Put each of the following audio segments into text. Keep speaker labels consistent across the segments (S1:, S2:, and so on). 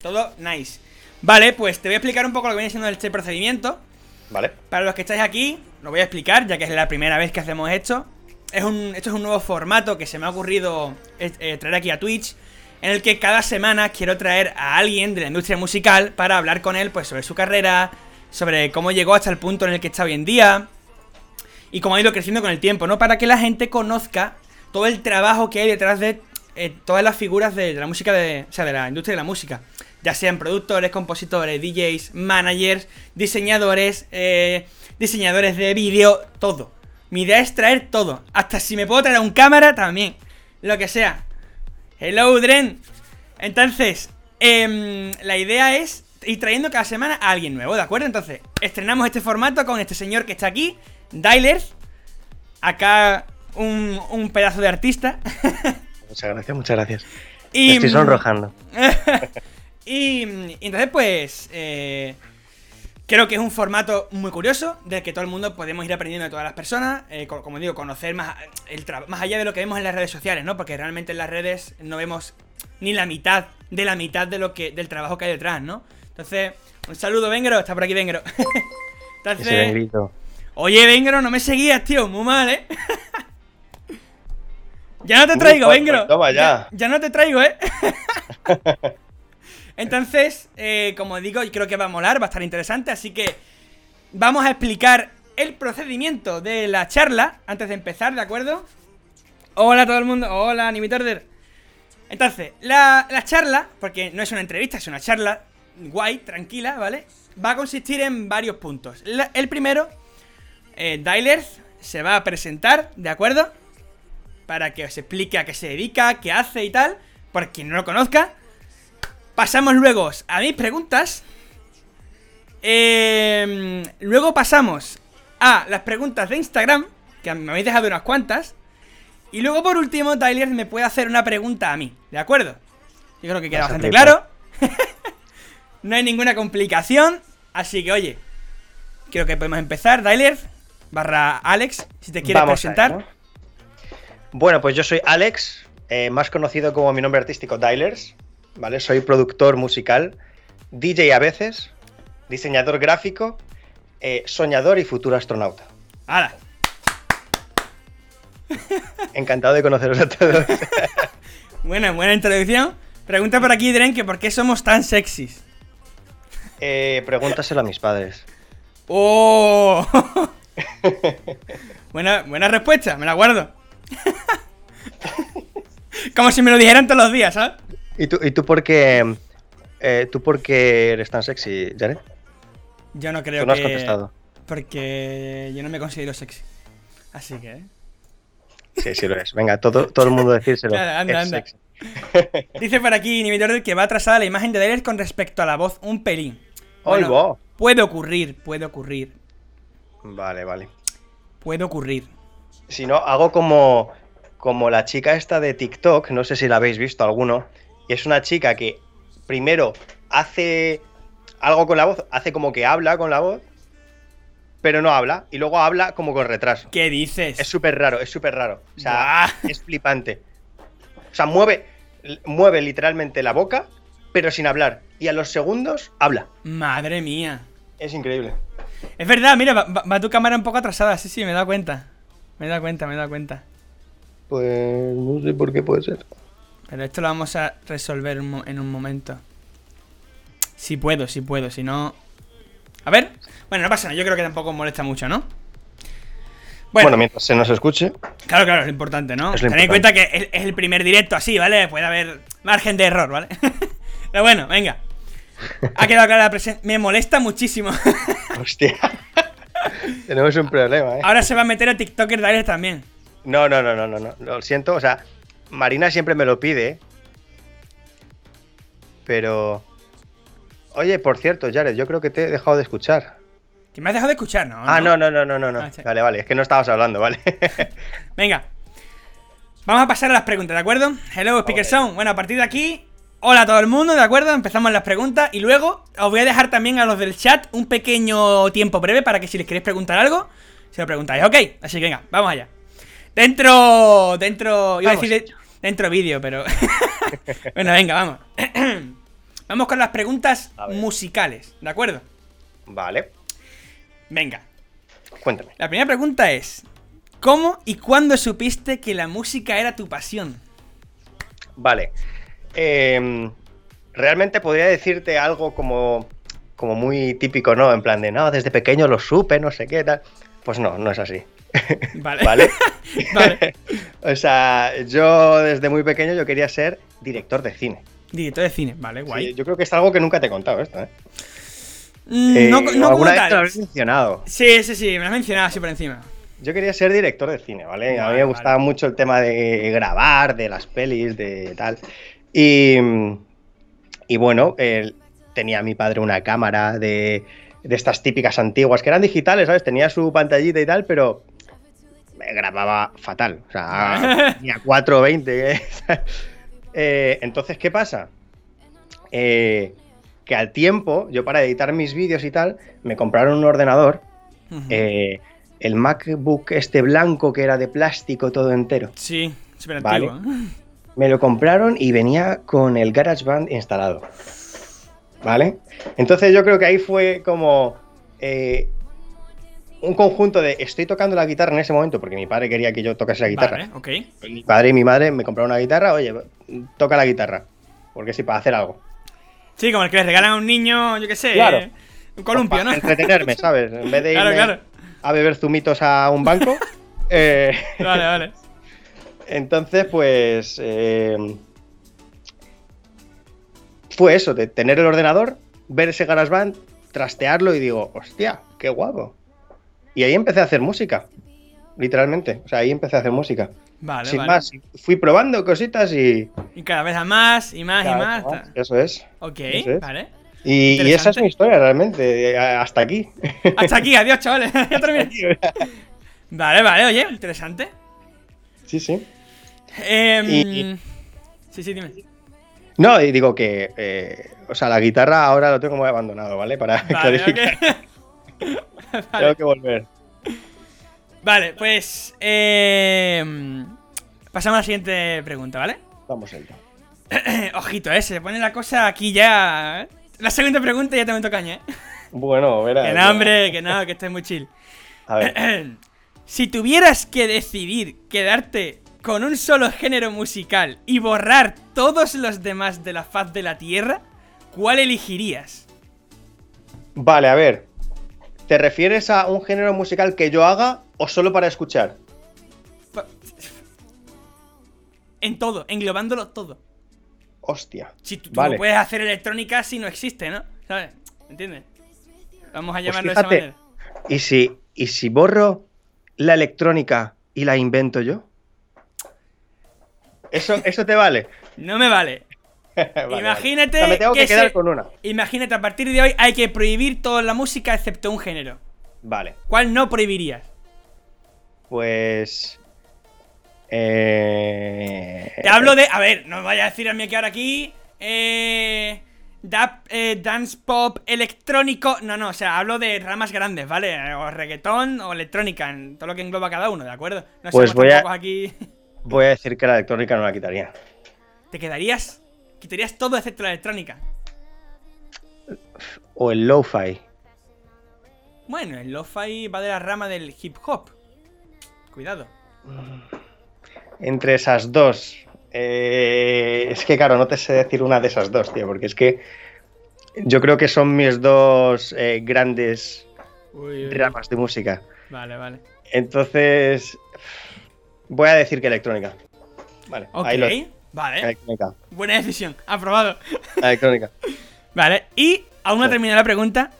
S1: Todo nice. Vale, pues te voy a explicar un poco lo que viene siendo este procedimiento.
S2: Vale.
S1: Para los que estáis aquí, lo voy a explicar, ya que es la primera vez que hacemos esto. Es un, esto es un nuevo formato que se me ha ocurrido eh, eh, traer aquí a Twitch, en el que cada semana quiero traer a alguien de la industria musical para hablar con él pues, sobre su carrera, sobre cómo llegó hasta el punto en el que está hoy en día, y cómo ha ido creciendo con el tiempo, ¿no? Para que la gente conozca todo el trabajo que hay detrás de eh, todas las figuras de, de la música, de, o sea, de la industria de la música. Ya sean productores, compositores, DJs, managers, diseñadores, eh, diseñadores de vídeo, todo. Mi idea es traer todo. Hasta si me puedo traer un cámara también. Lo que sea. Hello, Dren. Entonces, em, la idea es ir trayendo cada semana a alguien nuevo, ¿de acuerdo? Entonces, estrenamos este formato con este señor que está aquí, Dylers. Acá un, un pedazo de artista.
S2: Muchas gracias, muchas gracias.
S1: y, mm,
S2: Estoy sonrojando.
S1: y, mm, y entonces, pues. eh, creo que es un formato muy curioso, del que todo el mundo podemos ir aprendiendo de todas las personas. eh, co- como digo, conocer más, el tra- más allá de lo que vemos en las redes sociales, ¿no? Porque realmente en las redes no vemos ni la mitad de la mitad de lo que, del trabajo que hay detrás, ¿no? Entonces, un saludo, Vengro. Está por aquí, Vengro.
S2: Ese
S1: entonces.
S2: negrito.
S1: Oye, Vengro, no me seguías, tío. Muy mal, ¿eh? ya no te traigo,
S2: Ufa,
S1: Vengro.
S2: pues toma ya.
S1: ya. no te traigo, ¿eh? Entonces, eh, como digo, yo creo que va a molar, va a estar interesante. Así que vamos a explicar el procedimiento de la charla antes de empezar, ¿de acuerdo? Hola a todo el mundo. Hola, Nimitorder. Entonces, la, la charla, porque no es una entrevista, es una charla guay, tranquila, ¿vale? Va a consistir en varios puntos. La- el primero eh, Dylers se va a presentar, ¿de acuerdo? Para que os explique a qué se dedica, qué hace y tal, por quien no lo conozca. Pasamos luego a mis preguntas. Em, luego pasamos a las preguntas de Instagram, que me habéis dejado unas cuantas. Y luego por último, Dylers me puede hacer una pregunta a mí, ¿de acuerdo? Yo creo que queda
S2: Vas a
S1: bastante
S2: flipar.
S1: claro. no hay ninguna complicación. Así que, oye, Creo que podemos empezar. Dailer barra Alex, si te quieres
S2: Vamos a
S1: presentar.
S2: ello. Bueno, pues yo soy Alex, eh, más conocido como mi nombre artístico Dylers, ¿vale? Soy productor musical, DJ a veces, diseñador gráfico, eh, soñador y futuro astronauta.
S1: Hala.
S2: Encantado de conoceros a todos.
S1: Buena, buena introducción. Pregunta por aquí, Dren, que por qué somos tan sexys.
S2: Eh, pregúntaselo a mis padres.
S1: ¡Oh! buena, buena respuesta, me la guardo. Como si me lo dijeran todos los días, ¿sabes?
S2: ¿Y tú, y tú por qué... eh, ¿Tú por qué eres tan sexy, Jared?
S1: Yo no creo
S2: Tú no has
S1: que.
S2: contestado.
S1: Porque yo no me considero sexy. Así que. ¿eh?
S2: Sí, sí lo es. Venga, todo, todo el mundo decírselo.
S1: Claro, anda,
S2: Es
S1: anda.
S2: sexy.
S1: Dice por aquí Inhibidor que va atrasada la imagen de Dailer con respecto a la voz un pelín.
S2: ¡Ay, va!
S1: puede ocurrir, puede ocurrir,
S2: Vale, vale.
S1: puede ocurrir.
S2: Si no, hago como, como la chica esta de TikTok, no sé si la habéis visto alguno, y es una chica que primero hace algo con la voz, hace como que habla con la voz, pero no habla, y luego habla como con retraso.
S1: ¿Qué dices?
S2: Es súper raro, es súper raro. O sea,
S1: Buah.
S2: es flipante. O sea, mueve, mueve literalmente la boca, pero sin hablar, y a los segundos habla.
S1: Madre mía.
S2: Es increíble.
S1: Es verdad, mira, va, va- va tu cámara un poco atrasada, sí, sí, me he dado cuenta. Me he dado cuenta, me he dado cuenta.
S2: Pues no sé por qué puede ser.
S1: Pero esto lo vamos a resolver un mo- en un momento. Si puedo, si puedo, si no... A ver. Bueno, no pasa nada, yo creo que tampoco molesta mucho, ¿no?
S2: Bueno, mientras se nos escuche.
S1: Claro, claro, es lo importante, ¿no?
S2: Es lo
S1: Tened en cuenta
S2: importante.
S1: que es, es el primer directo así, ¿vale? Puede haber margen de error, ¿vale? Pero bueno, venga. Ha quedado clara la presencia. Me molesta muchísimo.
S2: Hostia. Tenemos un problema, ¿eh?
S1: Ahora se va a meter a TikToker Diaries también.
S2: No, no, no, no, no, no. Lo siento, o sea, Marina siempre me lo pide. eh. Pero. Oye, por cierto, Jared, yo creo que te he dejado de escuchar.
S1: Que me has dejado de escuchar, ¿no?
S2: ah, no, no, no, no, no. no.
S1: Ah, sí.
S2: Vale, vale, es que no estabas hablando, ¿vale?
S1: Venga. Vamos a pasar a las preguntas, ¿de acuerdo? Hello, Speaker Sound. Bueno, a partir de aquí, hola a todo el mundo, ¿de acuerdo? Empezamos las preguntas y luego os voy a dejar también a los del chat un pequeño tiempo breve para que si les queréis preguntar algo, se lo preguntáis, ¿ok? Así que venga, vamos allá. Dentro, dentro, iba a
S2: Vamos.
S1: decir de- dentro vídeo, pero... bueno, venga, vamos. Vamos con las preguntas
S2: A ver.
S1: musicales, ¿de acuerdo?
S2: Vale,
S1: Venga.
S2: cuéntame.
S1: La primera pregunta es: ¿Cómo y cuándo supiste que la música era tu pasión?
S2: Vale. Em, realmente podría decirte algo como, como muy típico, ¿no? En plan de, no, desde pequeño lo supe, no sé qué tal. Pues no, no es así.
S1: Vale.
S2: ¿Vale?
S1: Vale.
S2: o sea, yo desde muy pequeño yo quería ser director de cine.
S1: Director de cine, vale, guay.
S2: Sí, yo creo que es algo que nunca te he contado esto, ¿eh?
S1: Mm,
S2: Eh,
S1: no co- no como
S2: alguna vez te lo
S1: tal.
S2: habré mencionado.
S1: Sí, sí, sí, me lo has mencionado así por encima.
S2: Yo quería ser director de cine, ¿vale? a mí
S1: Vale,
S2: me gustaba
S1: vale.
S2: mucho el tema de grabar, de las pelis, de tal. Y, y bueno, él- tenía mi padre una cámara de, de estas típicas antiguas que eran digitales, ¿sabes? Tenía su pantallita y tal, pero me grababa fatal. O sea, tenía 420. ¿eh? Eh, entonces, ¿qué pasa? Eh, que al tiempo, yo para editar mis vídeos y tal, me compraron un ordenador
S1: Ujú.
S2: eh, el MacBook este blanco que era de plástico todo entero.
S1: sí, súper
S2: vale.
S1: antiguo.
S2: Me lo compraron y venía con el GarageBand instalado. ¿Vale? Entonces yo creo que ahí fue como eh, un conjunto de estoy tocando la guitarra en ese momento porque mi padre quería que yo tocase la guitarra.
S1: Vale, ok.
S2: Mi padre y mi madre me compraron una guitarra, oye, toca la guitarra. Porque sí, para hacer algo.
S1: Sí, como el que le regalan a un niño, yo qué sé,
S2: Claro.
S1: eh, un columpio,
S2: Para
S1: ¿no?
S2: entretenerme, ¿sabes? En vez de irme
S1: Claro, claro.
S2: a beber zumitos a un banco. eh,
S1: Vale, vale.
S2: Entonces, pues. eh, fue eso, de tener el ordenador, ver ese GarageBand, trastearlo y digo, hostia, qué guapo. Y ahí empecé a hacer música, literalmente. O sea, ahí empecé a hacer música.
S1: Vale,
S2: Sin
S1: vale.
S2: más, fui probando cositas y.
S1: Y cada vez a más, y más, y
S2: Cada
S1: más.
S2: vez
S1: ta-
S2: Eso es.
S1: Ok,
S2: Eso es.
S1: vale.
S2: Y, y esa es
S1: Interesante.
S2: mi historia, realmente. eh, Hasta aquí.
S1: Hasta aquí, adiós, chavales. ya terminé. Vale, vale, oye, interesante.
S2: sí, sí.
S1: Em,
S2: Y-
S1: Sí, sí, dime.
S2: No, y digo que. eh, o sea, la guitarra ahora lo tengo muy abandonado, ¿vale? Para
S1: Vale,
S2: clarificar.
S1: ok.
S2: Tengo
S1: vale.
S2: que volver.
S1: Vale, pues. em, pasamos a la siguiente pregunta, ¿vale?
S2: Vamos allá.
S1: Ojito, eh, se le pone la cosa aquí ya. ¿eh? La segunda pregunta ya también toca caña, eh.
S2: Bueno, verás.
S1: Que
S2: ya.
S1: no, hombre, que no, que estoy muy chill.
S2: A ver.
S1: Si tuvieras que decidir quedarte con un solo género musical y borrar todos los demás de la faz de la Tierra, ¿cuál elegirías?
S2: Vale, a ver. ¿Te refieres a un género musical que yo haga o solo para escuchar?
S1: Pa- En todo, englobándolo todo.
S2: Hostia.
S1: Si tú, tú
S2: Vale.
S1: no puedes hacer electrónica si no existe, ¿no? ¿Sabes? ¿Entiendes? Vamos a llamarlo
S2: Pues fíjate.
S1: de esa manera.
S2: ¿Y si, ¿Y si borro la electrónica y la invento yo? Eso, eso te vale.
S1: No me vale.
S2: Vale, vale.
S1: Imagínate
S2: O sea, me tengo que,
S1: que
S2: quedar
S1: se-
S2: con una.
S1: Imagínate, a partir de hoy hay que prohibir toda la música excepto un género.
S2: Vale.
S1: ¿Cuál no prohibirías?
S2: Pues. Eh...
S1: Te hablo de. A ver, no me vayas a decir a mí que ahora aquí. Eh. dap- eh, dance pop electrónico. No, no, o sea, hablo de ramas grandes, ¿vale? Eh, O reggaetón o electrónica, en todo lo que engloba cada uno, ¿de acuerdo? No
S2: Pues
S1: somos
S2: voy a-
S1: tampoco aquí.
S2: Voy a decir que la electrónica no la quitaría.
S1: ¿Te quedarías? Quitarías todo excepto la electrónica.
S2: O el lo-fi.
S1: Bueno, el lo-fi va de la rama del hip hop. Cuidado.
S2: entre esas dos. eh, es que, claro, no te sé decir una de esas dos, tío, porque es que yo creo que son mis dos eh, grandes
S1: Uy, uy, uy.
S2: ramas de música.
S1: Vale, vale.
S2: Entonces, voy a decir que electrónica. Vale,
S1: Ok,
S2: ahí lo dejo.
S1: vale.
S2: Electrónica,
S1: Buena decisión, aprobado.
S2: electrónica.
S1: Vale, y aún no ha
S2: Sí.
S1: terminado la pregunta.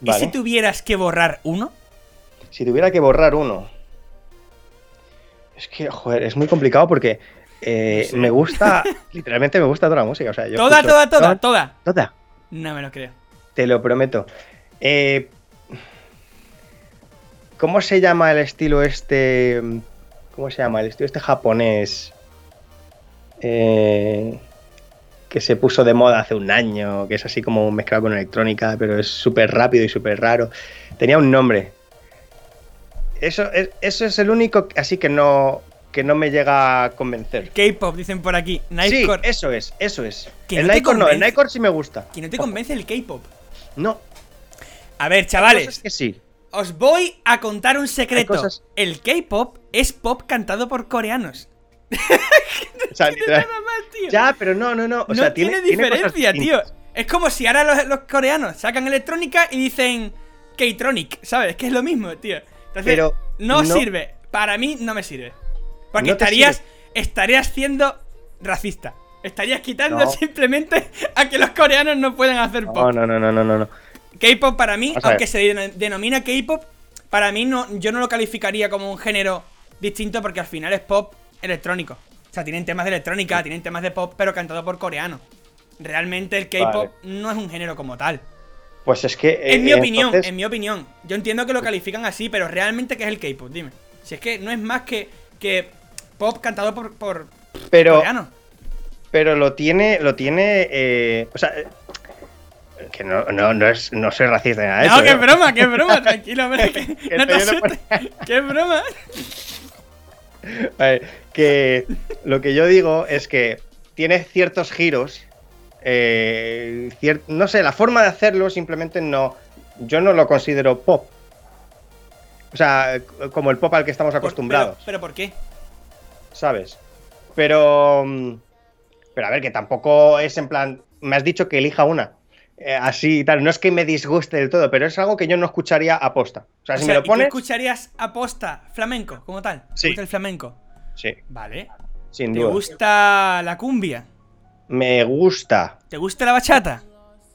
S1: ¿Y
S2: Vale.
S1: si tuvieras que borrar uno?
S2: Si tuviera que borrar uno. Es que, joder, es muy complicado porque eh,
S1: No sé.
S2: me gusta, literalmente me gusta toda la música. O sea, yo
S1: Toda,
S2: escucho
S1: toda, toda,
S2: toda.
S1: toda.
S2: Toda.
S1: No me lo creo.
S2: Te lo prometo. Eh, ¿Cómo se llama el estilo este? ¿Cómo se llama? El estilo este japonés. eh, que se puso de moda hace un año, que es así como mezclado con electrónica, pero es súper rápido y súper raro. Tenía un nombre. Eso es, eso es el único así que no. que no me llega a convencer.
S1: K-pop, dicen por aquí.
S2: Sí, eh.
S1: Nightcore.
S2: eso es, eso es.
S1: Que no
S2: El
S1: te
S2: Nightcore no, el
S1: convence.
S2: Nightcore sí me gusta.
S1: Que no te convence el K-pop.
S2: No,
S1: A ver,
S2: hay cosas
S1: chavales,
S2: que sí.
S1: os voy a contar un secreto.
S2: Hay cosas-
S1: El K-pop es pop cantado por coreanos.
S2: O sea, literal-
S1: Nada más, tío.
S2: Ya, pero no, no, no. O
S1: no
S2: sea, tiene,
S1: tiene,
S2: tiene cosas
S1: diferencia, tío.
S2: distintas.
S1: Es como si ahora los, los coreanos sacan electrónica y dicen K-Tronic, ¿sabes? Que es lo mismo, tío. Entonces,
S2: Pero
S1: no,
S2: no-
S1: sirve. Para mí no me sirve. Porque
S2: No te
S1: estarías, estarías siendo racista. Estarías quitando
S2: No.
S1: simplemente a que los coreanos no puedan hacer pop.
S2: No, no, no, no, no, no, no.
S1: K-pop para mí,
S2: Vamos a
S1: aunque
S2: ver.
S1: se den- denomina K-pop, para mí no, yo no lo calificaría como un género distinto porque al final es pop electrónico. O sea, tienen temas de electrónica, tienen temas de pop, pero cantado por coreano. Realmente el K-pop
S2: Vale.
S1: no es un género como tal.
S2: Pues es que. eh,
S1: en mi opinión,
S2: entonces-
S1: en mi opinión. Yo entiendo que lo califican así, pero realmente ¿qué es el K-pop? Dime. Si es que no es más que, que pop cantado por, por
S2: pero,
S1: coreano.
S2: pero lo tiene. Lo tiene eh, o sea. eh, Que no, no, no, es, no soy racista ni nada de
S1: No,
S2: eso,
S1: qué
S2: ¿eh?
S1: broma, qué broma, tranquilo, hombre, que- no te
S2: estoy yendo por-
S1: asustes. Qué broma.
S2: A ver, que lo que yo digo es que tiene ciertos giros. eh, cier- no sé, la forma de hacerlo simplemente no. Yo no lo considero pop. O sea, c- como el pop al que estamos
S1: Por-
S2: acostumbrados.
S1: Pues, pero- pero ¿por qué?
S2: ¿sabes? Pero. mm, Pero a ver, que tampoco es en plan. Me has dicho que elija una. eh, así y tal. No es que me disguste del todo, pero es algo que yo no escucharía aposta. O sea,
S1: O
S2: si
S1: sea,
S2: me
S1: ¿y
S2: lo
S1: tú
S2: pones.
S1: escucharías aposta flamenco como tal? ¿Te
S2: Sí.
S1: gusta el flamenco?
S2: Sí,
S1: Vale.
S2: sin
S1: ¿Te
S2: duda.
S1: gusta la cumbia?
S2: Me gusta.
S1: ¿Te gusta la bachata?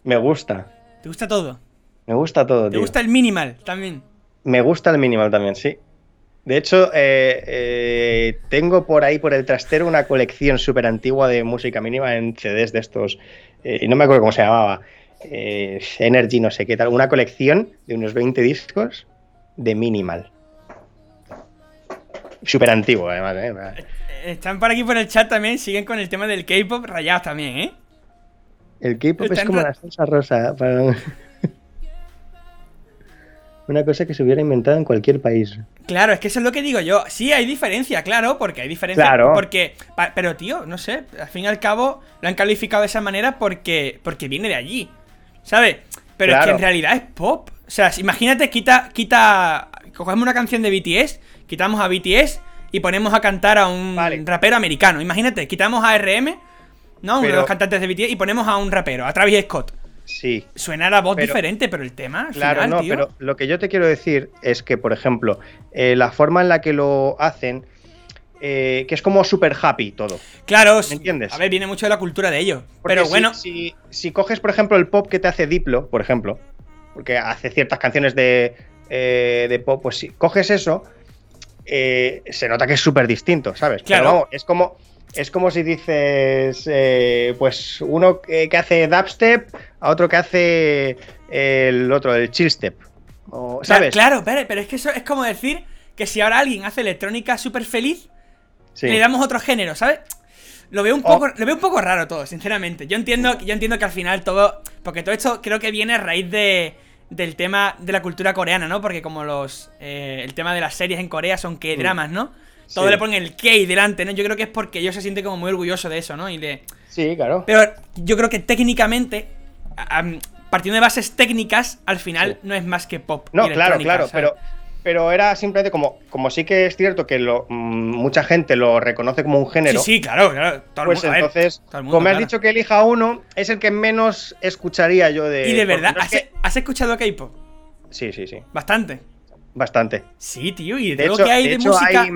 S2: Me gusta.
S1: ¿Te gusta todo?
S2: Me gusta todo,
S1: ¿Te
S2: tío.
S1: gusta el minimal también?
S2: Me gusta el minimal también, sí. De hecho, eh, eh, tengo por ahí, por el trastero, una colección súper antigua de música mínima en CDs de estos. eh, y no me acuerdo cómo se llamaba. eh, Energy, no sé qué tal. Una colección de unos 20 discos de minimal. Súper antiguo, además. ¿eh?
S1: Eh, Están por aquí por el chat también, siguen con el tema del K-pop rayados también, ¿eh?
S2: El K-pop es
S1: Están
S2: como
S1: ra-
S2: la salsa rosa. para- una cosa que se hubiera inventado en cualquier país.
S1: Claro, es que eso es lo que digo yo. Sí, hay diferencia, claro, porque hay diferencia.
S2: Claro.
S1: Porque, pa- pero tío, no sé, al fin y al cabo lo han calificado de esa manera porque, porque viene de allí, ¿sabes? Pero es que
S2: Claro.
S1: en realidad es pop. O sea, si- imagínate, quita, quita, cogemos una canción de BTS, quitamos a BTS y ponemos a cantar a un
S2: Vale.
S1: rapero americano. Imagínate, quitamos a RM, ¿no? Uno de
S2: Pero-
S1: los cantantes de BTS y ponemos a un rapero, a Travis Scott.
S2: Sí.
S1: Suena la voz
S2: Pero-
S1: diferente, pero el tema, al
S2: Claro,
S1: final,
S2: no,
S1: tío,
S2: pero lo que yo te quiero decir es que, por ejemplo, eh, la forma en la que lo hacen, eh, que es como super happy todo.
S1: Claro,
S2: ¿Me entiendes?
S1: a ver, viene mucho de la cultura de ellos.
S2: Porque
S1: pero
S2: si-
S1: bueno,
S2: Si, si coges, por ejemplo, el pop que te hace Diplo, por ejemplo, porque hace ciertas canciones de, eh, de pop, pues si coges eso, eh, se nota que es súper distinto, ¿sabes?
S1: Claro.
S2: Pero vamos, es como. Es como si dices, eh, pues uno que, que hace dubstep a otro que hace el otro, el chill step. O,
S1: Cla-
S2: ¿Sabes?
S1: Claro, pero, pero es que eso es como decir que si ahora alguien hace electrónica súper feliz,
S2: Sí.
S1: le damos otro género, ¿sabes? Lo veo, un
S2: O-
S1: poco, lo veo un poco raro todo, sinceramente. Yo entiendo, yo entiendo que al final todo. Porque todo esto creo que viene a raíz de, del tema de la cultura coreana, ¿no? Porque como los. eh, el tema de las series en Corea son K-dramas, ¿no? Todo
S2: Mm. Sí.
S1: le ponen el K delante, ¿no? Yo creo que es porque ellos se sienten como muy orgullosos de eso, ¿no? Y le,
S2: Sí, claro.
S1: Pero yo creo que técnicamente, a- am, partiendo de bases técnicas, al final
S2: Sí.
S1: no es más que pop.
S2: No,
S1: y
S2: claro,
S1: electrónica,
S2: claro,
S1: ¿sabes?
S2: pero, pero era simplemente como, como sí que es cierto que lo, mm, mucha gente lo reconoce como un género.
S1: Sí, sí, claro, claro. Todo el
S2: Pues
S1: mundo, a ver,
S2: entonces,
S1: todo el mundo,
S2: como me has
S1: claro.
S2: dicho que elija uno, es el que menos escucharía yo de.
S1: y de verdad,
S2: porque no
S1: ¿has,
S2: es que-
S1: has escuchado K-pop?
S2: Sí, sí, sí.
S1: Bastante.
S2: Bastante.
S1: Sí, tío, y de,
S2: De
S1: todo
S2: hecho,
S1: lo que hay
S2: de
S1: de,
S2: hecho,
S1: música.
S2: hay,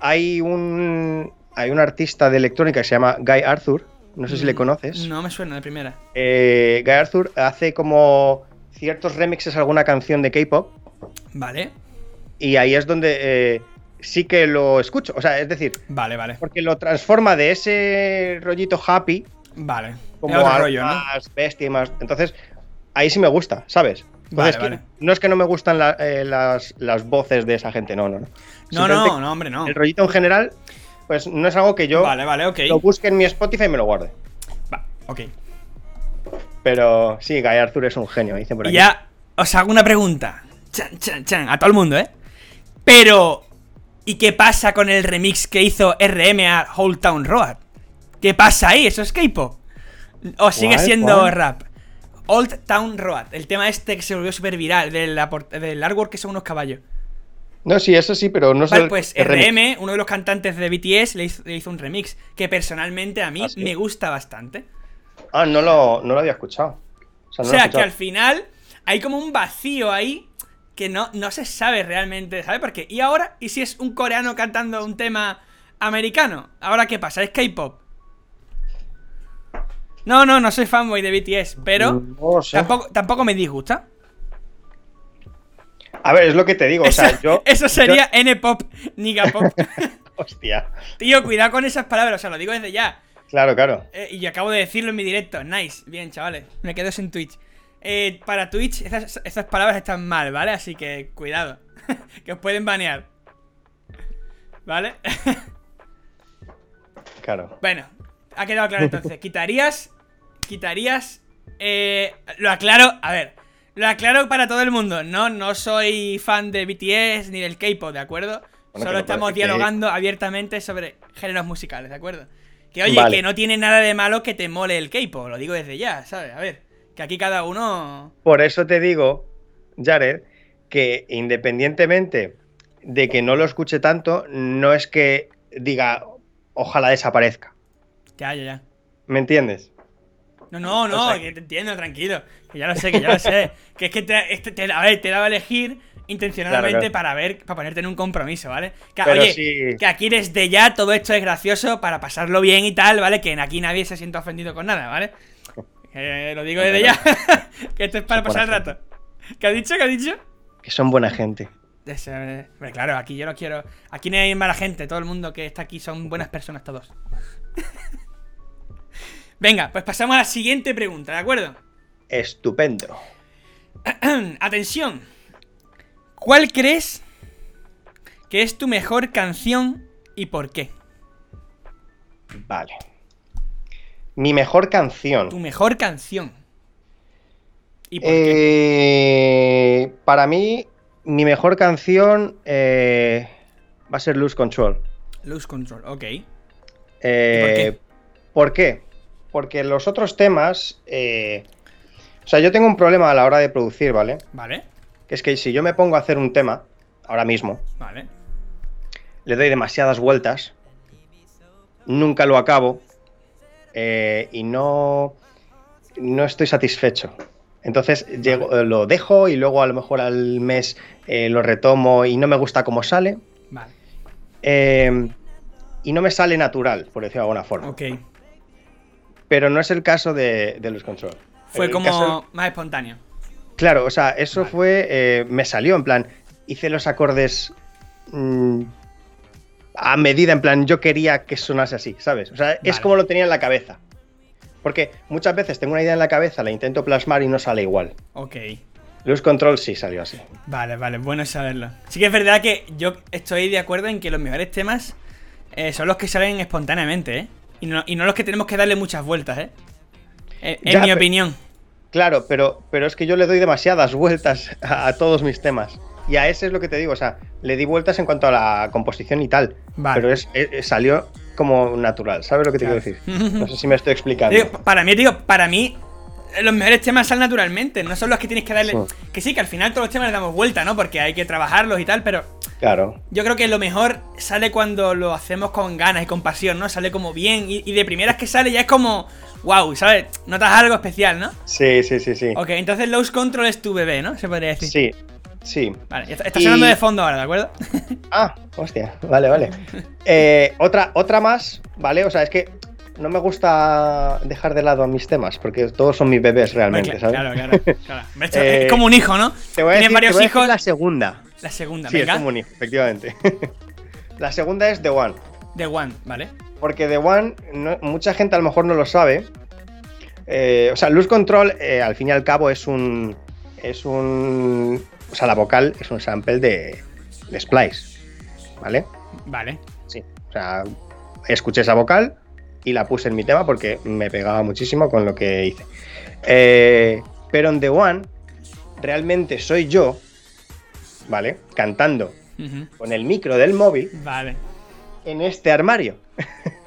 S2: hay un. Hay un artista de electrónica que se llama Guy Arthur. No sé si le
S1: Mm,
S2: conoces.
S1: No me suena de primera.
S2: Eh, Guy Arthur hace como ciertos remixes a alguna canción de K-pop.
S1: Vale,
S2: Y ahí es donde eh, sí que lo escucho. O sea, es decir,
S1: vale, vale.
S2: porque lo transforma de ese rollito happy
S1: Vale.
S2: como
S1: Era otro
S2: a
S1: rollo, ¿no?
S2: más bestia y más. Entonces, ahí sí me gusta, ¿sabes?
S1: Vale,
S2: Entonces, que-
S1: vale.
S2: No es que no me gustan la- eh, las, las voces de esa gente, no, no, no.
S1: No,
S2: Simplemente
S1: no, no, hombre, no.
S2: El rollito en general, pues no es algo que yo
S1: Vale, vale, ok.
S2: lo busque en mi Spotify y me lo guarde.
S1: Va, ok.
S2: Pero sí, Guy Arthur es un genio, dicen por
S1: Y
S2: aquí.
S1: ya os hago una pregunta. Chan, chan, chan. A todo el mundo, ¿eh? Pero. ¿Y qué pasa con el remix que hizo RM a Whole Town Road? ¿Qué pasa ahí? ¿Eso es K-pop? ¿O sigue
S3: ¿Cuál?
S1: siendo
S3: ¿Cuál?
S1: rap? Old Town Road, el tema este que se volvió súper viral del, apor- del artwork que son unos caballos.
S3: No, sí, eso sí, pero no
S1: Vale,
S3: sé.
S1: pues
S3: el remix.
S1: RM, uno de los cantantes de BTS, le hizo, le hizo un remix que personalmente a mí
S3: ¿Ah, sí?
S1: me gusta bastante.
S2: Ah, no lo, no lo había escuchado. O sea,
S1: O
S2: no lo he
S1: sea, que
S2: escuchado.
S1: al final hay como un vacío ahí que no, no se sabe realmente, ¿sabes por qué? Y ahora, ¿y si es un coreano cantando un tema americano? ¿Ahora qué pasa? ¿Es K-pop? No, no, no soy fanboy de BTS, pero
S2: No lo sé.
S1: tampoco, tampoco me disgusta.
S2: A ver, es lo que te digo. O
S1: Eso,
S2: sea, yo.
S1: eso
S2: yo-
S1: sería N-pop, Niga-pop.
S2: hostia.
S1: Tío, cuidado con esas palabras, o sea, lo digo desde ya.
S2: Claro, claro.
S1: Eh, y acabo de decirlo en mi directo. Nice. Bien, chavales. Me quedo sin Twitch. Eh, para Twitch, esas, esas palabras están mal, ¿vale? Así que cuidado. que os pueden banear. ¿Vale?
S2: Claro.
S1: bueno, ha quedado claro entonces. Quitarías. Quitarías. eh, lo aclaro. A ver. Lo aclaro para todo el mundo. No, no soy fan de BTS ni del K-pop, ¿de acuerdo?
S2: Bueno,
S1: Solo
S2: pero parece
S1: estamos
S2: que-
S1: dialogando abiertamente sobre géneros musicales, ¿de acuerdo? Que oye,
S2: Vale.
S1: que no tiene nada de malo que te mole el K-pop, lo digo desde ya, ¿sabes? A ver, que aquí cada uno.
S2: Por eso te digo, Jared, que independientemente de que no lo escuche tanto, no es que diga, ojalá desaparezca.
S1: Ya, ya, ya.
S2: ¿Me entiendes?
S1: No, no, no,
S2: O sea-
S1: que te entiendo, tranquilo. Que ya lo sé, que ya lo sé. que es que te, este te- a ver, te daba a elegir intencionalmente
S2: Claro, claro.
S1: para ver, para ponerte en un compromiso, ¿vale? Que,
S2: Pero
S1: oye,
S2: sí.
S1: que aquí desde ya todo esto es gracioso para pasarlo bien y tal, ¿vale? Que aquí nadie se sienta ofendido con nada, ¿vale? Que lo digo desde ya. que esto es para
S2: Se pone
S1: pasar el rato. ¿Qué ha dicho? ¿Qué ha dicho?
S2: Que son buena gente.
S1: Ese, eh, hombre, claro, aquí yo no quiero. Aquí no hay mala gente, todo el mundo que está aquí son buenas personas todos. Venga, pues pasamos a la siguiente pregunta, ¿de acuerdo?
S2: Estupendo.
S1: Atención. ¿Cuál crees que es tu mejor canción y por qué?
S2: Vale. Mi mejor canción.
S1: Tu mejor canción. ¿Y por qué?
S2: Eh, para mí, mi mejor canción eh, va a ser Lose Control.
S1: Lose Control, ok.
S2: Eh, ¿Por qué? Porque los otros temas. eh, o sea, yo tengo un problema a la hora de producir, ¿vale?
S1: Vale,
S2: Que es que si yo me pongo a hacer un tema, ahora mismo,
S1: vale.
S2: le doy demasiadas vueltas, nunca lo acabo eh, y no, no estoy satisfecho. Entonces llego- eh, lo dejo y luego a lo mejor al mes eh, lo retomo y no me gusta cómo sale.
S1: Vale,
S2: eh, y no me sale natural, por decirlo de alguna forma.
S1: ok.
S2: Pero no es el caso de, de Luz Control.
S1: Fue
S2: El
S1: como
S2: caso-
S1: más espontáneo.
S2: claro, o sea, eso
S1: Vale.
S2: fue. eh, me salió en plan. Hice los acordes. mm, a medida, en plan, yo quería que sonase así, ¿sabes? O sea, es
S1: Vale.
S2: como lo tenía en la cabeza. Porque muchas veces tengo una idea en la cabeza, la intento plasmar y no sale igual.
S1: Ok.
S2: Luz Control sí salió así.
S1: Vale, vale, bueno saberlo. Sí que es verdad que yo estoy de acuerdo en que los mejores temas eh, son los que salen espontáneamente, ¿eh? Y no, y no los que tenemos que darle muchas vueltas, ¿eh? Eh, En,
S2: Ya,
S1: mi
S2: pe-
S1: opinión.
S2: Claro, pero, pero es que yo le doy demasiadas vueltas a, a todos mis temas. Y a ese es lo que te digo, o sea, le di vueltas en cuanto a la composición y tal.
S1: Vale.
S2: Pero es, es- salió como natural, ¿sabes lo que te
S1: Claro.
S2: quiero decir? No sé si me estoy explicando.
S1: Digo, pa- para mí, digo, para mí, eh, los mejores temas salen naturalmente, no son los que tienes que darle.
S2: Sí.
S1: Que sí, que al final todos los temas le damos vuelta, ¿no? Porque hay que trabajarlos y tal, pero
S2: Claro,
S1: yo creo que lo mejor sale cuando lo hacemos con ganas y con pasión, ¿no? Sale como bien y, y de primeras que sale ya es como, wow, ¿sabes? Notas algo especial, ¿no?
S2: sí, sí, sí, sí.
S1: Ok, entonces Lose Control es tu bebé, ¿no? Se podría decir.
S2: Sí, sí.
S1: Vale, ya está, está
S2: Y-
S1: sonando de fondo ahora, ¿de acuerdo?
S2: Ah, hostia, vale, vale. Eh, otra, otra más, ¿vale? O sea, es que no me gusta dejar de lado a mis temas, porque todos son mis bebés realmente,
S1: Hombre,
S2: ¿sabes?
S1: claro, claro, claro, claro. Hombre, esto
S2: Eh,
S1: es como un hijo, ¿no?
S2: Te voy a
S1: Tienes
S2: decir,
S1: varios
S2: te voy a decir
S1: hijos.
S2: la segunda.
S1: La segunda,
S2: Sí,
S1: venga.
S2: es como un hijo, efectivamente. la segunda es The One.
S1: The One, ¿vale?
S2: Porque The One, no- mucha gente a lo mejor no lo sabe. Eh, o sea, Luz Control, eh, al fin y al cabo, es un. Es un. O sea, la vocal es un sample de, de Splice. ¿Vale?
S1: Vale.
S2: Sí. O sea, escuché esa vocal y la puse en mi tema porque me pegaba muchísimo con lo que hice. Eh, pero en The One, realmente soy yo, ¿vale? Cantando
S1: Ujú.
S2: con el micro del móvil
S1: Vale.
S2: en este armario.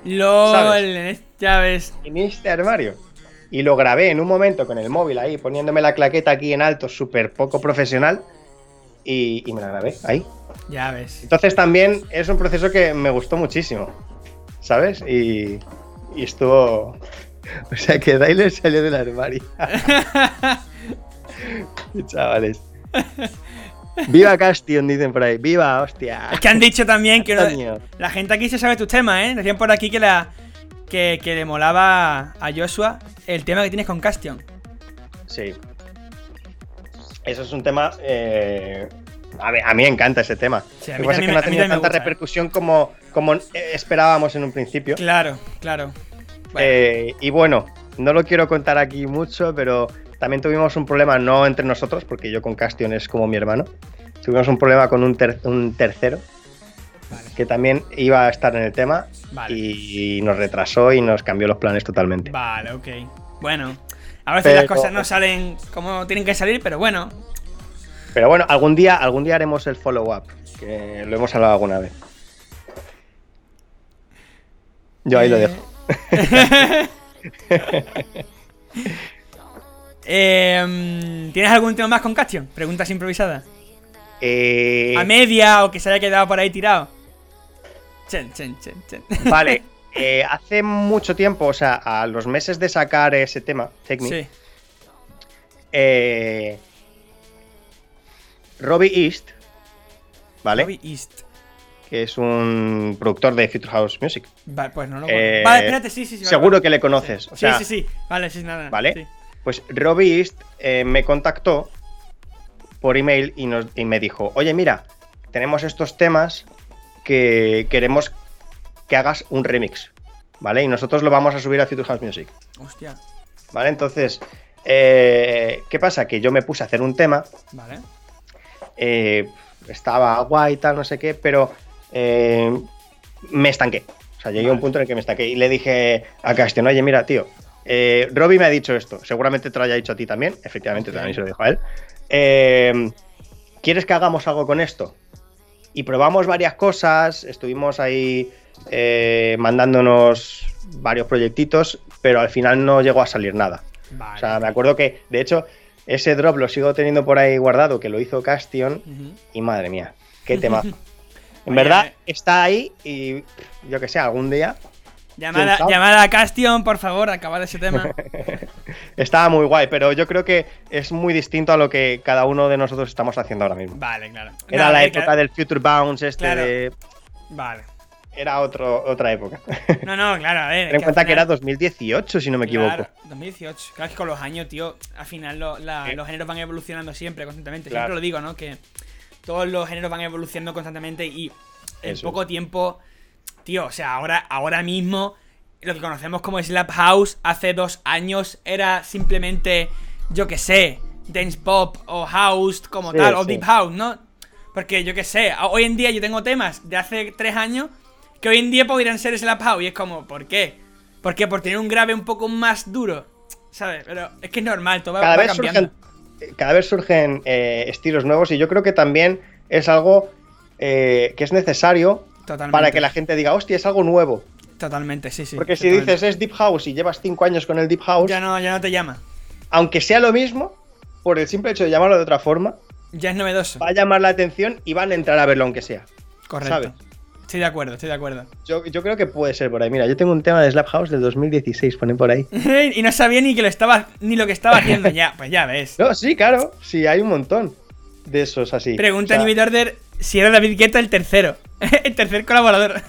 S1: LOL,
S2: ¿Sabes?
S1: en es- ya ves.
S2: En este armario. Y lo grabé en un momento con el móvil ahí, poniéndome la claqueta aquí en alto, súper poco profesional. Y, y me la grabé ahí.
S1: Ya ves.
S2: Entonces también es un proceso que me gustó muchísimo. ¿Sabes? Y, y estuvo. O sea que Dailer salió del armario. Chavales. Viva Castion, dicen por ahí. Viva, hostia.
S1: Es que han dicho también que no-
S2: Coño.
S1: la gente aquí se sabe tus temas, ¿eh? Decían por aquí que la que, que le molaba a Joshua el tema que tienes con Castion.
S2: Sí. Eso es un tema. eh, a, ver, a mí me encanta ese tema.
S1: Sí, a
S2: Lo
S1: mí
S2: que pasa es
S1: también me-
S2: que no
S1: a
S2: ha
S1: mí
S2: tenido
S1: también me
S2: tanta
S1: gusta, ¿eh?
S2: repercusión como, como eh, esperábamos en un principio.
S1: Claro, claro. Bueno,
S2: Eh, y bueno, no lo quiero contar aquí mucho, pero también tuvimos un problema, no entre nosotros, porque yo con Castion es como mi hermano. Tuvimos un problema con un, ter- un tercero
S1: Vale.
S2: que también iba a estar en el tema
S1: Vale.
S2: y nos retrasó y nos cambió los planes totalmente.
S1: Vale, ok. Bueno, a veces las
S2: Pero-
S1: cosas no salen como tienen que salir, pero bueno.
S2: Pero bueno, algún día, algún día haremos el follow-up, que lo hemos hablado alguna vez. Yo ahí lo
S1: Eh,
S2: dejo.
S1: Em, ¿Tienes algún tema más con Castion? Preguntas improvisadas.
S2: Eh,
S1: A media o que se haya quedado por ahí tirado. Chen, chen, chen, chen.
S2: vale, eh, hace mucho tiempo, o sea, a los meses de sacar ese tema, Take Me,
S1: Sí.
S2: eh, Robbie East, ¿vale?
S1: Bobby East.
S2: Que es un productor de Future House Music.
S1: Vale, pues no lo
S2: Eh,
S1: Vale, espérate, sí, sí, sí. vale,
S2: Seguro
S1: vale.
S2: que le conoces. o sea,
S1: sí, sí, sí. Vale, sí, nada. nada,
S2: ¿Vale?
S1: sí.
S2: Pues Robbie East eh, me contactó por email y, nos- y me dijo, oye, mira, tenemos estos temas que queremos que hagas un remix, ¿vale? Y nosotros lo vamos a subir a Future House Music,
S1: Hostia.
S2: ¿vale? Entonces, eh, ¿qué pasa? Que yo me puse a hacer un tema,
S1: Vale.
S2: eh, estaba guay y tal, no sé qué, pero eh, me estanqué. O sea, llegué a un punto en el que me estanqué y le dije a Castion, oye, mira, tío, eh, Robbie me ha dicho esto, seguramente te lo haya dicho a ti también, efectivamente
S1: Ok.
S2: también se lo dijo a él. Eh, ¿Quieres que hagamos algo con esto? Y probamos varias cosas, estuvimos ahí eh, mandándonos varios proyectitos, pero al final no llegó a salir nada.
S1: Vale.
S2: O sea, me acuerdo que, de hecho, ese drop lo sigo teniendo por ahí guardado, que lo hizo Castion,
S1: Ujú.
S2: y madre mía, qué temazo. En
S1: Oye,
S2: verdad,
S1: eh.
S2: está ahí y yo que sé, algún día.
S1: Llamada,
S2: sabe?
S1: llamada a Castion, por favor, acabar ese tema.
S2: Estaba muy guay, pero yo creo que es muy distinto a lo que cada uno de nosotros estamos haciendo ahora mismo.
S1: Vale, claro.
S2: Era
S1: Nada,
S2: la
S1: eh,
S2: época
S1: claro.
S2: del Future Bounce, este
S1: Claro.
S2: de-
S1: Vale.
S2: Era otro, otra época.
S1: No, no, claro, a ver.
S2: Ten en
S1: al
S2: cuenta que era
S1: final-
S2: 2018, si no me equivoco.
S1: Claro, 2018. Claro, es que con los años, tío, al final lo- la-
S2: Sí.
S1: los géneros van evolucionando siempre, constantemente. Siempre
S2: Claro.
S1: lo digo, ¿no? Que todos los géneros van evolucionando constantemente y en
S2: Eso
S1: poco tiempo, tío, o sea, ahora, ahora mismo lo que conocemos como Slap House hace dos años era simplemente, yo que sé, Dance Pop o House como
S2: Sí,
S1: tal, o
S2: sí.
S1: Deep House, ¿no? Porque yo que sé, a- hoy en día yo tengo temas de hace tres años que hoy en día podrían ser Slap House y es como, ¿por qué? ¿Por qué? Por tener un grave un poco más duro, ¿sabes? Pero es que es normal, todo va,
S2: cada
S1: va
S2: vez
S1: cambiando.
S2: surgen, cada vez surgen eh, estilos nuevos y yo creo que también es algo eh, que es necesario
S1: Totalmente.
S2: para que la gente diga, hostia, es algo nuevo.
S1: Totalmente, sí, sí.
S2: Porque si
S1: totalmente.
S2: dices es Deep House y llevas cinco años con el Deep House,
S1: Ya no, ya no te llama.
S2: aunque sea lo mismo, por el simple hecho de llamarlo de otra forma,
S1: Ya es novedoso.
S2: va a llamar la atención y van a entrar a verlo aunque sea.
S1: Correcto.
S2: ¿sabes?
S1: Estoy de acuerdo, estoy de acuerdo.
S2: Yo, yo creo que puede ser por ahí. Mira, yo tengo un tema de Slap House del 2016, ponen por ahí.
S1: y no sabía ni que lo estaba ni lo que estaba haciendo ya, pues ya ves.
S2: No, sí, claro, sí, hay un montón de esos así.
S1: Pregunta
S2: O
S1: en
S2: sea,
S1: Nivel Order si era David Guetta el tercero. el tercer colaborador.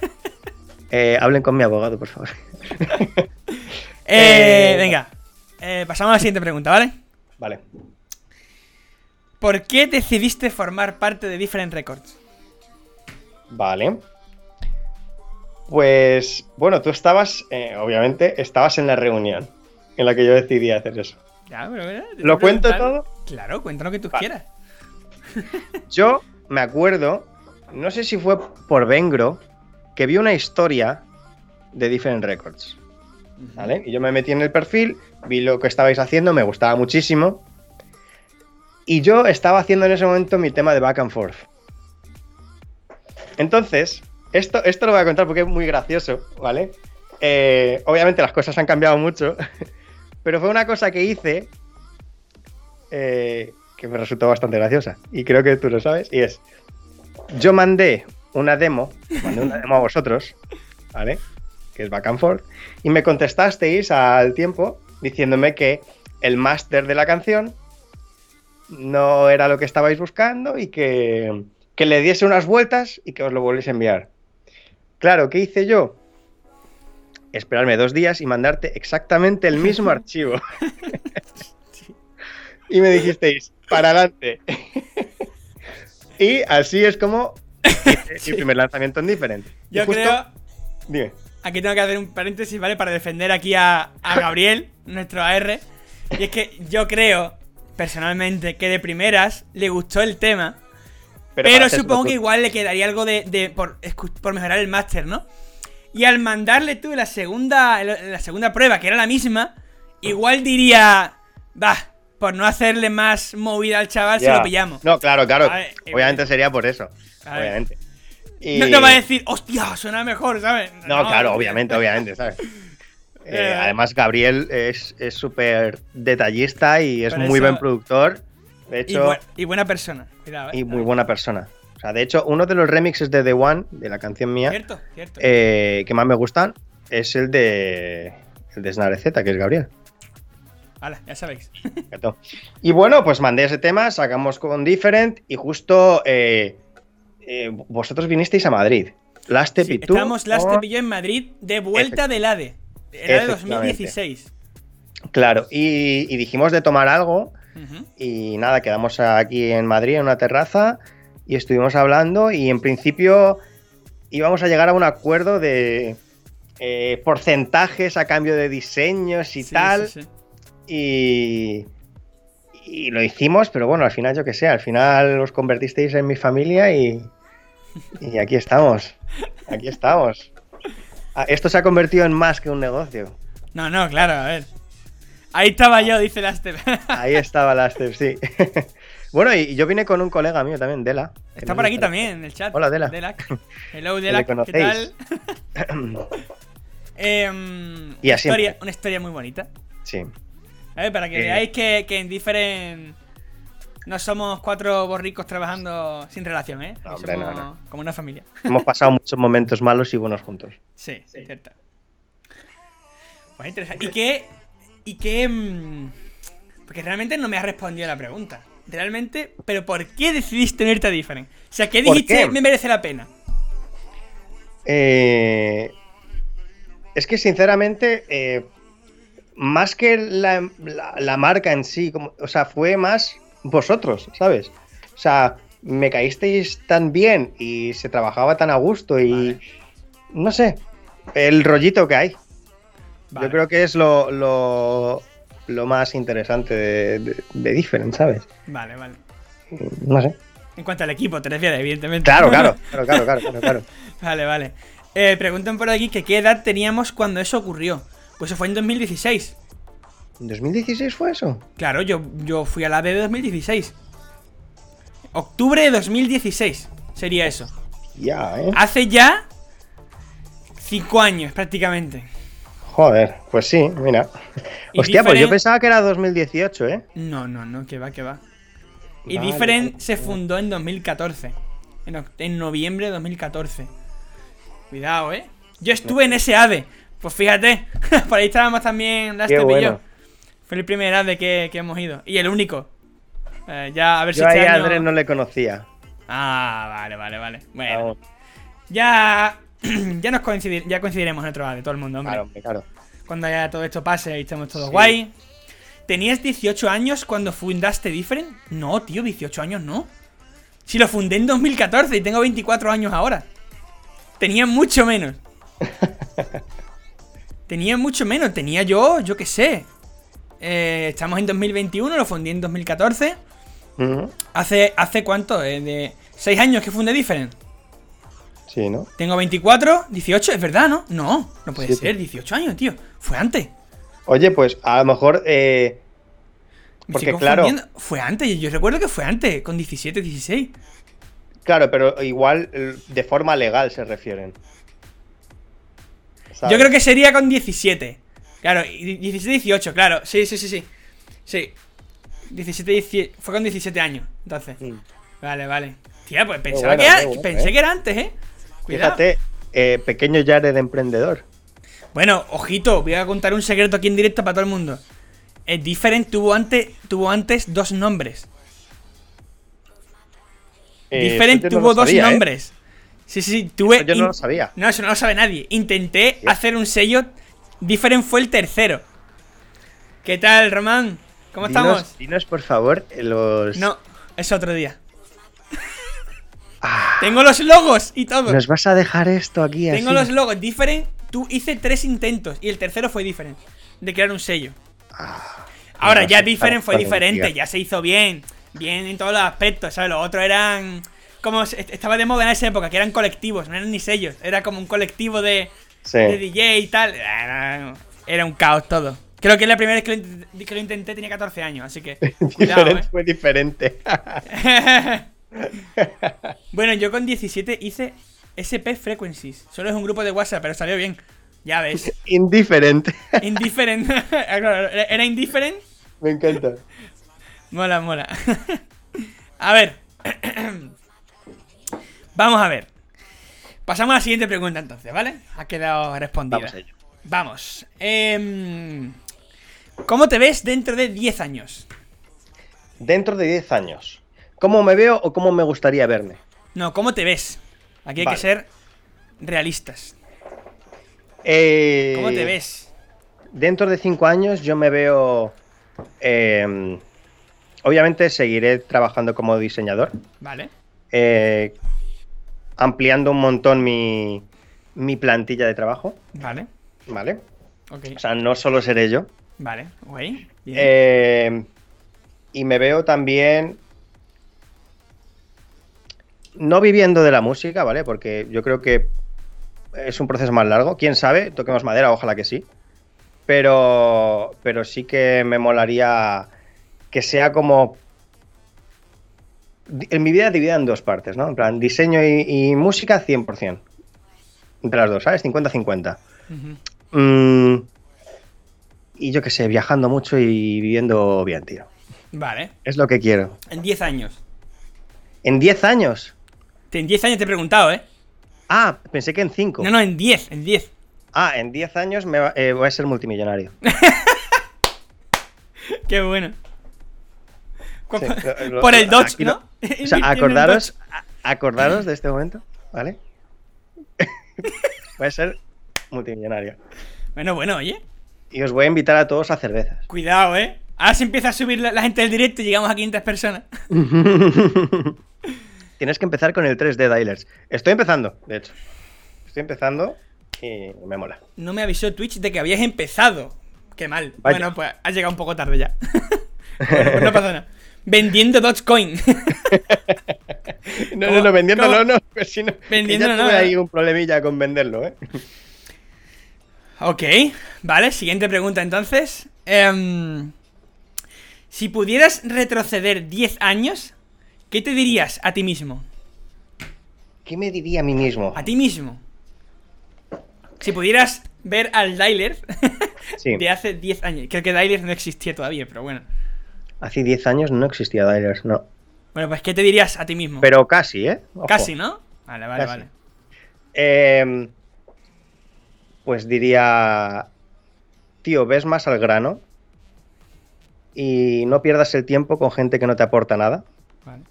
S2: eh, hablen con mi abogado, por favor.
S1: Eh,
S2: Eh,
S1: venga. Eh, pasamos a la siguiente pregunta, ¿vale?
S2: Vale.
S1: ¿Por qué decidiste formar parte de Different Records?
S2: Vale. Pues, bueno, tú estabas, eh, obviamente, estabas en la reunión en la que yo decidí hacer eso.
S1: Ya, pero, eh, te
S2: ¿Lo
S1: estoy
S2: cuento
S1: preguntando.
S2: todo?
S1: Claro, cuéntalo que tú
S2: Vale.
S1: quieras.
S2: Yo me acuerdo, no sé si fue por Vengro, que vi una historia de Different Records. ¿Vale? Y yo me metí en el perfil, vi lo que estabais haciendo, me gustaba muchísimo. Y yo estaba haciendo en ese momento mi tema de Back and Forth. Entonces, esto, esto lo voy a contar porque es muy gracioso, ¿vale? Eh, obviamente las cosas han cambiado mucho, pero fue una cosa que hice eh, que me resultó bastante graciosa. Y creo que tú lo sabes. Y es, yo mandé una demo, mandé una demo a vosotros, ¿vale? Que es Back and Forth. Y me contestasteis al tiempo diciéndome que el máster de la canción no era lo que estabais buscando y que, que le diese unas vueltas y que os lo volviese a enviar. Claro, ¿qué hice yo? Esperarme dos días y mandarte exactamente el mismo archivo. y me dijisteis, para adelante. y así es como hice mi primer lanzamiento en diferente.
S1: Yo
S2: y justo-
S1: creo.
S2: Dime.
S1: Aquí tengo que hacer un paréntesis, ¿vale? Para defender aquí a, a Gabriel, nuestro AR. Y es que yo creo, personalmente, que de primeras le gustó el tema. Pero,
S2: para hacer
S1: supongo
S2: todo-
S1: que igual le quedaría algo de, de- por, escu- por mejorar el máster, ¿no? Y al mandarle tú la segunda, el- la segunda prueba, que era la misma, igual diría, va, por no hacerle más movida al chaval, se
S2: Ya.
S1: lo pillamos. No,
S2: No, claro, claro.
S1: A ver, eh,
S2: obviamente sería por eso.
S1: A ver.
S2: Obviamente. Y-
S1: no va a decir, hostia, suena mejor, ¿sabes?
S2: No, claro, obviamente, obviamente, ¿sabes? Eh,
S1: Eh.
S2: además, Gabriel es es súper detallista y es
S1: Por
S2: muy
S1: eso-
S2: buen productor. De
S1: Y,
S2: hecho,
S1: buen- y buena persona, cuidado, ¿eh?
S2: y muy buena persona. O sea, de hecho, uno de los remixes de The One, de la canción mía,
S1: Cierto, cierto.
S2: eh, que más me gustan, es el de, el de Snare Z, que es Gabriel.
S1: Hala, ya sabéis.
S2: Gato. Y bueno, pues mandé ese tema, sacamos con Different y justo eh, eh, vosotros vinisteis a Madrid. Last Step
S1: Sí,
S2: y tú. Ah.
S1: Estábamos Last
S2: ¿no?
S1: Step y yo en Madrid de vuelta del ADE. Era de 2016.
S2: Claro, y, y dijimos de tomar algo
S1: Ujú.
S2: y nada, quedamos aquí en Madrid en una terraza y estuvimos hablando y en principio íbamos a llegar a un acuerdo de eh, porcentajes a cambio de diseños y
S1: Sí,
S2: tal.
S1: sí, sí.
S2: Y, y lo hicimos, pero bueno, al final yo qué sé, al final os convertisteis en mi familia y, y aquí estamos. Aquí estamos. Ah, Esto se ha convertido en más que un negocio.
S1: No, no, claro, a ver. Ahí estaba yo, dice Last Step.
S2: Ahí estaba la Steph, sí. Bueno, y yo vine con un colega mío también, Dela. que
S1: Está
S2: no
S1: por
S2: sé
S1: aquí
S2: si-
S1: también, en el chat.
S2: Hola, Dela.
S1: Delac. Hello, Delac. ¿Qué
S2: conocéis.
S1: tal? Em,
S2: Y
S1: una,
S2: a
S1: historia,
S2: siempre.
S1: una historia muy bonita.
S2: Sí.
S1: A ver, para que
S2: Sí.
S1: veáis que, que en Different no somos cuatro borricos trabajando sin relación, ¿eh?
S2: No,
S1: Aquí
S2: hombre, no,
S1: somos Como una familia.
S2: Hemos pasado muchos momentos malos y buenos juntos.
S1: Sí, cierto. Pues interesante. ¿Y qué? ¿Y qué? mm, Porque realmente no me has respondido la pregunta. Realmente, pero ¿por qué decidiste unirte a Different? O sea, ¿qué
S2: ¿Por
S1: dijiste
S2: qué?
S1: me merece la pena?
S2: Eh, es que sinceramente, eh, más que la, la- la marca en sí, como, o sea, fue más vosotros, ¿sabes? O sea, me caísteis tan bien y se trabajaba tan a gusto y
S1: Vale.
S2: no sé, el rollito que hay.
S1: Vale.
S2: Yo creo que es lo, lo, lo más interesante de, de, de Different, ¿sabes?
S1: Vale, vale.
S2: No sé.
S1: En cuanto al equipo, te refieres, evidentemente.
S2: Claro, claro, claro, claro, claro, claro, claro.
S1: vale, vale. Eh, preguntan por aquí que qué edad teníamos cuando eso ocurrió. Pues eso fue en 2016.
S2: ¿En 2016 fue eso?
S1: Claro, yo, yo fui a la B de 2016. Octubre de 2016 sería eso.
S2: Ya, ¿eh?
S1: Hace ya 5 años prácticamente.
S2: Joder, pues sí, mira.
S1: Y
S2: Hostia, pues yo
S1: diferen-
S2: pensaba que era 2018, ¿eh?
S1: No, no, no, que va, que va. Y
S2: Vale,
S1: Different
S2: vale,
S1: se
S2: vale.
S1: fundó en 2014. En, oct- en noviembre de 2014. Cuidado, ¿eh? Yo estuve en ese ADE. Pues fíjate, por ahí estábamos también las
S2: Qué
S1: Step y yo.
S2: bueno.
S1: Fue el primer ADE que, que hemos ido. Y el único. Eh, ya, a ver si
S2: Yo ahí
S1: este
S2: a
S1: año-
S2: Andrés no le conocía.
S1: Ah, vale, vale, vale. Bueno,
S2: Vamos,
S1: ya... ya nos coincidir, ya coincidiremos en otro ADE, todo el mundo, hombre.
S2: Claro, hombre, claro.
S1: Cuando ya todo esto pase y estemos todos
S2: Sí.
S1: guay. ¿Tenías 18 años cuando fundaste Different? No, tío, 18 años no. Si lo fundé en 2014 y tengo 24 años ahora. Tenía mucho menos. tenía mucho menos, tenía yo, yo qué sé. Eh, estamos en 2021, lo fundé en 2014.
S2: Ujú,
S1: ¿Hace, hace cuánto? Eh, de 6 años que fundé Different.
S2: Sí, ¿no?
S1: Tengo 24, 18, es verdad, ¿no? No, no puede
S2: Siete.
S1: ser, 18 años, tío. Fue antes.
S2: Oye, pues a lo mejor. eh,
S1: Me
S2: Porque,
S1: estoy
S2: claro-
S1: confundiendo. Fue antes, yo recuerdo que fue antes, con 17, 16.
S2: Claro, pero igual eh, de forma legal se refieren. ¿Sabes?
S1: Yo creo que sería con 17. Claro, y 17, 18, claro. Sí, sí, sí, sí. Sí. 17, 18. Fue con 17 años, entonces.
S2: Mm.
S1: Vale, vale. Tía, pues pensaba
S2: bueno,
S1: que era,
S2: qué bueno,
S1: pensé
S2: eh.
S1: que era antes, ¿eh? Cuidado.
S2: Fíjate, eh, pequeño Jared de emprendedor.
S1: Bueno, ojito, voy a contar un secreto aquí en directo para todo el mundo. El Different tuvo antes, tuvo antes dos nombres.
S2: Eh,
S1: Different
S2: eso yo no
S1: tuvo
S2: lo
S1: dos
S2: sabía, ¿eh?
S1: nombres. Sí, sí, sí, tuve.
S2: Eso yo no
S1: in-
S2: lo sabía.
S1: No, eso no lo sabe nadie. Intenté hacer un sello. Different fue el tercero. ¿Qué tal, Román? ¿Cómo
S2: Dinos-
S1: estamos?
S2: Dinos, por favor, eh, los.
S1: No, es otro día.
S2: Ah,
S1: Tengo los logos y todo.
S2: nos vas a dejar esto aquí
S1: Tengo
S2: así.
S1: los logos. Different, tú hice tres intentos y el tercero fue Different. De crear un sello.
S2: Ah,
S1: Ahora
S2: no
S1: ya
S2: sé,
S1: Different fue
S2: para- para
S1: diferente,
S2: investigar.
S1: ya se hizo bien. Bien en todos los aspectos, ¿sabes? Los otros eran. Como se- estaba de moda en esa época, que eran colectivos, no eran ni sellos. Era como un colectivo de,
S2: Sí.
S1: de DJ y tal. Ah, Era, era un caos todo. Creo que la primera vez que lo, int- que lo intenté tenía 14 años, así que. Cuidado,
S2: Diferente
S1: ¿eh?
S2: fue diferente.
S1: bueno, yo con 17 hice SP Frequencies. Solo es un grupo de WhatsApp, pero salió bien. Ya ves.
S2: Indiferente.
S1: Indiferent. Ah, claro, era era indiferent.
S2: Me encanta.
S1: Mola, mola. a ver. Vamos a ver. Pasamos a la siguiente pregunta entonces, ¿vale? Ha quedado respondida.
S2: Vamos a ello.
S1: Vamos. Em, ¿Cómo te ves dentro de 10 años?
S2: Dentro de 10 años, ¿cómo me veo o cómo me gustaría verme?
S1: No, ¿cómo te ves? Aquí hay
S2: Vale.
S1: que ser realistas.
S2: Eh,
S1: ¿Cómo te ves?
S2: Dentro de 5 años yo me veo... eh, obviamente seguiré trabajando como diseñador,
S1: Vale.
S2: eh, ampliando un montón mi, mi plantilla de trabajo,
S1: Vale.
S2: ¿vale?
S1: Ok.
S2: O sea, no solo seré yo.
S1: Vale. Güey. Bien.
S2: Eh, y me veo también... No viviendo de la música, ¿vale? Porque yo creo que es un proceso más largo. Quién sabe, toquemos madera, ojalá que sí. Pero, pero sí que me molaría que sea como. En mi vida dividida en dos partes, ¿no? En plan, diseño y, y música 100%. Entre las dos, ¿sabes? 50-50.
S1: Ujú.
S2: Mm, y yo qué sé, viajando mucho y viviendo bien, tío.
S1: Vale.
S2: Es lo que quiero.
S1: En 10 años.
S2: En 10 años.
S1: En 10 años te he preguntado, ¿eh?
S2: Ah, pensé que en 5.
S1: No, no, en 10. En 10.
S2: Ah, en 10 años me va- eh, voy a ser multimillonario.
S1: Qué bueno. Cu-
S2: Sí, lo- lo-
S1: Por el Dodge,
S2: aquí lo-
S1: ¿no?
S2: O sea, acordaros, a- acordaros de este momento, ¿vale? voy a ser multimillonario.
S1: Bueno, bueno, oye.
S2: Y os voy a invitar a todos a cervezas.
S1: Cuidado, ¿eh? Ahora se empieza a subir la, la gente del directo y llegamos a 500 personas.
S2: Tienes que empezar con el 3D Dialers. Estoy empezando, de hecho. Estoy empezando y me mola.
S1: No me avisó Twitch de que habías empezado. Qué mal.
S2: Vaya.
S1: Bueno, pues has llegado un poco tarde ya. Bueno, pues no pasa nada. Vendiendo Dogecoin.
S2: No,
S1: ¿Cómo-
S2: no, no, vendiéndolo
S1: cómo-
S2: no, pues si no. que
S1: Vendiéndolo
S2: ya
S1: no,
S2: tuve
S1: ¿no?
S2: ahí un problemilla con venderlo, ¿eh?
S1: ok, vale. Siguiente pregunta entonces. Em, si pudieras retroceder 10 años, ¿qué te dirías a ti mismo?
S2: ¿Qué me diría a mí mismo?
S1: A ti mismo. Si pudieras ver al Dialer
S2: Sí,
S1: de hace 10 años. Creo que Dialer no existía todavía, pero bueno.
S2: hace 10 años no existía Dialers, no.
S1: Bueno, pues ¿qué te dirías a ti mismo?
S2: Pero casi, ¿eh? Ojo.
S1: Casi, ¿no? Vale, vale,
S2: Casi.
S1: vale.
S2: Eh, pues diría, tío, ves más al grano y no pierdas el tiempo con gente que no te aporta nada
S1: Vale.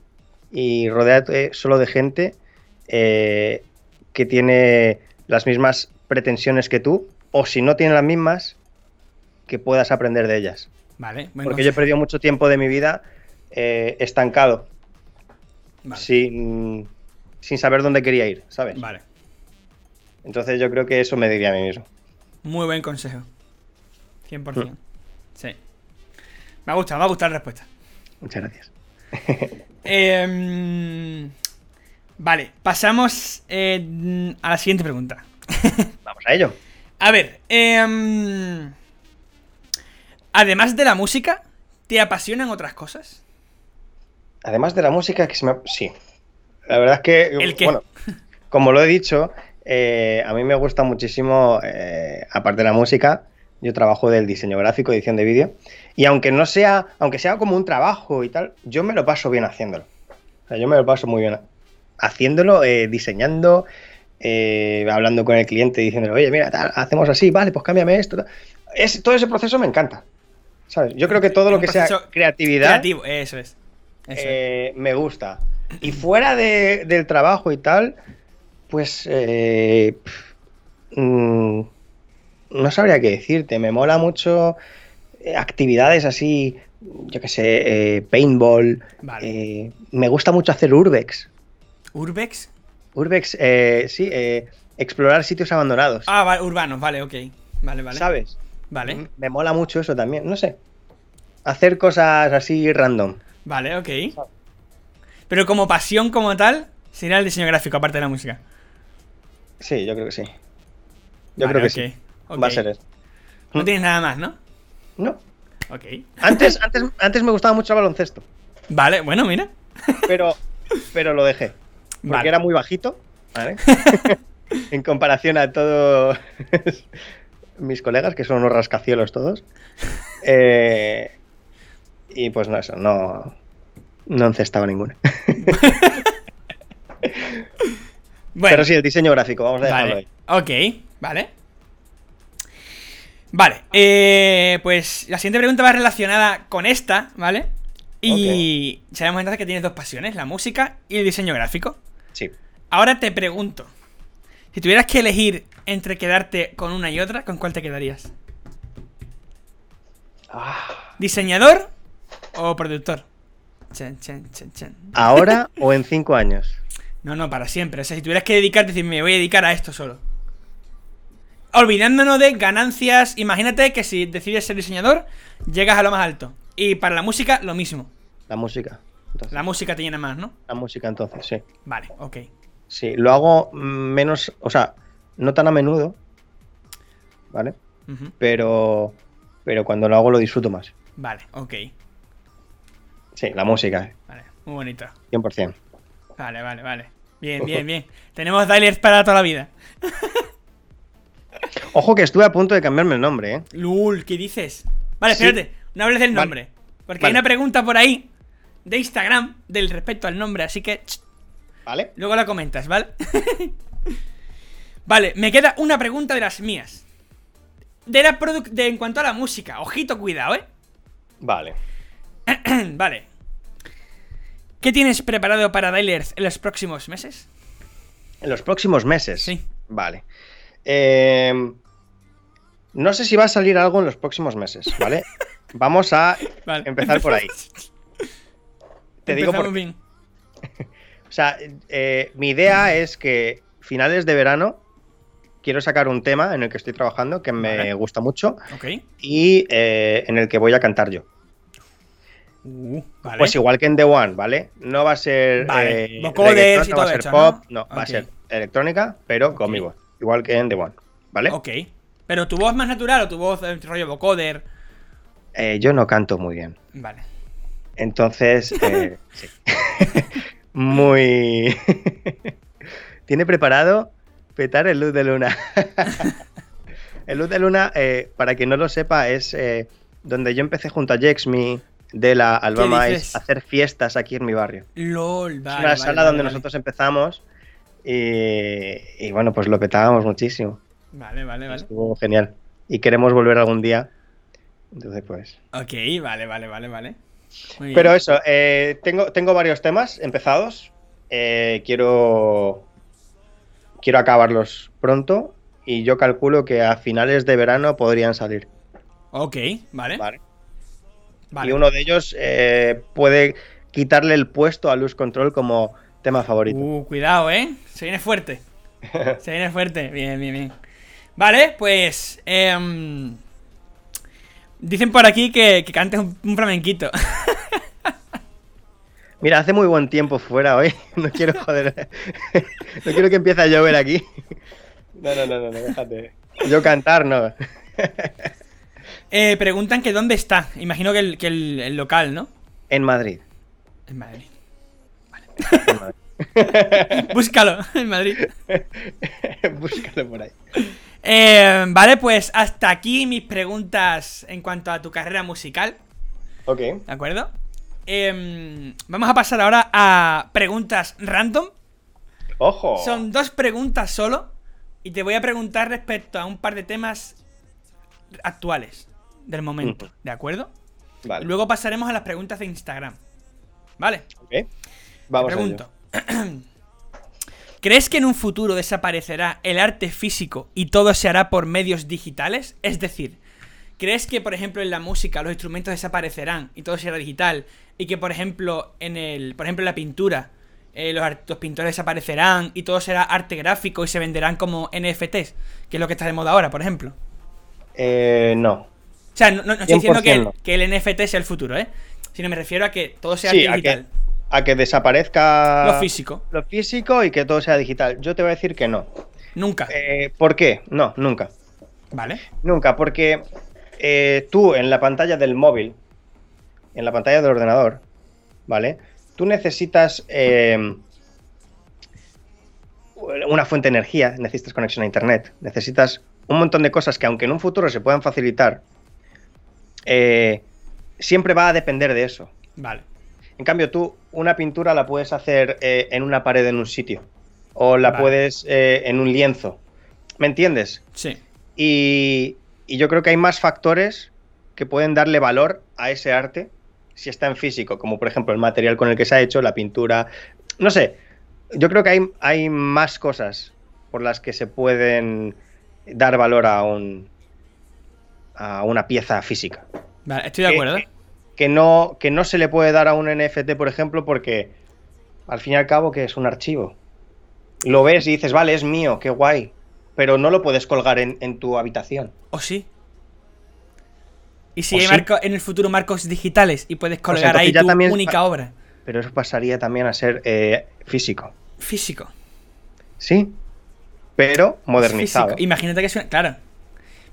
S2: y rodéate solo de gente eh, que tiene las mismas pretensiones que tú o si no tiene las mismas, que puedas aprender de ellas.
S1: Vale, bueno.
S2: Porque yo he perdido mucho tiempo de mi vida eh, estancado,
S1: Vale,
S2: sin, sin saber dónde quería ir, ¿sabes?
S1: vale.
S2: Entonces yo creo que eso me diría a mí mismo.
S1: Muy buen consejo.
S2: Mm.
S1: 100%. Sí. Me ha gustado, me ha gustado la respuesta.
S2: Muchas gracias.
S1: Em, vale, pasamos eh, a la siguiente pregunta.
S2: Vamos a ello.
S1: A ver, em, además de la música, ¿te apasionan otras cosas?
S2: Además de la música que se me... ha- Sí. La verdad es que,
S1: ¿El qué?
S2: bueno, como lo he dicho, eh, a mí me gusta muchísimo, eh, aparte de la música, yo trabajo del diseño gráfico, edición de vídeo, y aunque no sea, aunque sea como un trabajo y tal, yo me lo paso bien haciéndolo. O sea, yo me lo paso muy bien haciéndolo, eh, diseñando, eh, hablando con el cliente, diciéndole, oye, mira, tal, hacemos así, vale, pues cámbiame esto. tal". Es, todo ese proceso me encanta. ¿Sabes? Yo creo que todo
S1: Es
S2: lo
S1: un
S2: que sea
S1: proceso
S2: creatividad
S1: Creativo, eso es. Eso es.
S2: eh, me gusta. Y fuera de- del trabajo y tal, pues eh, pf, mm, no sabría qué decirte. Me mola mucho eh, actividades así, yo qué sé, eh, paintball.
S1: Vale.
S2: eh, me gusta mucho hacer urbex.
S1: ¿Urbex?
S2: Urbex, eh, sí, eh, explorar sitios abandonados.
S1: Ah, vale, urbanos, vale, ok. Vale, vale.
S2: ¿Sabes? Mm,
S1: Vale,
S2: Me mola mucho eso también. No sé. Hacer cosas así random.
S1: vale, ok. Pero como pasión, como tal, sería el diseño gráfico, aparte de la música.
S2: Sí, yo creo que sí. Yo
S1: Vale,
S2: creo que
S1: ok,
S2: sí.
S1: ok.
S2: Va a ser eso.
S1: No tienes nada más, ¿no?
S2: No.
S1: Ok.
S2: Antes, antes, antes me gustaba mucho el baloncesto,
S1: Vale, bueno, mira.
S2: pero, pero lo dejé. Porque
S1: Vale.
S2: era muy bajito, ¿vale? en comparación a todos mis colegas, que son unos rascacielos todos. Eh, y pues no, eso, no. No encestaba ninguna.
S1: Bueno,
S2: Pero sí, el diseño gráfico, vamos a dejarlo
S1: vale. Ok, vale. Vale, eh, pues la siguiente pregunta va relacionada con esta, ¿vale? Y sabemos entonces que tienes dos pasiones, la música y el diseño gráfico.
S2: ahí. Sí.
S1: Ahora te pregunto, si tuvieras que elegir entre quedarte con una y otra, ¿con cuál te quedarías? ¿Diseñador o productor? Chen, chen, chen, chen.
S2: ¿Ahora o en cinco años?
S1: No, no, para siempre. O sea, si tuvieras que dedicarte, decir, me voy a dedicar a esto solo. Olvidándonos de ganancias, imagínate que si decides ser diseñador, llegas a lo más alto. Y para la música, lo mismo.
S2: La música. Entonces,
S1: La música te llena más, ¿no?
S2: la música, entonces, sí.
S1: Vale, ok.
S2: Sí, lo hago menos, o sea, no tan a menudo, ¿vale?
S1: Ujú.
S2: Pero, pero cuando lo hago lo disfruto más.
S1: Vale, ok.
S2: Sí, la música,
S1: Vale, muy bonito.
S2: 100%.
S1: Vale, vale, vale. Bien, bien, bien. Tenemos Dailers para toda la vida.
S2: Ojo que estuve a punto de cambiarme el nombre, ¿eh?
S1: Lul, ¿qué dices? Vale,
S2: Sí.
S1: espérate, no hables del
S2: Vale.
S1: nombre. Porque hay
S2: Vale.
S1: una pregunta por ahí de Instagram del respecto al nombre, así que ch,
S2: ¿Vale?
S1: luego la comentas, ¿vale? vale, me queda una pregunta de las mías. De la produc- de en cuanto a la música, ojito, cuidado, ¿eh?
S2: Vale.
S1: vale. ¿Qué tienes preparado para Dailers en los próximos meses?
S2: En los próximos meses.
S1: Sí.
S2: Vale. Eh, no sé si va a salir algo en los próximos meses, ¿vale? Vamos a
S1: Vale.
S2: empezar por ahí. Te digo
S1: Empezamos
S2: por
S1: bien.
S2: O sea, eh, mi idea es que finales de verano quiero sacar un tema en el que estoy trabajando que me
S1: Vale.
S2: gusta mucho
S1: Ok.
S2: y eh, en el que voy a cantar yo.
S1: Uh, vale.
S2: Pues igual que en The One, ¿vale? No va a ser
S1: Vale,
S2: eh,
S1: vocoders
S2: reggaetón,
S1: y
S2: no
S1: todo
S2: va a ser
S1: hecho, ¿no?
S2: pop, no, va
S1: Ok.
S2: a ser electrónica, pero con
S1: Ok.
S2: mi voz, igual que en The One, ¿vale?
S1: Ok. Pero tu voz más natural o tu voz eh, rollo vocoder.
S2: Eh, yo no canto muy bien,
S1: Vale.
S2: entonces eh, sí. muy tiene preparado petar el luz de luna. el luz de luna, eh, para quien no lo sepa, es eh, donde yo empecé junto a Jexmi de la Alabama
S1: dices?
S2: a hacer fiestas aquí en mi barrio.
S1: LOL, vale.
S2: es una
S1: vale,
S2: sala
S1: vale,
S2: donde
S1: vale.
S2: nosotros empezamos y, y bueno, pues lo petábamos muchísimo.
S1: Vale, vale, vale.
S2: Estuvo genial. Y queremos volver algún día. Entonces, pues.
S1: Ok, vale, vale, vale, vale. Muy bien.
S2: Pero eso, eh, tengo, tengo varios temas empezados. Eh, quiero. Quiero acabarlos pronto. Y yo calculo que a finales de verano podrían salir.
S1: Ok, vale. Vale.
S2: ¿vale? Y uno de ellos eh, puede quitarle el puesto a Luz Control como tema favorito.
S1: Uh, cuidado, eh. Se viene fuerte. Se viene fuerte. Bien, bien, bien. Vale, pues. em, dicen por aquí que, que cantes un, un flamenquito.
S2: Mira, hace muy buen tiempo fuera hoy. No quiero joder. no quiero que empiece a llover aquí. No, no, no, no, no, déjate. Yo cantar, no.
S1: Eh, preguntan que dónde está. Imagino que el, que el- el local, ¿no?
S2: En Madrid.
S1: En Madrid.
S2: En Madrid.
S1: Búscalo en Madrid.
S2: Búscalo por ahí.
S1: Eh, vale, pues hasta aquí mis preguntas en cuanto a tu carrera musical.
S2: Ok.
S1: ¿De acuerdo? Em, vamos a pasar ahora a preguntas random.
S2: Ojo.
S1: Son dos preguntas solo. Y te voy a preguntar respecto a un par de temas actuales del momento.
S2: Ujú.
S1: ¿De acuerdo?
S2: Vale.
S1: Luego pasaremos a las preguntas de Instagram. ¿Vale?
S2: ok. Vamos
S1: Te
S2: a ello.
S1: pregunto. ¿Crees que en un futuro desaparecerá el arte físico y todo se hará por medios digitales? Es decir, ¿crees que, por ejemplo, en la música los instrumentos desaparecerán y todo será digital? Y que, por ejemplo, en el. Por ejemplo, en la pintura, eh, los, art- los pintores desaparecerán y todo será arte gráfico y se venderán como NFTs, que es lo que está de moda ahora, por ejemplo.
S2: Eh, no.
S1: O sea, no, no- no estoy diciendo que,
S2: 100%
S1: que el NFT sea el futuro, ¿eh? Sino me refiero a que todo sea
S2: Sí,
S1: arte
S2: a que, Ah.
S1: digital.
S2: a que desaparezca
S1: Lo físico.
S2: lo físico y que todo sea digital. Yo te voy a decir que no.
S1: Nunca.
S2: Eh, ¿Por qué? No, nunca.
S1: ¿Vale?
S2: Nunca, porque eh, tú en la pantalla del móvil, en la pantalla del ordenador, ¿vale? Tú necesitas eh, una fuente de energía, necesitas conexión a internet, necesitas un montón de cosas que aunque en un futuro se puedan facilitar, eh, siempre va a depender de eso.
S1: Vale.
S2: En cambio, tú una pintura la puedes hacer eh, en una pared en un sitio, o la
S1: Vale.
S2: puedes eh, en un lienzo, ¿me entiendes?
S1: Sí.
S2: Y, y yo creo que hay más factores que pueden darle valor a ese arte si está en físico, como por ejemplo el material con el que se ha hecho, la pintura. No sé, yo creo que hay, hay más cosas por las que se pueden dar valor a, un, a una pieza física.
S1: Vale, estoy de
S2: Que-
S1: acuerdo.
S2: Que, que no, que no se le puede dar a un NFT, por ejemplo, porque al fin y al cabo que es un archivo. Lo ves y dices, vale, es mío, qué guay. Pero no lo puedes colgar en- en tu habitación.
S1: ¿O sí? ¿Y si
S2: ¿O
S1: hay
S2: sí?
S1: marco- en el futuro marcos digitales y puedes colgar
S2: entonces
S1: ahí
S2: ya
S1: tu
S2: también-
S1: única obra?
S2: Pero eso pasaría también a ser eh, físico.
S1: Físico.
S2: Sí. Pero modernizado.
S1: Físico. Imagínate que es una... Claro.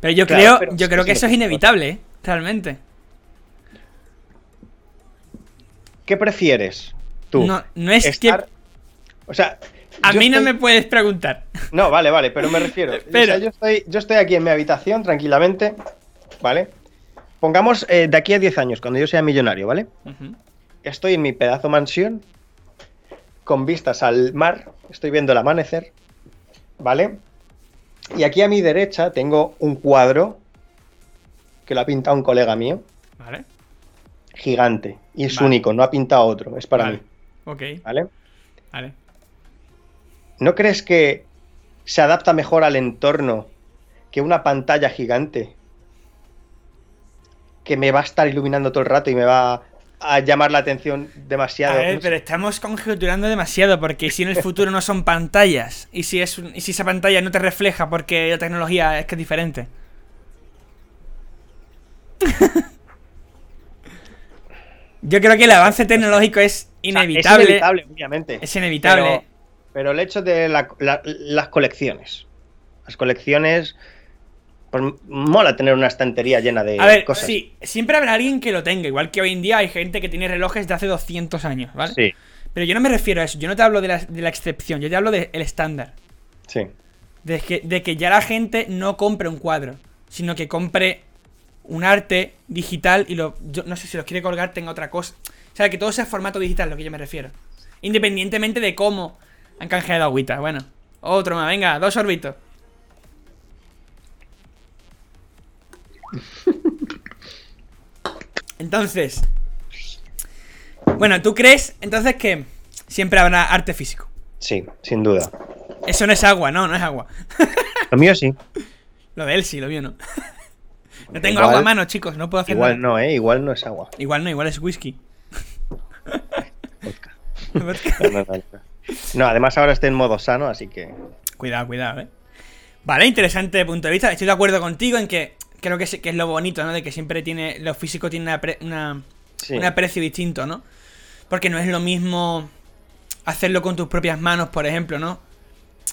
S1: Pero yo
S2: Claro,
S1: creo,
S2: pero
S1: yo
S2: sí,
S1: creo que
S2: sí,
S1: eso es
S2: sí.
S1: inevitable, ¿eh? Realmente.
S2: ¿Qué prefieres tú?
S1: No, no es
S2: Estar-
S1: que...
S2: O sea.
S1: A
S2: yo
S1: mí no
S2: estoy-
S1: me puedes preguntar.
S2: No, vale, vale, pero me refiero. o sea,
S1: Espera.
S2: yo, estoy, yo estoy aquí en mi habitación tranquilamente, ¿vale? Pongamos eh, de aquí a 10 años, cuando yo sea millonario, ¿vale?
S1: Ujú.
S2: Estoy en mi pedazo mansión, con vistas al mar, estoy viendo el amanecer, ¿vale? Y aquí a mi derecha tengo un cuadro que lo ha pintado un colega mío,
S1: Vale.
S2: gigante, y es
S1: Vale.
S2: único, no ha pintado otro, es para
S1: Vale.
S2: mí,
S1: Ok.
S2: ¿vale?
S1: Vale.
S2: ¿No crees que se adapta mejor al entorno que una pantalla gigante que me va a estar iluminando todo el rato y me va a llamar la atención demasiado?
S1: A ver,
S2: No sé.
S1: pero estamos conjeturando demasiado porque si en el futuro no son pantallas y si, es un- y si esa pantalla no te refleja porque la tecnología es que es diferente. Yo creo que el avance tecnológico es
S2: O sea,
S1: inevitable.
S2: es inevitable, obviamente.
S1: Es inevitable.
S2: Pero, pero el hecho de la- la- las colecciones. Las colecciones. Pues mola tener una estantería llena de
S1: A ver,
S2: cosas.
S1: sí, siempre habrá alguien que lo tenga, igual que hoy en día hay gente que tiene relojes de hace 200 años, ¿vale?
S2: sí.
S1: Pero yo no me refiero a eso, yo no te hablo de la, de la excepción, yo te hablo del estándar.
S2: sí.
S1: De que, de que ya la gente no compre un cuadro, sino que compre un arte digital y lo. yo no sé si los quiere colgar, tenga otra cosa. O sea, que todo sea formato digital, lo que yo me refiero. Independientemente de cómo han canjeado agüita. Bueno, otro más, venga, dos sorbitos. Entonces. Bueno, ¿tú crees entonces que siempre habrá arte físico?
S2: Sí, sin duda.
S1: Eso no es agua, no, no es agua.
S2: Lo mío sí.
S1: Lo de él sí, lo mío no. No tengo
S2: Igual-
S1: agua a mano, chicos, no puedo hacer
S2: Igual
S1: nada.
S2: no, ¿eh? Igual no es agua.
S1: Igual no, igual es whisky.
S2: No, no, no, no. No, además ahora estoy en modo sano, así que.
S1: cuidado, cuidado, eh. Vale, interesante punto de vista. Estoy de acuerdo contigo en que creo que es, que es lo bonito, ¿no? De que siempre tiene. Lo físico tiene una, pre- una-
S2: Sí.
S1: un aprecio distinto, ¿no? Porque no es lo mismo hacerlo con tus propias manos, por ejemplo, ¿no?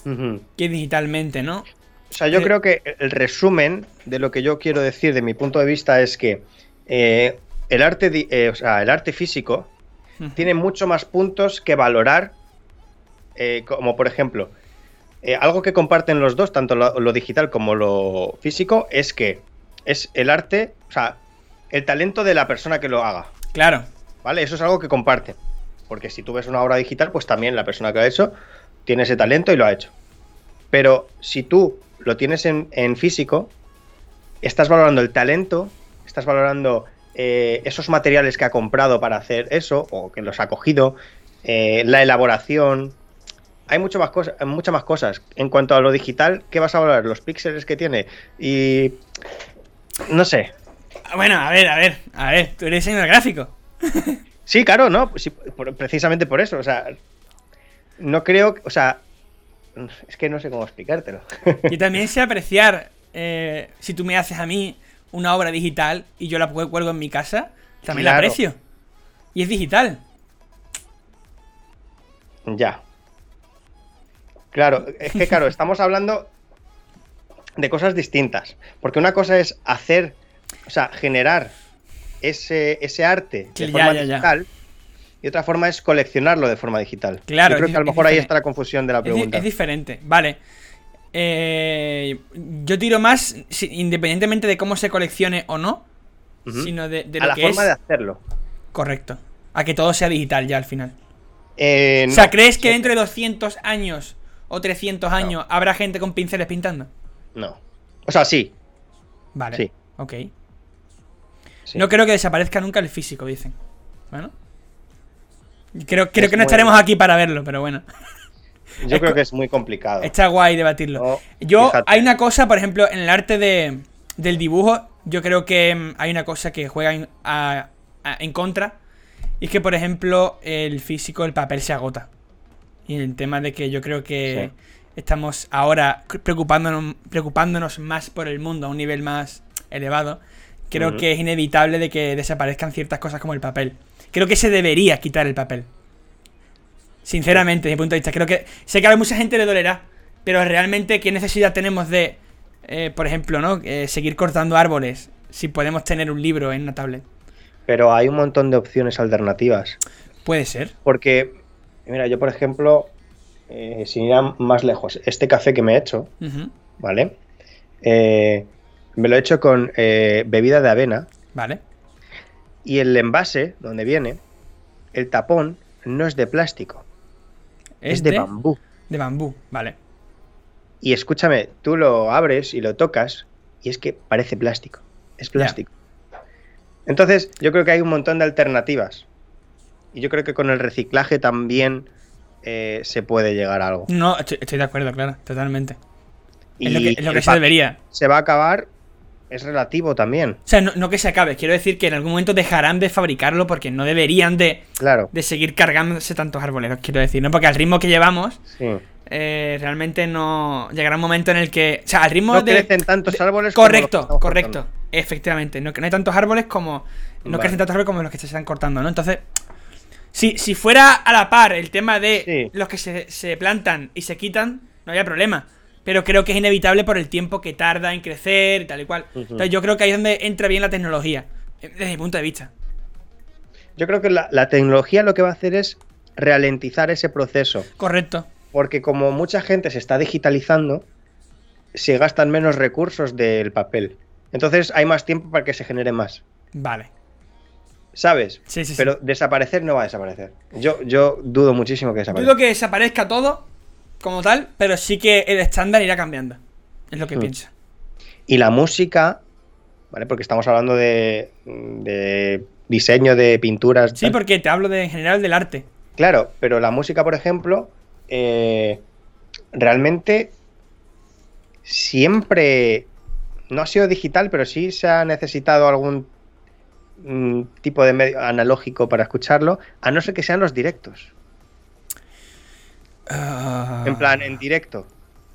S2: Ujú.
S1: Que digitalmente, ¿no?
S2: O sea, yo
S1: Eh,
S2: creo que el resumen de lo que yo quiero decir de mi punto de vista es que eh, el, arte di- eh, o sea, el arte físico
S1: Ujú.
S2: tiene mucho más puntos que valorar eh, como por ejemplo, eh, algo que comparten los dos, tanto lo, lo digital como lo físico, es que es el arte, o sea, el talento de la persona que lo haga,
S1: Claro.
S2: ¿vale? Eso es algo que comparten. Porque si tú ves una obra digital, pues también la persona que lo ha hecho tiene ese talento y lo ha hecho. Pero si tú lo tienes en, en físico, estás valorando el talento, estás valorando eh, esos materiales que ha comprado para hacer eso, o que los ha cogido, eh, la elaboración. Hay mucho más cosas, muchas más cosas. En cuanto a lo digital, ¿qué vas a valorar? Los píxeles que tiene. Y. No sé.
S1: Bueno, a ver, a ver, a ver, tú eres diseñador gráfico.
S2: Sí, claro, ¿no? Sí, por- precisamente por eso. O sea, no creo. que- O sea, es que no sé cómo explicártelo.
S1: Yo también sé apreciar eh, si tú me haces a mí una obra digital y yo la cu- cuelgo en mi casa, también la
S2: Claro.
S1: aprecio. Y es digital.
S2: ya. Claro, es que, claro, estamos hablando de cosas distintas. Porque una cosa es hacer, o sea, generar ese, ese arte de
S1: Sí, ya,
S2: forma
S1: ya, ya.
S2: digital. Y otra forma es coleccionarlo de forma digital.
S1: Claro,
S2: Yo creo
S1: es
S2: que a lo
S1: dif- es
S2: mejor ahí
S1: diferente.
S2: está la confusión de la
S1: Es di- Es,
S2: pregunta.
S1: diferente, vale. Eh, yo tiro más si- independientemente de cómo se coleccione o no,
S2: Ujú.
S1: sino de, de
S2: a
S1: lo
S2: la
S1: que es.
S2: forma de hacerlo.
S1: Correcto. A que todo sea digital ya al final.
S2: Eh,
S1: O sea,
S2: no,
S1: ¿crees que
S2: sí,
S1: dentro de 200 años o 300 años habrá gente con pinceles pintando?
S2: No. O sea, sí.
S1: Vale.
S2: Sí.
S1: Ok.
S2: sí.
S1: No creo que desaparezca nunca el físico, dicen. Bueno. Creo, creo
S2: Es
S1: que no
S2: muy-
S1: estaremos aquí para verlo, pero bueno.
S2: Yo
S1: Es
S2: creo
S1: co-
S2: que es muy complicado.
S1: Está guay debatirlo.
S2: No,
S1: yo,
S2: Oh, fíjate.
S1: hay una cosa, por ejemplo, en el arte de, del dibujo, yo creo que mm, hay una cosa que juega en, a- a- en contra. Y es que, por ejemplo, el físico, el papel se agota. Y el tema de que yo creo que estamos ahora preocupándonos, preocupándonos más por el mundo a un nivel más elevado. Creo
S2: Ujú.
S1: que es inevitable de que desaparezcan ciertas cosas como el papel. Creo que se debería quitar el papel. Sinceramente, desde mi punto de vista, creo que sé que a mucha gente le dolerá, pero realmente qué necesidad tenemos de, eh, por ejemplo, ¿no? Eh, seguir cortando árboles si podemos tener un libro en una tablet.
S2: Pero hay un montón de opciones alternativas.
S1: Puede ser.
S2: Porque, mira, yo por ejemplo, eh, sin ir a más lejos, este café que me he hecho,
S1: Ujú.
S2: ¿vale? Eh, me lo he hecho con eh, bebida de avena
S1: Vale.
S2: y el envase donde viene, el tapón, no es de plástico, es, de bambú.
S1: de bambú, vale.
S2: Y escúchame, tú lo abres y lo tocas y es que parece plástico. Es plástico. Entonces, yo creo que hay un montón de alternativas. Y yo creo que con el reciclaje también eh, se puede llegar a algo.
S1: No, estoy, estoy de acuerdo, claro, totalmente.
S2: Y
S1: es lo que, es lo que
S2: el
S1: se
S2: pa-
S1: debería.
S2: se va a acabar, es relativo también.
S1: O sea, no, no que se acabe, quiero decir que en algún momento dejarán de fabricarlo porque no deberían de,
S2: Claro.
S1: de seguir cargándose tantos árboles, quiero decir, ¿no? Porque al ritmo que llevamos,
S2: Sí.
S1: eh, realmente no llegará un momento en el que, o sea, al ritmo
S2: No
S1: de
S2: crecen tantos
S1: de-
S2: árboles como
S1: correcto,
S2: los que estamos
S1: correcto, efectivamente, no, no hay tantos árboles como no
S2: Vale.
S1: crecen tantos árboles como los que se están cortando, ¿no? Entonces, si, si fuera a la par el tema de
S2: Sí.
S1: los que se, se plantan y se quitan, no había problema. Pero creo que es inevitable por el tiempo que tarda en crecer y tal y cual.
S2: Ujú.
S1: Entonces yo creo que ahí es donde entra bien la tecnología, eh, desde mi punto de vista.
S2: Yo creo que la, la tecnología lo que va a hacer es ralentizar ese proceso.
S1: Correcto.
S2: Porque como mucha gente se está digitalizando, se gastan menos recursos del papel. Entonces hay más tiempo para que se genere más.
S1: Vale.
S2: ¿Sabes?
S1: Sí, sí, sí.
S2: Pero desaparecer no va a desaparecer. Yo, yo dudo muchísimo que desaparezca.
S1: Dudo que desaparezca todo como tal, pero sí que el estándar irá cambiando. Es lo que
S2: Hmm.
S1: pienso.
S2: Y la música, ¿vale? Porque estamos hablando de, de diseño de pinturas.
S1: Sí,
S2: tal.
S1: porque te hablo de, en general del arte.
S2: Claro, pero la música, por ejemplo, eh, realmente siempre no ha sido digital, pero sí se ha necesitado algún mm, tipo de medio analógico para escucharlo, a no ser que sean los directos.
S1: Ah.
S2: En plan, en directo.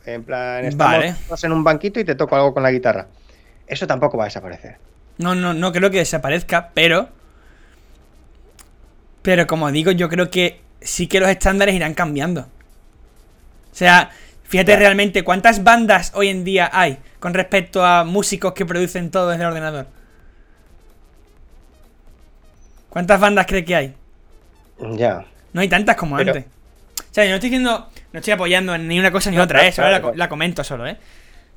S2: En plan, estamos
S1: Vale.
S2: todos en un banquito y te toco algo con la guitarra. Eso tampoco va a desaparecer.
S1: No, no, no creo que desaparezca, pero. Pero como digo, yo creo que sí que los estándares irán cambiando. O sea, fíjate
S2: Claro.
S1: realmente cuántas bandas hoy en día hay con respecto a músicos que producen todo desde el ordenador. ¿Cuántas bandas cree que hay?
S2: Ya.
S1: No hay tantas como
S2: Pero-
S1: antes. O sea, yo no estoy diciendo No estoy apoyando en ni una cosa ni otra, ¿eh? Solo la, la comento solo, ¿eh?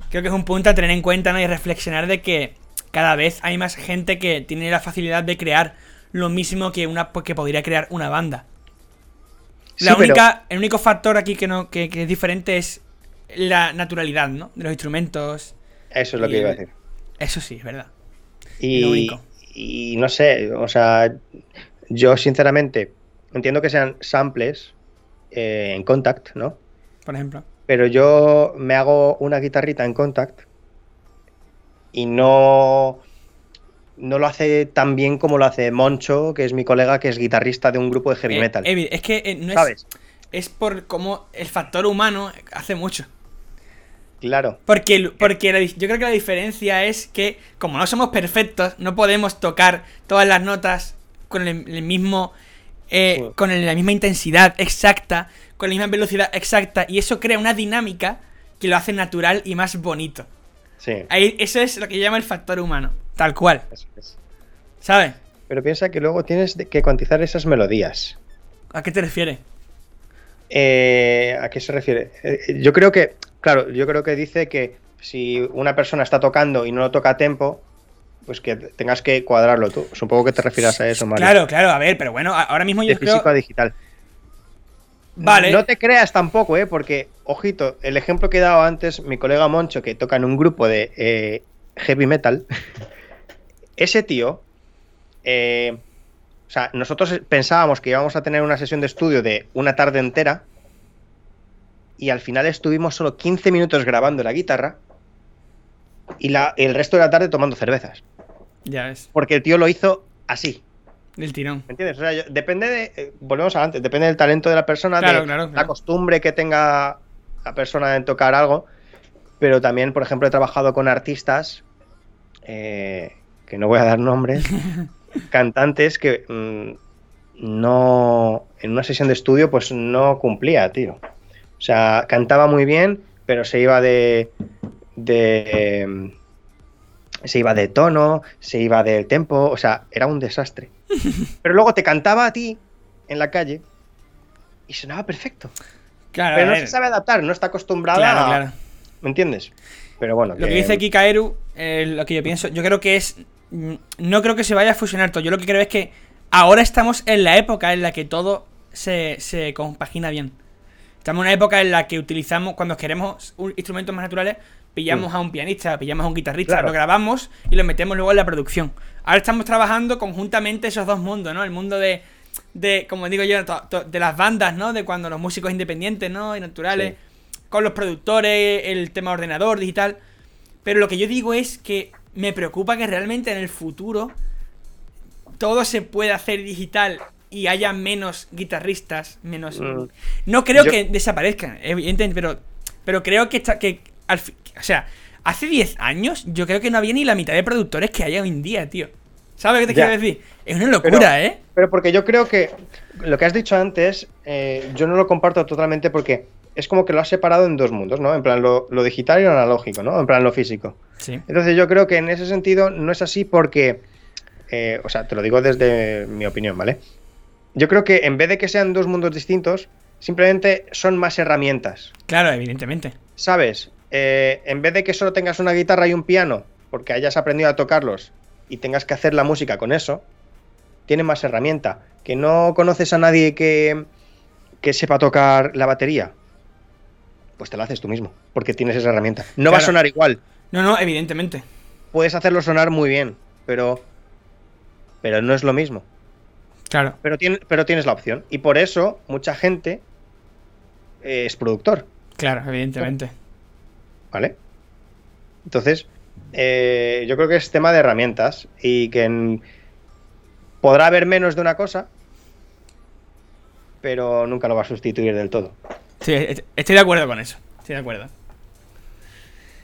S1: Creo que es un punto a tener en cuenta ¿no? y reflexionar de que cada vez hay más gente que tiene la facilidad de crear lo mismo que una pues, que podría crear una banda. La
S2: Sí, pero-
S1: única, El único factor aquí que, no, que, que es diferente es la naturalidad, ¿no? De los instrumentos.
S2: Eso es lo
S1: Y-
S2: que iba a decir.
S1: Eso sí, es verdad. lo
S2: Y,
S1: único.
S2: y no sé, o sea, yo sinceramente entiendo que sean samples eh, en contact, ¿no?
S1: Por ejemplo.
S2: Pero yo me hago una guitarrita en contact y no, no lo hace tan bien como lo hace Moncho, que es mi colega, que es guitarrista de un grupo de heavy
S1: Eh,
S2: metal.
S1: Evi- es que eh, no es,
S2: ¿Sabes?
S1: es por cómo el factor humano hace mucho.
S2: Claro.
S1: Porque, el- porque la di- yo creo que la diferencia es que, como no somos perfectos, no podemos tocar todas las notas con el, el mismo. eh,
S2: Sí.
S1: Con el- la misma intensidad exacta, con la misma velocidad exacta, y eso crea una dinámica que lo hace natural y más bonito.
S2: Sí.
S1: Ahí, eso es lo que llama el factor humano, tal cual,
S2: eso es.
S1: ¿sabes?
S2: Pero piensa que luego tienes de- que cuantizar esas melodías.
S1: ¿A qué te refieres?
S2: Eh, ¿A qué se refiere? Eh, yo creo que, claro, yo creo que dice que si una persona está tocando y no lo toca a tempo, pues que tengas que cuadrarlo tú. Supongo que te refieras a eso, Mario.
S1: Claro, claro, a ver, pero bueno, a- ahora mismo
S2: De
S1: yo creo.
S2: físico a digital.
S1: Vale.
S2: No te creas tampoco, ¿eh? Porque, ojito, el ejemplo que he dado antes, mi colega Moncho, que toca en un grupo de eh, heavy metal, ese tío, eh, o sea, nosotros pensábamos que íbamos a tener una sesión de estudio de una tarde entera y al final estuvimos solo 15 minutos grabando la guitarra y la- el resto de la tarde tomando cervezas.
S1: Ya ves,
S2: Porque el tío lo hizo así,
S1: del tirón.
S2: ¿Me entiendes? O sea, yo- depende de. eh, volvemos a antes, depende del talento de la persona,
S1: Claro,
S2: de
S1: claro,
S2: la
S1: claro.
S2: costumbre que tenga la persona en tocar algo. Pero también, por ejemplo, he trabajado con artistas, eh, que no voy a dar nombres, cantantes que mm, no. En una sesión de estudio, pues no cumplía, tío. O sea, cantaba muy bien, pero se iba de. de. em, se iba de tono, se iba del tempo, o sea, era un desastre. Pero luego te cantaba a ti en la calle y sonaba perfecto.
S1: Claro, a
S2: Pero no
S1: ver,
S2: se sabe adaptar, no está acostumbrada
S1: Ah, claro,
S2: a-
S1: claro.
S2: ¿Me entiendes? Pero bueno,
S1: Lo que dice aquí Kaeru, eh, lo que yo pienso, yo creo que es. mm, No creo que se vaya a fusionar todo. Yo lo que creo es que ahora estamos en la época en la que todo se, se compagina bien. Estamos en una época en la que utilizamos, cuando queremos un- instrumentos más naturales, pillamos a un pianista, pillamos a un guitarrista,
S2: Mm. Claro.
S1: lo grabamos y lo metemos luego en la producción. Ahora estamos trabajando conjuntamente esos dos mundos, ¿no? El mundo de, de como digo yo, to- to- de las bandas, ¿no? De cuando los músicos independientes, ¿no? Y naturales, con los productores, el tema ordenador, digital. Pero lo que yo digo es que me preocupa que realmente en el futuro todo se pueda hacer digital y haya menos guitarristas, menos...
S2: Mm.
S1: No creo
S2: Yo-
S1: que desaparezcan, evidentemente, pero, pero creo que, está, que al fi- O sea, hace 10 años yo creo que no había ni la mitad de productores que hay hoy en día, tío. ¿Sabes lo que te
S2: Ya.
S1: quiero decir? Es una locura, ¿eh?
S2: Pero porque yo creo que lo que has dicho antes, eh, yo no lo comparto totalmente porque es como que lo has separado en dos mundos, ¿no? En plan, lo, lo digital y lo analógico, ¿no? En plan, lo físico.
S1: Sí.
S2: Entonces yo creo que en ese sentido no es así porque, eh, o sea, te lo digo desde mi opinión, ¿vale? Yo creo que en vez de que sean dos mundos distintos, simplemente son más herramientas,
S1: Claro, evidentemente.
S2: ¿sabes? Eh, en vez de que solo tengas una guitarra y un piano, porque hayas aprendido a tocarlos y tengas que hacer la música con eso, tiene más herramienta. Que no conoces a nadie que, que sepa tocar la batería, pues te la haces tú mismo, porque tienes esa herramienta. No va a
S1: Claro.
S2: sonar igual,
S1: No, no, evidentemente.
S2: puedes hacerlo sonar muy bien, pero pero no es lo mismo.
S1: Claro.
S2: Pero, tien- pero tienes la opción. Y por eso mucha gente eh, es productor,
S1: Claro, evidentemente.
S2: ¿vale? Entonces, eh, yo creo que es tema de herramientas y que en- podrá haber menos de una cosa, pero nunca lo va a sustituir del todo.
S1: Sí, est- estoy de acuerdo con eso. Estoy de acuerdo.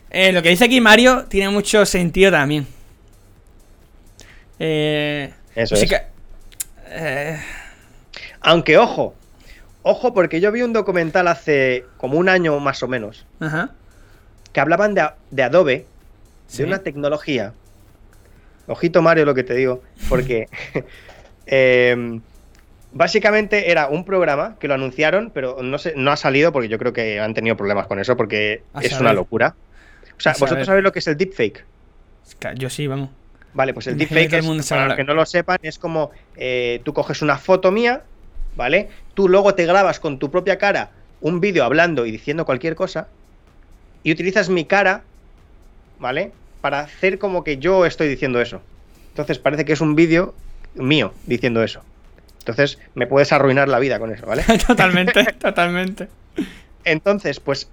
S1: Eh, lo que dice aquí Mario tiene mucho sentido también. Eh,
S2: Eso
S1: así
S2: es.
S1: que- eh,
S2: Aunque ojo, ojo porque yo vi un documental hace como un año más o menos
S1: ajá. Eh,
S2: que hablaban de, a- de Adobe,
S1: Sí.
S2: de una tecnología. Ojito, Mario, lo que te digo, porque eh, Básicamente era un programa que lo anunciaron, pero no, sé, no ha salido porque yo creo que han tenido problemas con eso porque
S1: A
S2: es
S1: saber.
S2: una locura. O sea,
S1: A saber.
S2: ¿vosotros sabéis lo que es el deepfake?
S1: Ca- Yo sí, vamos.
S2: Vale, pues el
S1: Imagino que
S2: deepfake,
S1: todo el
S2: es,
S1: mundo sabe
S2: para los
S1: hablar.
S2: que no lo sepan, es como eh, tú coges una foto mía, ¿vale? Tú luego te grabas con tu propia cara un vídeo hablando y diciendo cualquier cosa y utilizas mi cara, ¿vale? Para hacer como que yo estoy diciendo eso. Entonces parece que es un vídeo mío diciendo eso. Entonces me puedes arruinar la vida con eso, ¿vale?
S1: totalmente, totalmente.
S2: Entonces, pues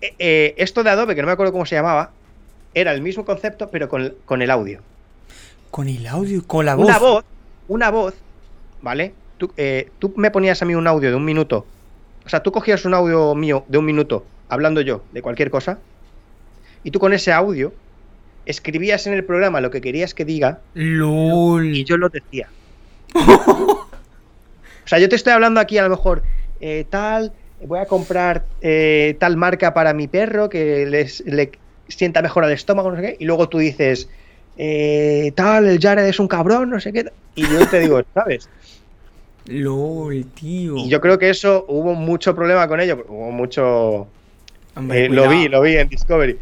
S2: eh, eh, esto de Adobe, que no me acuerdo cómo se llamaba, era el mismo concepto pero con- con el audio.
S1: Con el audio, con la voz.
S2: una voz, una voz, ¿vale? Tú, eh, tú me ponías a mí un audio de un minuto. O sea, tú cogías un audio mío de un minuto, hablando yo de cualquier cosa, y tú con ese audio escribías en el programa lo que querías que diga y
S1: LOL.
S2: yo lo decía. o sea, yo te estoy hablando aquí a lo mejor eh, tal, voy a comprar eh, tal marca para mi perro que les- le sienta mejor al estómago, no sé qué, y luego tú dices eh, tal, el Jared es un cabrón, no sé qué, y yo te digo, ¿sabes?
S1: LOL, tío.
S2: Y yo creo que eso hubo mucho problema con ello, hubo mucho...
S1: Hombre,
S2: eh, lo vi,
S1: cuidado.
S2: lo vi en Discovery.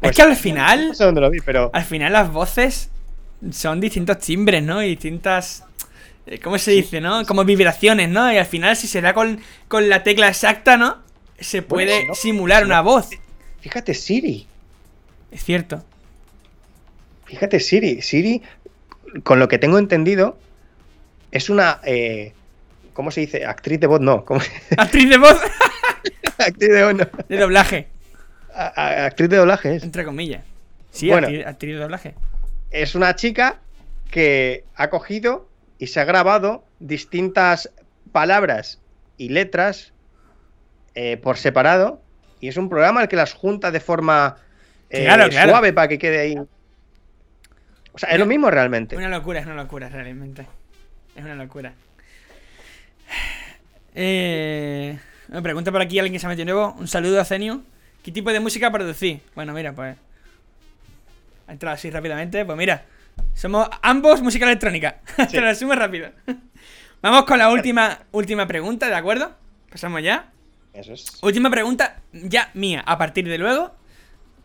S1: Es que al final,
S2: No sé dónde lo vi, pero...
S1: al final las voces son distintos timbres, ¿no? Y distintas... eh, ¿Cómo se dice, no? Como vibraciones, ¿no? Y al final si se da con, con la tecla exacta, ¿no? Se
S2: Bueno,
S1: puede
S2: si no-
S1: simular
S2: si
S1: una
S2: no-
S1: voz.
S2: Fíjate, Siri.
S1: Es cierto.
S2: Fíjate, Siri. Siri, con lo que tengo entendido, es una. eh, ¿Cómo se dice? Actriz de voz, no. ¿cómo-
S1: Actriz de voz
S2: Actriz de voz, no.
S1: de doblaje,
S2: A- a- actriz de doblaje es.
S1: entre comillas. Sí,
S2: Bueno.
S1: actriz, actriz de doblaje.
S2: Es una chica que ha cogido y se ha grabado distintas palabras y letras eh, por separado. Y es un programa el que las junta de forma eh,
S1: Claro, claro.
S2: suave para que quede ahí. O sea, es lo mismo realmente.
S1: Una locura, es una locura, realmente. Es una locura. Eh, me pregunta por aquí alguien que se ha metido nuevo. Un saludo a Zenio. ¿Qué tipo de música producís? Bueno, mira, pues. Ha entrado así rápidamente. Pues mira, somos ambos música electrónica. Te lo resumo rápido. Vamos con la última, última pregunta, ¿de acuerdo? Pasamos ya.
S2: Eso es.
S1: Última pregunta, ya mía, a partir de luego.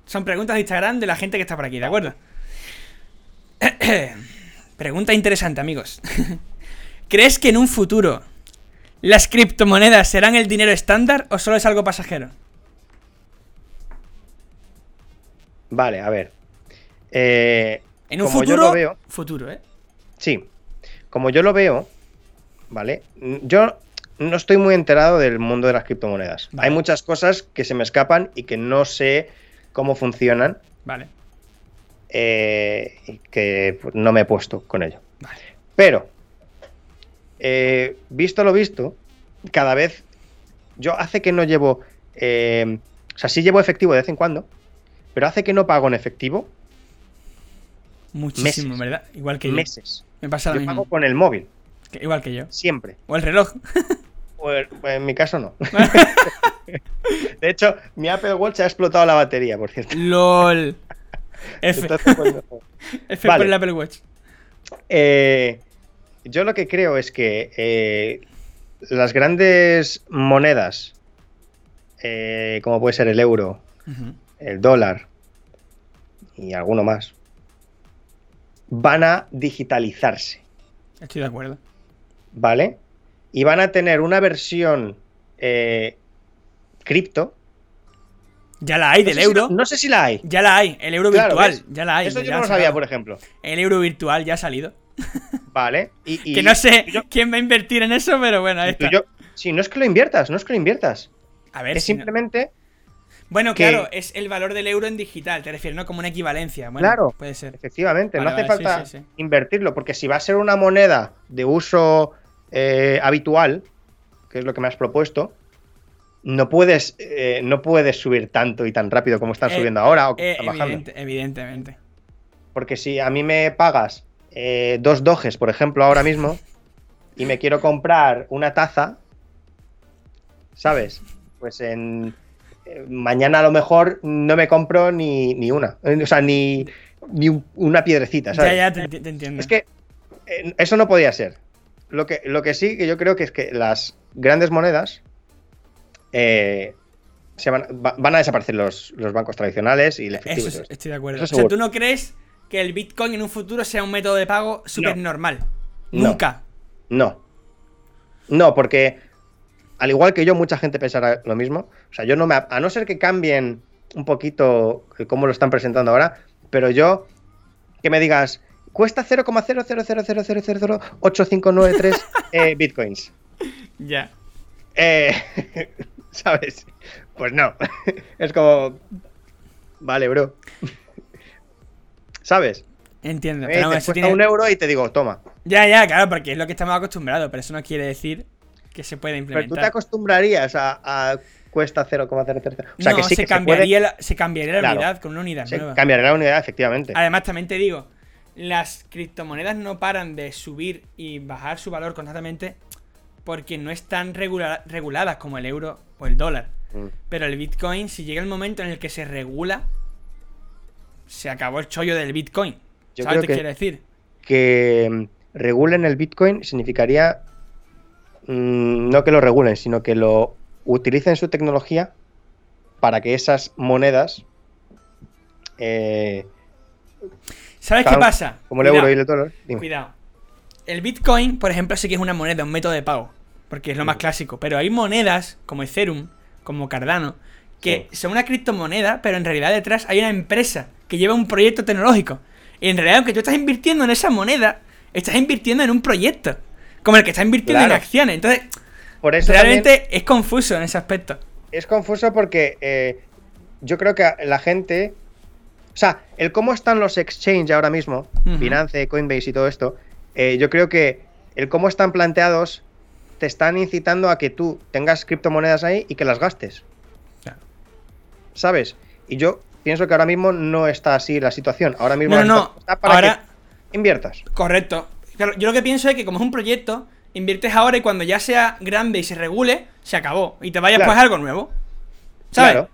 S1: Son preguntas de Instagram de la gente que está por aquí, ¿de acuerdo? Pregunta interesante, amigos. ¿Crees que en un futuro las criptomonedas serán el dinero estándar o solo es algo pasajero?
S2: Vale, a ver. Eh,
S1: En un
S2: como
S1: futuro.
S2: yo lo veo,
S1: Futuro, ¿eh?
S2: sí. Como yo lo veo, ¿vale? N- Yo no estoy muy enterado del mundo de las criptomonedas.
S1: Vale.
S2: Hay muchas cosas que se me escapan y que no sé cómo funcionan
S1: Vale.
S2: eh, y que pues, no me he puesto con ello.
S1: Vale.
S2: Pero, eh, visto lo visto, cada vez. Yo hace que no llevo. eh, o sea, sí llevo efectivo de vez en cuando, pero hace que no pago en efectivo
S1: Muchísimo,
S2: Meses.
S1: ¿verdad? Igual que yo.
S2: meses.
S1: Me pasa lo
S2: Yo
S1: mismo.
S2: pago con el móvil,
S1: Que- Igual que yo.
S2: siempre.
S1: O el reloj.
S2: O el- pues en mi caso no. De hecho, mi Apple Watch ha explotado la batería, por cierto.
S1: LOL. F,
S2: Entonces, pues, no.
S1: F
S2: vale.
S1: por el Apple Watch.
S2: Eh, yo lo que creo es que eh, las grandes monedas, eh, como puede ser el euro,
S1: Ujú.
S2: el dólar y alguno más, van a digitalizarse.
S1: Estoy de acuerdo.
S2: ¿vale? Y van a tener una versión eh, cripto.
S1: Ya la hay
S2: No
S1: del
S2: sé si-
S1: euro.
S2: no sé si la hay.
S1: Ya la hay, el euro
S2: Claro,
S1: virtual.
S2: ¿ves?
S1: Ya la hay.
S2: Eso yo
S1: ya
S2: no
S1: ha
S2: lo sabía,
S1: salido.
S2: por ejemplo.
S1: El euro virtual ya ha salido.
S2: Vale. Y, y-
S1: que no sé
S2: yo-
S1: quién va a invertir en eso, pero bueno, ahí está.
S2: yo- sí, no es que lo inviertas, no es que lo inviertas.
S1: a ver,
S2: Es
S1: si no-
S2: simplemente.
S1: Bueno,
S2: que-
S1: claro, es el valor del euro en digital, te refiero, ¿no? Como una equivalencia. Bueno,
S2: Claro.
S1: Puede ser.
S2: Efectivamente,
S1: Vale,
S2: no hace
S1: vale, sí,
S2: falta
S1: sí, sí.
S2: invertirlo, porque si va a ser una moneda de uso eh, habitual, que es lo que me has propuesto, no puedes, eh, no puedes subir tanto y tan rápido como están
S1: Eh,
S2: subiendo ahora o como
S1: Eh,
S2: están bajando.
S1: evidente- evidentemente.
S2: Porque si a mí me pagas eh, dos dojes, por ejemplo, ahora mismo, y me quiero comprar una taza, ¿sabes? Pues en eh, mañana a lo mejor no me compro ni, ni una, eh, o sea, ni, ni un- una piedrecita, ¿sabes?
S1: Ya, ya, te, te- te entiendo.
S2: Es que eh, eso no podía ser. Lo que, lo que sí que yo creo que es que las grandes monedas eh, se van, va- van a desaparecer los, los bancos tradicionales y el efectivo.
S1: Eso es-
S2: y todo esto.
S1: estoy de acuerdo.
S2: Eso
S1: o sea,
S2: seguro.
S1: ¿tú no crees que el Bitcoin en un futuro sea un método de pago súper normal?
S2: No.
S1: Nunca.
S2: No. No, porque al igual que yo, mucha gente pensará lo mismo. O sea, yo no me. ap- A no ser que cambien un poquito el cómo lo están presentando ahora, pero yo. Que me digas, cuesta 0,00000008593 eh, bitcoins.
S1: Ya.
S2: Eh, ¿Sabes? Pues no. Es como. Vale, bro. ¿Sabes?
S1: Entiendo.
S2: Eh,
S1: pero
S2: te
S1: eso
S2: cuesta
S1: tiene-
S2: un euro y te digo, toma.
S1: Ya, ya, claro, porque es lo que estamos acostumbrados, pero eso no quiere decir que se pueda
S2: Pero tú
S1: implementar.
S2: te acostumbrarías a, a cuesta 0,000. O sea,
S1: no,
S2: que sí
S1: se,
S2: que
S1: cambiaría la, se cambiaría la
S2: Claro.
S1: unidad con una unidad
S2: se puede.
S1: nueva.
S2: Se cambiará la unidad, efectivamente.
S1: Además, también te digo, las criptomonedas no paran de subir y bajar su valor constantemente porque no están regula- reguladas como el euro o el dólar.
S2: Mm.
S1: Pero el Bitcoin, si llega el momento en el que se regula, se acabó el chollo del Bitcoin.
S2: Yo
S1: ¿Sabes
S2: creo
S1: qué
S2: que-
S1: quiero decir?
S2: Que mm, regulen el Bitcoin significaría mm, no que lo regulen, sino que lo utilicen su tecnología para que esas monedas, eh,
S1: ¿Sabes
S2: Claro,
S1: qué pasa?
S2: como el
S1: Cuidado,
S2: euro y el dólar, dime.
S1: Cuidado. El Bitcoin, por ejemplo, sí que es una moneda, un método de pago. Porque
S2: Mm.
S1: es lo más clásico. Pero hay monedas como Ethereum, como Cardano, que son una criptomoneda, pero en realidad detrás hay una empresa que lleva un proyecto tecnológico. Y en realidad, aunque tú estás invirtiendo en esa moneda, estás invirtiendo en un proyecto. Como el que estás invirtiendo en
S2: Claro.
S1: acciones. Entonces,
S2: por eso también-
S1: realmente es confuso en ese aspecto.
S2: Es confuso porque eh, yo creo que a- la gente. O sea, el cómo están los exchange ahora mismo,
S1: Ujú.
S2: Binance, Coinbase y todo esto, eh, yo creo que el cómo están planteados te están incitando a que tú tengas criptomonedas ahí y que las gastes.
S1: Claro.
S2: ¿Sabes? Y yo pienso que ahora mismo no está así la situación. Ahora mismo
S1: No,
S2: la
S1: no,
S2: situación está para
S1: ahora-
S2: que inviertas.
S1: Correcto. Claro, yo lo que pienso es que como es un proyecto, inviertes ahora y cuando ya sea grande y se regule, se acabó. Y te vayas
S2: Claro.
S1: pues a algo nuevo. ¿Sabes?
S2: Claro.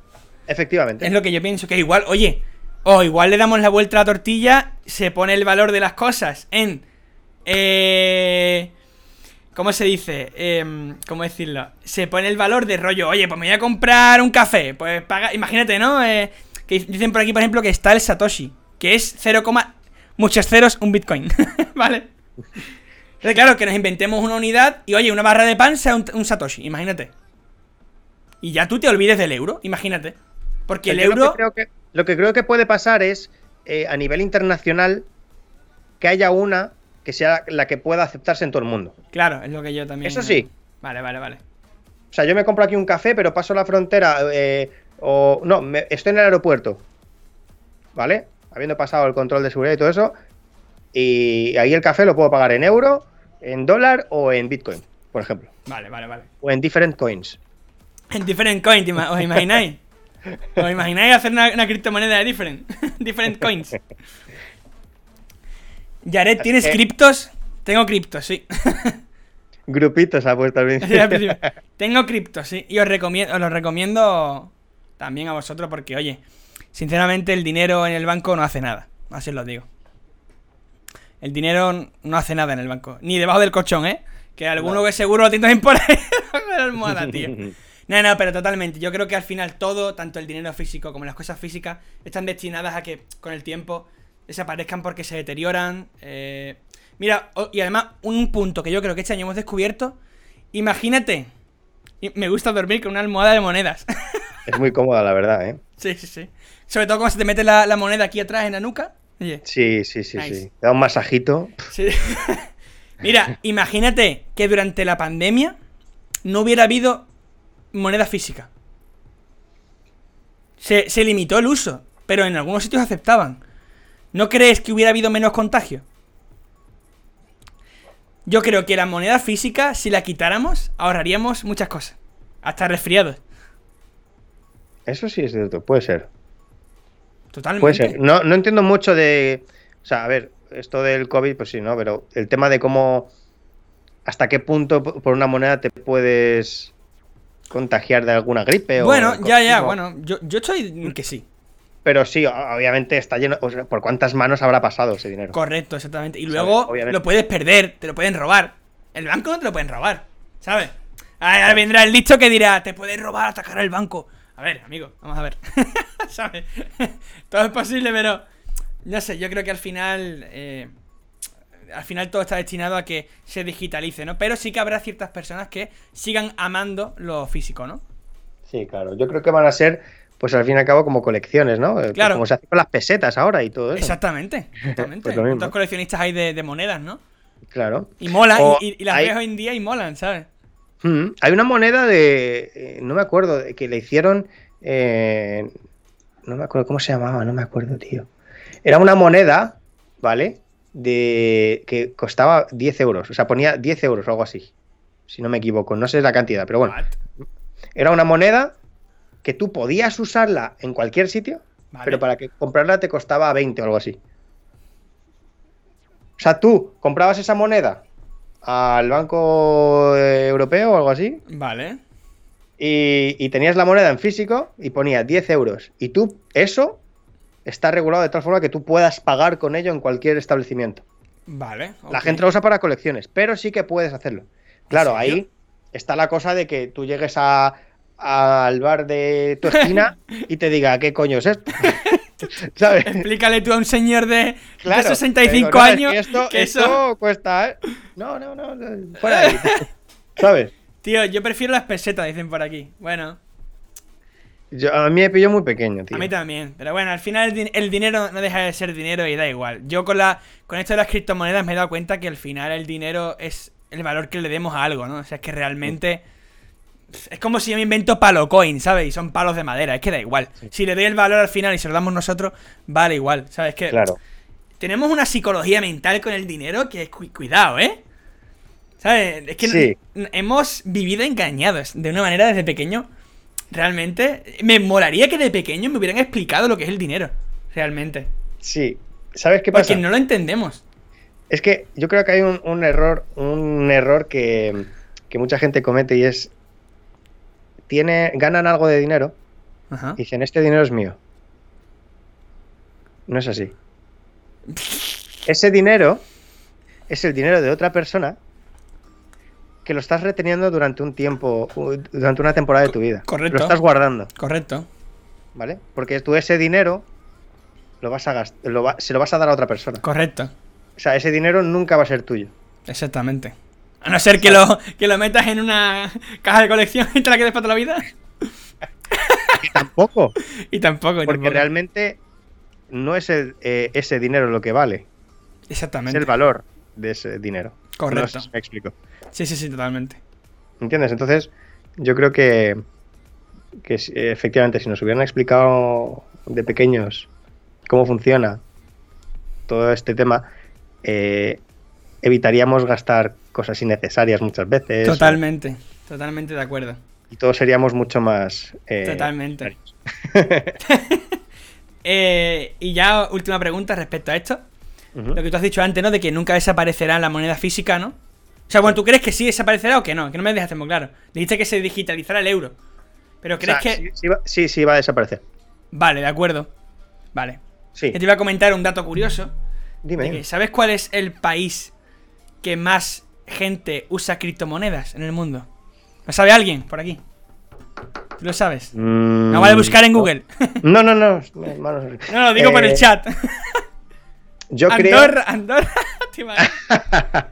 S2: Efectivamente.
S1: Es lo que yo pienso, que igual, oye, o igual le damos la vuelta a la tortilla, se pone el valor de las cosas en... Eh, ¿Cómo se dice? Em, ¿Cómo decirlo? Se pone el valor de rollo, oye, pues me voy a comprar un café, pues paga, imagínate, ¿no? Eh, que dicen por aquí, por ejemplo, que está el Satoshi, que es 0, muchos ceros un Bitcoin, ¿vale? Entonces, claro, que nos inventemos una unidad y, oye, una barra de pan sea un, un Satoshi, imagínate. Y ya tú te olvides del euro, imagínate. Porque el
S2: Pues Yo lo que
S1: euro...
S2: creo que- lo que creo que puede pasar es, eh, a nivel internacional, que haya una que sea la que pueda aceptarse en todo el mundo.
S1: Claro, es lo que yo también...
S2: Eso sí.
S1: Vale, vale, vale.
S2: O sea, yo me compro aquí un café, pero paso la frontera eh, o... No, me- estoy en el aeropuerto. ¿Vale? Habiendo pasado el control de seguridad y todo eso. Y ahí el café lo puedo pagar en euro, en dólar o en bitcoin, por ejemplo.
S1: Vale, vale, vale.
S2: O en different coins.
S1: En different coins, ¿te ima- ¿os imagináis? ¿Os imagináis hacer una, una criptomoneda de different? different coins. Yaret, ¿tienes
S2: Eh.
S1: criptos? Tengo criptos, sí.
S2: Grupitos ha puesto al
S1: Sí, al
S2: principio.
S1: principio. Tengo criptos, sí. Y os recomiendo, os lo recomiendo también a vosotros porque, oye, sinceramente el dinero en el banco no hace nada. Así os lo digo. El dinero no hace nada en el banco. Ni debajo del colchón, ¿eh? Que alguno que seguro lo tiene por ahí debajo de la almohada, tío. No, no, pero totalmente. Yo creo que al final todo, tanto el dinero físico como las cosas físicas, están destinadas a que con el tiempo desaparezcan porque se deterioran. eh. Mira, o- y además un punto que yo creo que este año hemos descubierto. Imagínate, y me gusta dormir con una almohada de monedas.
S2: Es muy cómoda, la verdad, ¿eh?
S1: sí, sí, sí. Sobre todo cuando se te mete la, la moneda aquí atrás en la nuca. Oye,
S2: Sí, sí, sí,
S1: Nice.
S2: sí. Te da un masajito.
S1: sí. Mira, imagínate que durante la pandemia no hubiera habido moneda física. Se, se limitó el uso, pero en algunos sitios aceptaban. ¿No crees que hubiera habido menos contagio? Yo creo que la moneda física, si la quitáramos, ahorraríamos muchas cosas. Hasta resfriados.
S2: Eso sí es cierto, puede ser.
S1: Totalmente.
S2: Puede ser. No, no entiendo mucho de. O sea, a ver, esto del COVID, pues sí, ¿no? Pero el tema de cómo. ¿Hasta qué punto p- por una moneda te puedes contagiar de alguna gripe? o
S1: Bueno,
S2: co-
S1: ya, ya,
S2: no.
S1: bueno. Yo, yo estoy que sí.
S2: Pero sí, o- obviamente está lleno. o sea, ¿Por cuántas manos habrá pasado ese dinero?
S1: Correcto, exactamente. Y luego
S2: obviamente.
S1: lo puedes perder, te lo pueden robar. El banco no te lo pueden robar, ¿sabes? Ahora ahora vendrá el listo que dirá, te pueden robar, atacar al banco. A ver, amigo, vamos a ver. ¿Sabes? todo es posible, pero... No sé, yo creo que al final... eh, al final todo está destinado a que se digitalice, ¿no? Pero sí que habrá ciertas personas que sigan amando lo físico, ¿no?
S2: Sí, claro. Yo creo que van a ser, pues al fin y al cabo, como colecciones, ¿no? Eh, pues
S1: Claro.
S2: Como se hace con las pesetas ahora y todo eso.
S1: Exactamente, exactamente.
S2: Pues lo mismo.
S1: ¿Cuántos coleccionistas hay de, de monedas, no?
S2: Claro.
S1: Y molan,
S2: O
S1: y, y las
S2: hay-
S1: ves hoy en día y molan, ¿sabes?
S2: Mm, Hay una moneda de. eh, no me acuerdo, de que le hicieron. eh, no me acuerdo cómo se llamaba, no me acuerdo, tío. Era una moneda, ¿vale? De. que costaba 10 euros. O sea, ponía 10 euros o algo así. Si no me equivoco. No sé la cantidad, pero bueno.
S1: What?
S2: Era una moneda que tú podías usarla en cualquier sitio,
S1: Vale.
S2: pero para que comprarla te costaba 20 o algo así. O sea, tú comprabas esa moneda al Banco eh, Europeo o algo así,
S1: Vale.
S2: y, y tenías la moneda en físico y ponía 10 euros. Y tú, eso está regulado de tal forma que tú puedas pagar con ello en cualquier establecimiento.
S1: Vale.
S2: La
S1: ok.
S2: gente lo usa para colecciones, pero sí que puedes hacerlo. Claro,
S1: serio?
S2: ahí está la cosa de que tú llegues a- al bar de tu esquina y te diga, ¿qué coño es esto? ¿Sabes?
S1: Explícale tú a un señor de, de
S2: Claro, te
S1: 65
S2: digo, "No, es que
S1: años
S2: esto,
S1: que
S2: esto
S1: eso...
S2: cuesta. ¿eh?". No, no, no, no, fuera de ahí. ¿Sabes?
S1: Tío, yo prefiero las pesetas, dicen por aquí. Bueno,
S2: Yo- a mí me pilló muy pequeño, tío.
S1: a mí también. Pero bueno, al final el, din- el dinero no deja de ser dinero y da igual. Yo con la con esto de las criptomonedas me he dado cuenta que al final el dinero es el valor que le demos a algo, ¿no? O sea, es que realmente... Es como si yo me invento palo coin, ¿sabes? Y son palos de madera, es que da igual. Si le doy el valor al final y se lo damos nosotros, vale igual, ¿sabes? Es que
S2: Claro.
S1: tenemos una psicología mental con el dinero que es cu- cuidado, ¿eh? ¿Sabes? Es que
S2: Sí.
S1: n- hemos vivido engañados de una manera desde pequeño. Realmente, me molaría que de pequeño me hubieran explicado lo que es el dinero. Realmente.
S2: Sí. ¿Sabes qué
S1: Porque
S2: pasa?
S1: no lo entendemos.
S2: Es que yo creo que hay un, un error, un error que, que mucha gente comete y es tiene, ganan algo de dinero
S1: Ajá.
S2: y dicen, este dinero es mío. No es así. Ese dinero es el dinero de otra persona que lo estás reteniendo durante un tiempo, u- durante una temporada de tu vida.
S1: correcto.
S2: Lo estás guardando,
S1: Correcto.
S2: ¿vale? Porque tú ese dinero lo vas a gast- lo va- se lo vas a dar a otra persona.
S1: Correcto.
S2: O sea, ese dinero nunca va a ser tuyo.
S1: Exactamente. A no ser que lo, que lo metas en una caja de colección y te la quedes para toda la vida.
S2: Tampoco.
S1: Y tampoco. y
S2: Porque
S1: tampoco.
S2: realmente no es el, eh, ese dinero lo que vale, es
S1: Exactamente.
S2: el valor de ese dinero.
S1: Correcto.
S2: No sé si me explico.
S1: Sí, sí, sí, totalmente.
S2: ¿Entiendes? Entonces, yo creo que, que si- eh, efectivamente, si nos hubieran explicado de pequeños cómo funciona todo este tema, eh, evitaríamos gastar cosas innecesarias muchas veces.
S1: Totalmente. Totalmente de acuerdo.
S2: Y todos seríamos mucho más. eh,
S1: Totalmente.
S2: claros.
S1: Eh, y ya última pregunta respecto a esto.
S2: Ujú.
S1: Lo que tú has dicho antes, ¿no? De que nunca desaparecerá la moneda física, ¿no? O sea, bueno, ¿tú crees que sí desaparecerá o que no? Que no me dejaste muy claro. Dijiste que se digitalizará el euro. Pero
S2: O sea,
S1: crees que...
S2: sí, sí, va, sí, sí va a desaparecer.
S1: Vale, de acuerdo. Vale.
S2: Sí.
S1: Yo te iba a comentar un dato curioso.
S2: Dime.
S1: de que, ¿Sabes cuál es el país que más gente usa criptomonedas en el mundo? ¿Lo sabe alguien por aquí? ¿Tú lo sabes?
S2: Mm,
S1: No vale buscar en Google.
S2: No, no, no. no, manos-
S1: No, lo digo por
S2: Eh,
S1: el chat.
S2: Yo creo.
S1: Andorra, Andorra, te imaginas.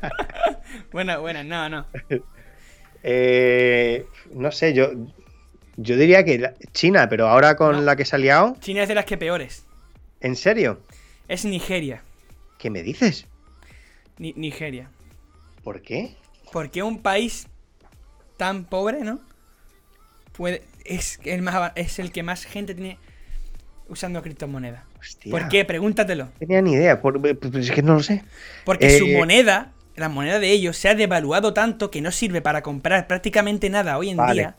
S1: bueno, bueno, no, no.
S2: eh, no sé, yo. Yo diría que la- China, pero ahora con
S1: No.
S2: la que se ha liado,
S1: China es de las que peores.
S2: ¿en serio?
S1: Es Nigeria.
S2: ¿Qué me dices?
S1: Ni- Nigeria.
S2: ¿Por qué?
S1: ¿Por qué un país tan pobre, no? Puede, es, el más, ava- es el que más gente tiene usando criptomonedas.
S2: Hostia,
S1: ¿Por qué? Pregúntatelo.
S2: No tenía ni idea. por- pues es que no lo sé.
S1: Porque su
S2: Eh,
S1: moneda, la moneda de ellos, se ha devaluado tanto que no sirve para comprar prácticamente nada hoy en
S2: Vale.
S1: día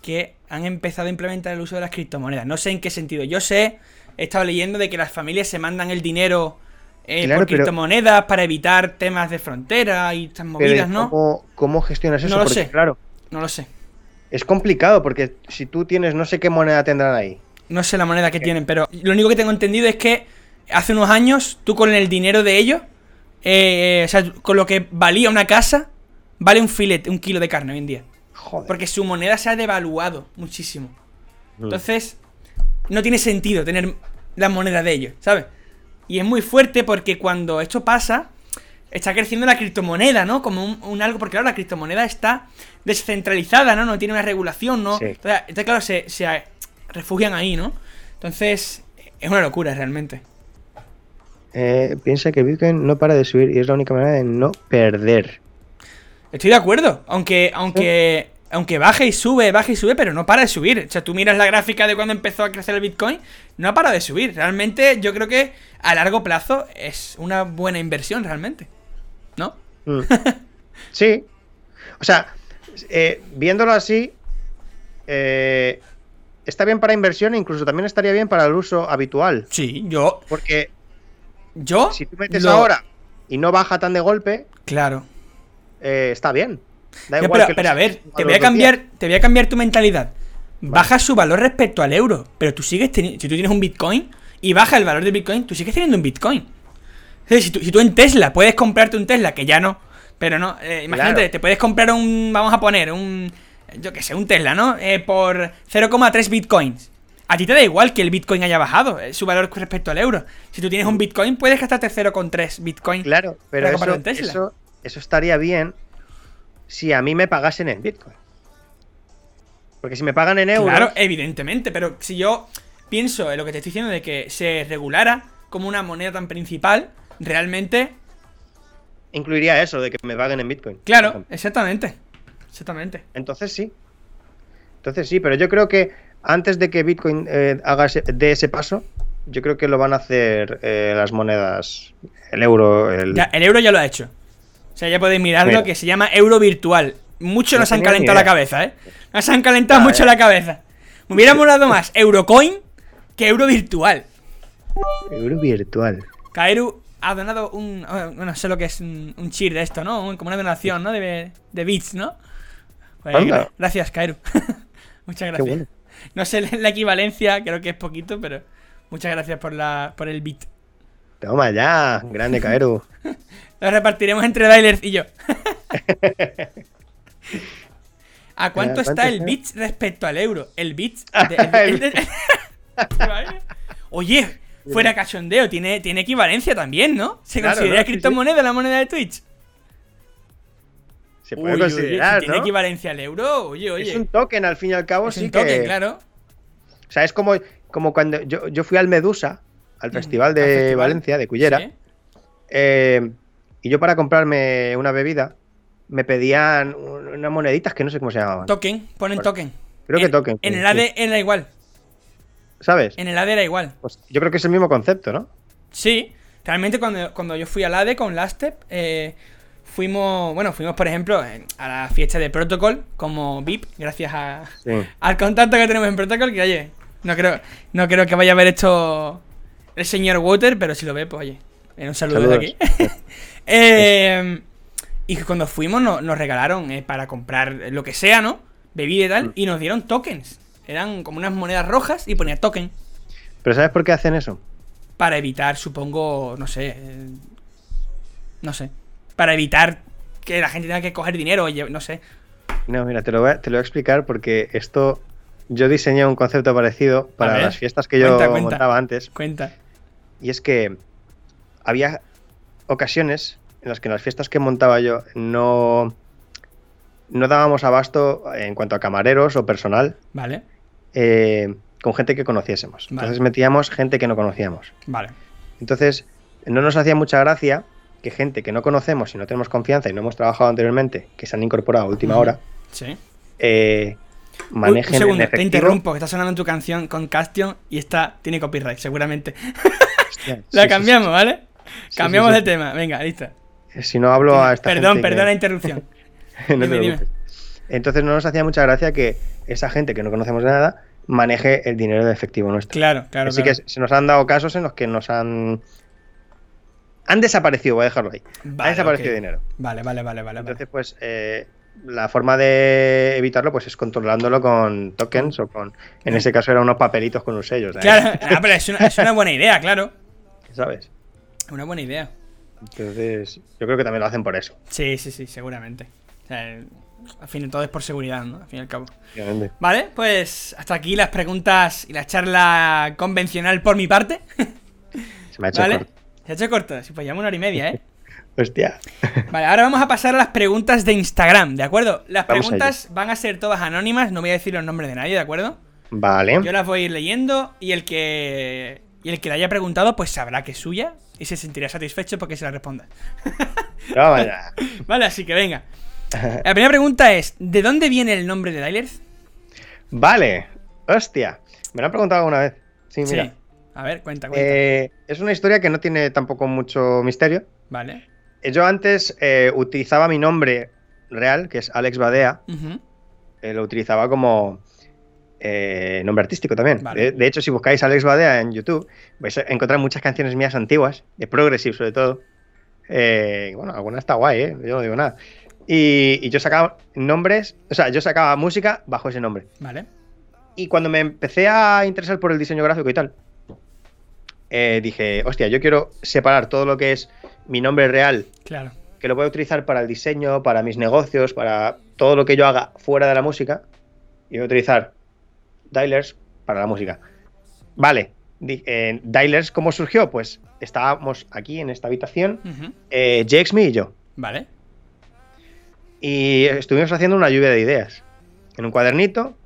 S1: que han empezado a implementar el uso de las criptomonedas. No sé en qué sentido. Yo sé, he estado leyendo de que las familias se mandan el dinero eh,
S2: Claro,
S1: por
S2: pero-
S1: criptomonedas para evitar temas de frontera y estas
S2: Pero ¿y
S1: movidas, ¿no?
S2: ¿cómo, ¿Cómo gestionas
S1: No
S2: eso?
S1: lo
S2: Porque,
S1: sé.
S2: claro,
S1: No lo sé.
S2: es complicado porque si tú tienes no sé qué moneda tendrán ahí.
S1: No sé la moneda
S2: Eh.
S1: que tienen, pero lo único que tengo entendido es que hace unos años tú con el dinero de ellos, eh, o sea, con lo que valía una casa, vale un filete, un kilo de carne hoy en día.
S2: Joder.
S1: Porque su moneda se ha devaluado muchísimo.
S2: Mm.
S1: Entonces, no tiene sentido tener la moneda de ellos, ¿sabes? Y es muy fuerte porque cuando esto pasa, está creciendo la criptomoneda, ¿no? Como un, un algo, porque claro, la criptomoneda está descentralizada, ¿no? No tiene una regulación, ¿no?
S2: Sí.
S1: Entonces, entonces, claro, se, se refugian ahí, ¿no? Entonces, es una locura realmente.
S2: Eh, piensa que Bitcoin no para de subir y es la única manera de no perder.
S1: Estoy de acuerdo, aunque, aunque, aunque baje y sube, baje y sube, pero no para de subir. O sea, tú miras la gráfica de cuando empezó a crecer el Bitcoin, no ha parado de subir. Realmente, yo creo que a largo plazo es una buena inversión, realmente. ¿No?
S2: Mm. sí. O sea, eh, viéndolo así, eh, está bien para inversión e incluso también estaría bien para el uso habitual.
S1: Sí, yo.
S2: Porque
S1: Yo.
S2: si tú metes
S1: lo-
S2: ahora y no baja tan de golpe,
S1: Claro.
S2: eh, está bien. Da
S1: Ya,
S2: igual
S1: pero,
S2: que
S1: pero
S2: lo
S1: a ver,
S2: saques
S1: te voy a
S2: al otro día.
S1: cambiar, te voy a cambiar tu mentalidad. Baja su valor respecto al euro, pero tú sigues teniendo, si tú tienes un Bitcoin y baja el valor del Bitcoin, tú sigues teniendo un Bitcoin. O sea, Si tú, si tú en Tesla puedes comprarte un Tesla, que ya no, pero no, eh, imagínate,
S2: Claro.
S1: te puedes comprar un, vamos a poner, un, yo que sé, un Tesla, ¿no? Eh, por 0,3 Bitcoins. A ti te da igual que el Bitcoin haya bajado, eh, su valor respecto al euro. Si tú
S2: Mm.
S1: tienes un Bitcoin, puedes gastarte 0,3 Bitcoin.
S2: Claro, pero
S1: Para comprar
S2: eso,
S1: un Tesla.
S2: eso- eso estaría bien si a mí me pagasen en Bitcoin. Porque si me pagan en euros,
S1: Claro, eh. evidentemente, pero si yo pienso en lo que te estoy diciendo de que se regulara como una moneda tan principal, realmente,
S2: incluiría eso de que me paguen en Bitcoin. por
S1: claro,
S2: ejemplo.
S1: exactamente. Exactamente.
S2: Entonces sí. Entonces sí, pero yo creo que antes de que Bitcoin eh, haga ese, dé ese paso, yo creo que lo van a hacer eh, las monedas, el euro, el...
S1: Ya, el euro ya lo ha hecho. O sea, ya podéis mirarlo,
S2: Mira.
S1: que se llama euro virtual. Mucho
S2: No
S1: nos han
S2: tenía ni
S1: calentado la
S2: idea.
S1: cabeza, ¿eh? Nos han calentado
S2: Ah,
S1: mucho
S2: eh.
S1: la cabeza. Me hubiera molado más Eurocoin que euro virtual.
S2: euro virtual.
S1: Kaeru ha donado un. bueno, No sé lo que es un, un cheer de esto, ¿no? Un- como una donación, ¿no? De, de bits, ¿no? Pues,
S2: Anda.
S1: gra- gracias, Kaeru. muchas gracias.
S2: Qué bueno.
S1: No sé la equivalencia, creo que es poquito, pero muchas gracias por la por el bit.
S2: Toma ya, grande Caeru.
S1: Lo repartiremos entre Dailers y yo. ¿A cuánto
S2: ¿cuánto
S1: está el
S2: está? Ah,
S1: bit respecto al euro? El bit. de- el- el- el- ¿Te imaginas? Oye, fuera cachondeo, tiene, tiene equivalencia también, ¿no? ¿Se
S2: Claro,
S1: considera
S2: ¿no? Sí, sí.
S1: criptomoneda la moneda de Twitch?
S2: Se puede
S1: Uy, uy, si
S2: considerar,
S1: tiene
S2: ¿no?
S1: equivalencia al euro, oye, oye.
S2: Es un token al fin y al cabo,
S1: Es
S2: sí
S1: un token,
S2: que...
S1: claro.
S2: O sea, es como, como cuando yo, yo fui al Medusa, al festival de
S1: Mm, al festival.
S2: Valencia, de Cullera,
S1: Sí.
S2: eh, y yo para comprarme una bebida me pedían un- unas moneditas que no sé cómo se llamaban.
S1: Token, ponen
S2: Vale.
S1: token.
S2: Creo que
S1: En-
S2: token,
S1: En
S2: sí,
S1: el
S2: sí.
S1: AD era igual.
S2: ¿Sabes?
S1: En el AD era igual.
S2: Pues yo creo que es el mismo concepto, ¿no?
S1: Sí, realmente cuando, cuando yo fui al ADE con Lastep, eh, fuimos, bueno, fuimos por ejemplo en- a la fiesta de Protocol como VIP, gracias a-
S2: Sí.
S1: al contacto que tenemos en Protocol, que oye, no creo, no creo que vaya a ver esto el señor Water, pero si lo ve, pues oye, en un saludo de aquí.
S2: Saludos.
S1: Eh, y que cuando fuimos no- nos regalaron eh, para comprar lo que sea, ¿no? Bebida y tal, y nos dieron tokens. Eran como unas monedas rojas y ponía token.
S2: Pero ¿sabes por qué hacen eso?
S1: Para evitar, supongo, no sé. eh, No sé. Para evitar que la gente tenga que coger dinero, oye, no sé.
S2: No, mira, te lo voy a, te lo voy a explicar porque esto... Yo diseñé un concepto parecido para
S1: ver.
S2: las fiestas que yo
S1: Cuenta, cuenta.
S2: montaba antes.
S1: Cuenta.
S2: Y es que había ocasiones en las que en las fiestas que montaba yo no, no dábamos abasto en cuanto a camareros o personal
S1: Vale,
S2: eh, con gente que conociésemos.
S1: Vale.
S2: Entonces metíamos gente que no conocíamos.
S1: vale.
S2: Entonces no nos hacía mucha gracia que gente que no conocemos y no tenemos confianza y no hemos trabajado anteriormente, que se han incorporado a última
S1: Ujú.
S2: hora,
S1: Sí.
S2: eh,
S1: Uy,
S2: manejen
S1: un
S2: en
S1: segundo, te
S2: efectivo.
S1: interrumpo, que está sonando tu canción con Castion y esta tiene copyright, seguramente.
S2: Hostia, sí,
S1: La
S2: sí, sí.
S1: cambiamos, ¿vale?
S2: Sí,
S1: cambiamos
S2: sí,
S1: de tema, venga, listo.
S2: Si no hablo a esta
S1: perdón,
S2: gente que-
S1: perdón la interrupción.
S2: No te
S1: Dime, dime.
S2: preocupes. Entonces no nos hacía mucha gracia que esa gente que no conocemos de nada maneje el dinero de efectivo nuestro.
S1: Claro, claro,
S2: Así
S1: claro.
S2: que se nos han dado casos en los que nos han... Han desaparecido, voy a dejarlo ahí.
S1: Vale,
S2: ha desaparecido
S1: ok.
S2: dinero.
S1: Vale, vale, vale, vale. vale.
S2: Entonces, pues eh, la forma de evitarlo pues es controlándolo con tokens o con... En ese caso eran unos papelitos con un sello. o sea,
S1: Claro, ah, pero es una, es una buena idea, claro.
S2: ¿Sabes?
S1: Es una buena idea.
S2: Entonces, yo creo que también lo hacen por eso.
S1: Sí, sí, sí, seguramente. O sea, el- al fin todo es por seguridad, ¿no? Al fin y al cabo.
S3: Efectivamente.
S1: Vale, pues hasta aquí las preguntas y la charla convencional por mi parte.
S2: Se me ha hecho
S1: ¿Vale?
S2: corto.
S1: Se ha hecho corto, si pues llevamos una hora y media, ¿eh?
S2: Hostia.
S1: Vale, ahora vamos a pasar a las preguntas de Instagram, ¿de acuerdo? Las
S2: Vamos
S1: preguntas van a ser todas anónimas, no voy a decir los nombres de nadie, ¿de acuerdo?
S2: Vale.
S1: Yo las voy a ir leyendo y el que. Y el que la haya preguntado, pues sabrá que es suya y se sentirá satisfecho porque se la responda.
S2: No, vaya.
S1: Vale, así que venga. La primera pregunta es: ¿de dónde viene el nombre de Dailers?
S2: Vale. Hostia. Me lo han preguntado alguna vez. Sí, mira.
S1: A ver, cuenta, cuenta.
S2: Eh, es una historia que no tiene tampoco mucho misterio.
S1: Vale.
S2: Yo antes eh, utilizaba mi nombre real, que es Alex Badea.
S1: Ujú.
S2: eh, lo utilizaba como eh, nombre artístico también.
S1: Vale.
S2: De, de hecho, si buscáis Alex Badea en YouTube, vais a encontrar muchas canciones mías antiguas, de Progressive sobre todo. Eh, y bueno, alguna está guay, ¿eh? yo no digo nada. Y, y yo sacaba nombres, o sea, yo sacaba música bajo ese nombre.
S1: Vale.
S2: Y cuando me empecé a interesar por el diseño gráfico y tal, eh, dije, hostia, yo quiero separar todo lo que es mi nombre real
S1: Claro.
S2: que lo voy a utilizar para el diseño, para mis negocios, para todo lo que yo haga fuera de la música. Y voy a utilizar Dialers para la música. Vale, di- eh, Dialers, ¿cómo surgió? Pues estábamos aquí en esta habitación,
S1: Ujú.
S2: eh, Jax, me y yo.
S1: Vale.
S2: Y estuvimos haciendo una lluvia de ideas. En un cuadernito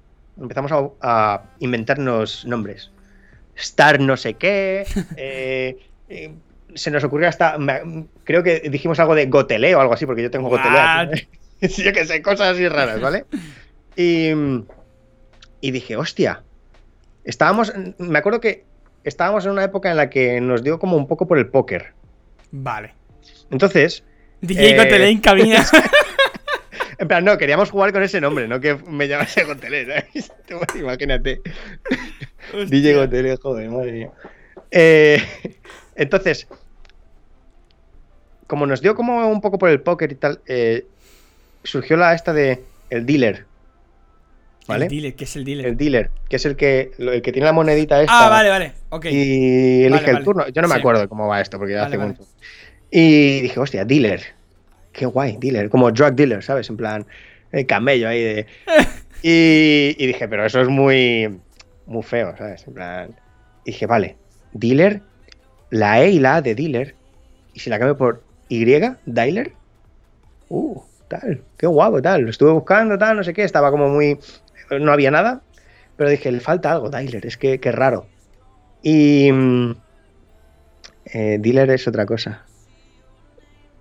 S2: empezamos a, a inventarnos nombres. Star no sé qué. eh, eh, se nos ocurrió hasta. me- creo que dijimos algo de gotelé o algo así, porque yo tengo gotelé.
S1: Ah,
S2: aquí. yo que sé, cosas así raras, ¿vale? Y, y dije, hostia. Estábamos. Me acuerdo que estábamos en una época en la que nos dio como un poco por el póker.
S1: Vale.
S2: Entonces,
S1: DJ
S2: Eh,
S1: Cotelé en cabina.
S2: En plan, no, queríamos jugar con ese nombre, no que me llamase Gotelé, ¿sabes? Tú Imagínate. DJ Gotelé, joder, madre mía. Eh, entonces, como nos dio como un poco por el póker y tal, eh, surgió la esta de el dealer, ¿vale?
S1: El dealer, ¿qué es el dealer?
S2: el dealer, que es el que, lo- el que tiene la monedita esta
S1: ah, vale, vale. Ok.
S2: y elige
S1: Vale,
S2: el
S1: vale.
S2: turno. Yo no me
S1: Sí.
S2: acuerdo cómo va esto, porque ya
S1: Vale,
S2: hace
S1: vale.
S2: mucho. Y dije, hostia, dealer. Qué guay, dealer. Como drug dealer, ¿sabes? En plan, el camello ahí de. y, y dije, pero eso es muy. Muy feo, ¿sabes? En plan. y dije, vale, dealer, la E y la A de dealer. Y si la cambio por Y, dealer. Uh, tal. Qué guapo, tal. Lo estuve buscando, tal, no sé qué. Estaba como muy. No había nada. Pero dije, le falta algo, dealer. Es que, que raro. Y. mm, eh, dealer es otra cosa.